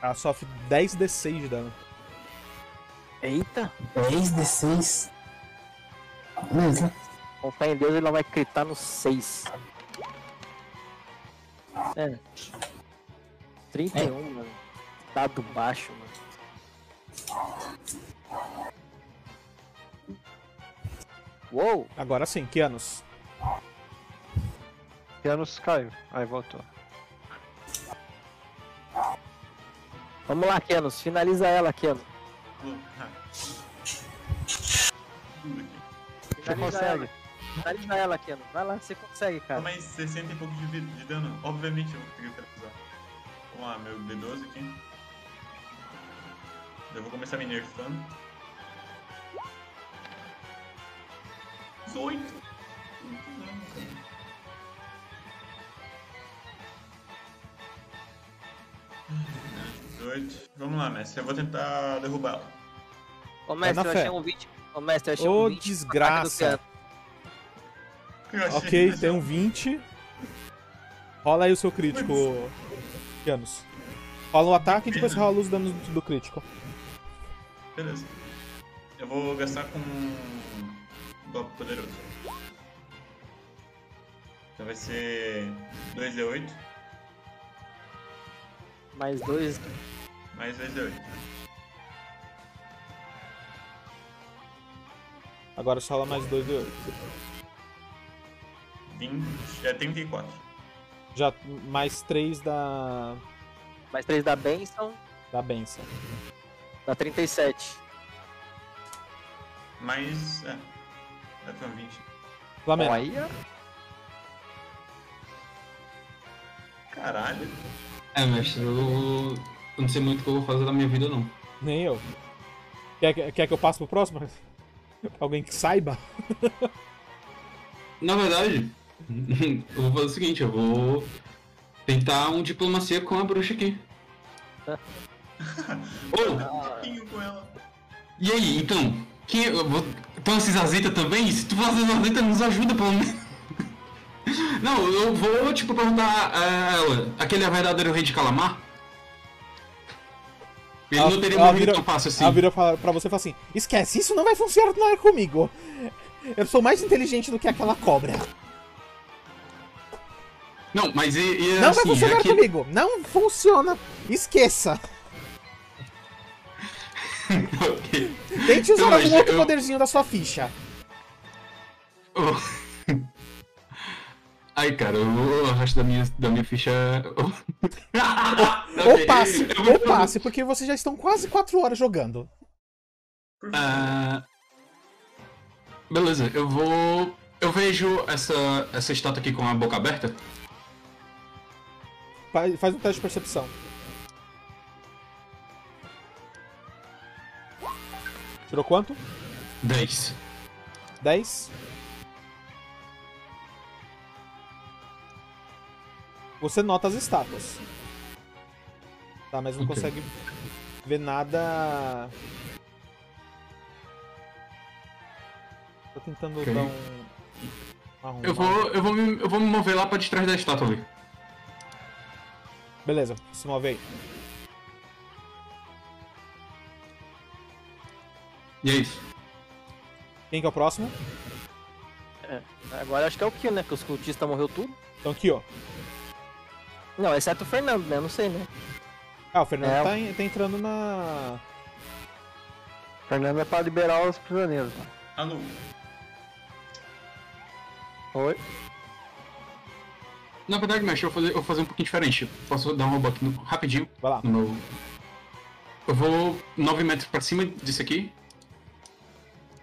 Ela sofre 10d6 de dano. Eita, É 3d6. Beleza. confiar em Deus, ele não vai critar no 6. É. 31, mano. É. Dado baixo, mano. Uou! Agora sim, que anos? Janus caiu. Aí voltou. Vamos lá, Kenos. Finaliza ela, Kenos. Você consegue. Finaliza ela, Kenos. Vai lá, você consegue, Tá cara. mais 60 e pouco de, vida, de dano. Obviamente eu vou conseguir finalizar. Vamos lá, meu D12 aqui. Eu vou começar me nerfando. 18! Muito dano, cara. Dezoito. Vamos lá, mestre. Eu vou tentar derrubá-la. Ô, mestre, Vai na eu fé. achei um 20. Ô, mestre, eu achei Ô, um 20. desgraça. Ataque do Kenos. Eu achei- Ok, tem um 20. Rola aí o seu crítico, Janus. Rola o ataque e depois você rola os danos do crítico. Beleza. Eu vou gastar com um golpe poderoso. Então vai ser 2d8 Mais dois. mais 2d8. Agora você rola mais 2 de 8. 20, é 34. Já mais 3 da, Mais três da Benção. da benção. Dá 37. Mais. É. É com 20. Então Flamengo. Olha. Caralho. É, mestre, eu, eu não sei muito o que eu vou fazer da minha vida, não. Nem eu. Quer, que- quer que eu passe pro próximo? <laughs> Pra Alguém que saiba? Na verdade, <laughs> eu vou fazer o seguinte, eu vou tentar um diplomacia com a bruxa aqui. Ô, Pouquinho com ela. e aí, então? Quem, eu vou, então esses azitas também? Se tu for azitas, nos ajuda pelo menos. <laughs> Não, eu vou, tipo, perguntar a ela, aquele é o verdadeiro rei de Calamar? Ele Ela- não teria ela morrido Ah, vira- tão fácil assim. Ela vira pra, pra você e fala assim: esquece, isso não vai funcionar comigo. Eu sou mais inteligente do que aquela cobra. Não, mas e, e não vai assim, já funcionar que- comigo. Não funciona. Esqueça. <laughs> Ok. Tente usar Não, mas algum outro Então eu- poderzinho da sua ficha. Oh. <laughs> Ai, cara, o o resto da minha, da minha ficha. <laughs> Ou passe, Então Eu vou- ou passe, porque vocês já estão quase 4 horas jogando. Ah, beleza, eu vou. Eu vejo essa, essa estátua aqui com a boca aberta. Fa- Faz um teste de percepção. Tirou quanto? 10. 10? Você nota as estátuas. Tá, mas não Ok. consegue ver nada. Tô tentando Ok. dar um. arrumar. Eu vou, eu, vou me, eu vou me mover lá pra detrás da estátua ali. Beleza, se move aí. E é isso. Quem que é o próximo? Agora acho que é o kill, né? Porque os cultistas morreu tudo. Então aqui, ó. Não, exceto o Fernando, né? Não sei, né? Ah, o Fernando É. tá, en- tá entrando na. Fernando é pra liberar os prisioneiros. né? Alô. Oi. Na verdade, mestre, eu vou fazer, eu vou fazer um pouquinho diferente. Posso dar um robô aqui no- rapidinho Vai lá. no meu. Eu vou 9 metros pra cima disso aqui.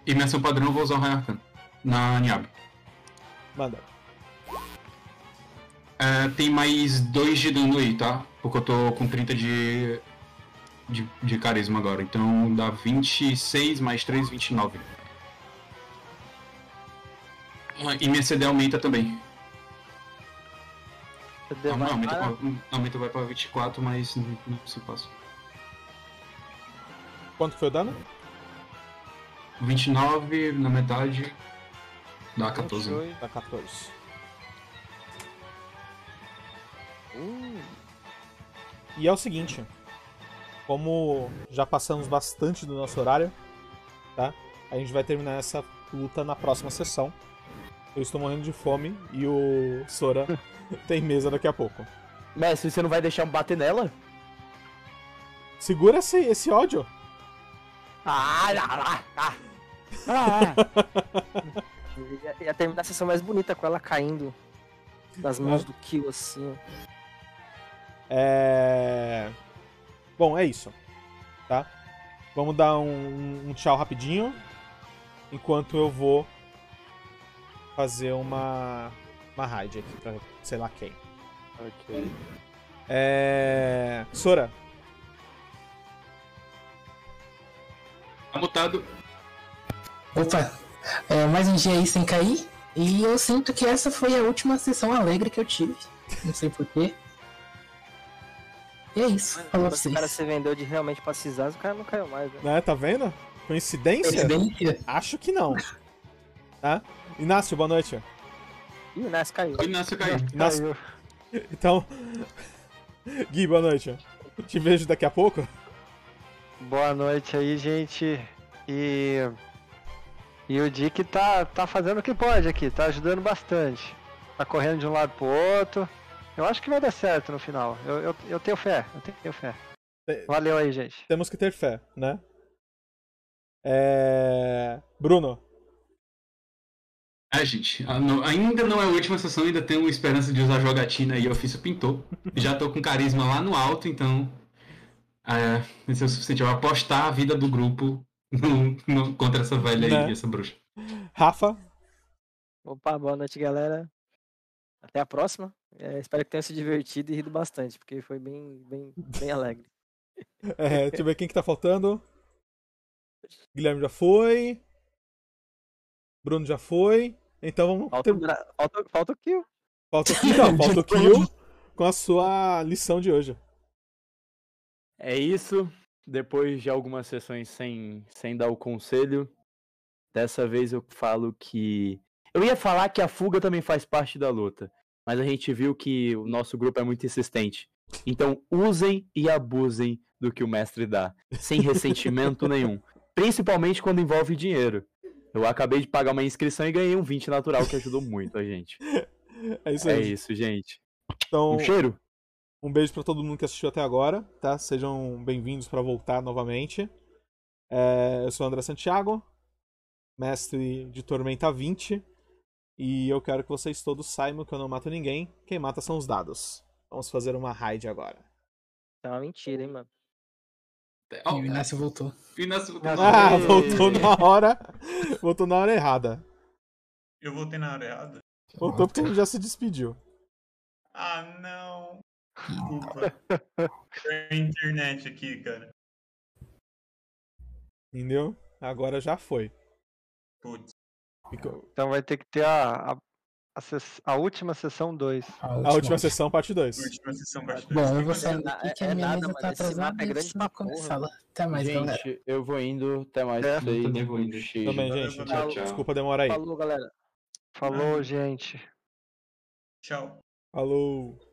E minha ação padrão eu vou usar o raio arcano. Na Niab. Manda. É, tem mais 2 de dano aí, tá? Porque eu tô com 30 de, de, de carisma agora. Então dá 26 mais 3, 29. Ah, E minha CD aumenta também. Não, não, aumenta, pra, aumenta vai pra 24, mas não, não se passa. Quanto foi o dano? 29 na metade. Dá 14. né? Dá 14. E é o seguinte, como já passamos bastante do nosso horário, tá? A gente vai terminar essa luta na próxima sessão. Eu estou morrendo de fome e o Sora <laughs> tem mesa daqui a pouco. Mestre, você não vai deixar eu bater nela? Segura esse, esse ódio. Ah, ah, ah, Ia, ia terminar a sessão mais bonita com ela caindo nas mãos do Kill, assim. ó. É. Bom, é isso. Tá? Vamos dar um, um tchau rapidinho. Enquanto eu vou fazer uma. Uma raid aqui pra sei lá quem. Ok. É. Sora, Tá mutado. Opa, é, mais um dia aí sem cair. E eu sinto que essa foi a última sessão alegre que eu tive. Não sei porquê. E é isso. Falou pra Se o vocês. cara se vendeu de realmente pra cisar, o cara não caiu mais, né? né? Tá vendo? É Coincidência? Presidência. Acho que não. Tá? Inácio, boa noite. Ih, o Nas caiu. O Inácio caiu. Inácio. Então. <laughs> Gui, boa noite. Te vejo daqui a pouco. Boa noite aí, gente. E. E o Dick tá, tá fazendo o que pode aqui, tá ajudando bastante. Tá correndo de um lado pro outro. Eu acho que vai dar certo no final. Eu, eu, eu tenho fé, eu tenho fé. Te- Valeu aí, gente. Temos que ter fé, né? É... Bruno, É, gente, a- não- ainda não é a última sessão, ainda tenho esperança de usar jogatina e ofício pintor. Já tô com carisma lá no alto, então. É, isso é o suficiente. Eu vou apostar a vida do grupo no- no- contra essa velha aí, Né? essa bruxa. Rafa, Opa, boa noite, galera. Até a próxima. É, espero que tenham se divertido e rido bastante, porque foi bem, bem, bem alegre. é, deixa eu ver quem que tá faltando. Guilherme já foi. Bruno já foi. Então vamos. Falta, um. ter- o Dra- falta- falta o Kill. Falta o Kill, não, falta o Kill com a sua lição de hoje. É isso. Depois de algumas sessões sem, sem dar o conselho, dessa vez eu falo que. Eu ia falar que a fuga também faz parte da luta, mas a gente viu que o nosso grupo é muito insistente. Então usem e abusem do que o mestre dá, sem ressentimento nenhum. Principalmente quando envolve dinheiro. Eu acabei de pagar uma inscrição e ganhei um 20 natural que ajudou muito a <laughs> gente. É isso É aí. isso, gente. Então, Um cheiro. Um beijo pra todo mundo que assistiu até agora, tá? Sejam bem-vindos pra voltar novamente. É, eu sou o André Santiago, mestre de Tormenta 20, e eu quero que vocês todos saibam que eu não mato ninguém, quem mata são os dados. Vamos fazer uma raid agora. É uma mentira, hein, mano. E Ó, é, o Inácio né, voltou. Inácio. Ah, voltou na hora. Voltou na hora errada. Eu voltei na área errada? Voltou porque ele já se despediu. Ah, não. <laughs> Desculpa. Foi a internet aqui, cara. Entendeu? Agora já foi. Putz. Ficou- Então vai ter que ter a, a, a ses- a última sessão 2. A última sessão, parte 2. Última sessão parte dois. Bom, eu vou sair na- daqui que é a minha nada, mesa mano, tá esse mapa é atrasada e grande isso não pra porra. começa lá. Até mais, gente, galera. eu vou indo. Até mais. É, pra vocês. eu também vou indo. Cheiro. Também, gente. Tchau, tchau. Desculpa demorar aí. Falou, galera. Falou, gente. Tchau. Falou.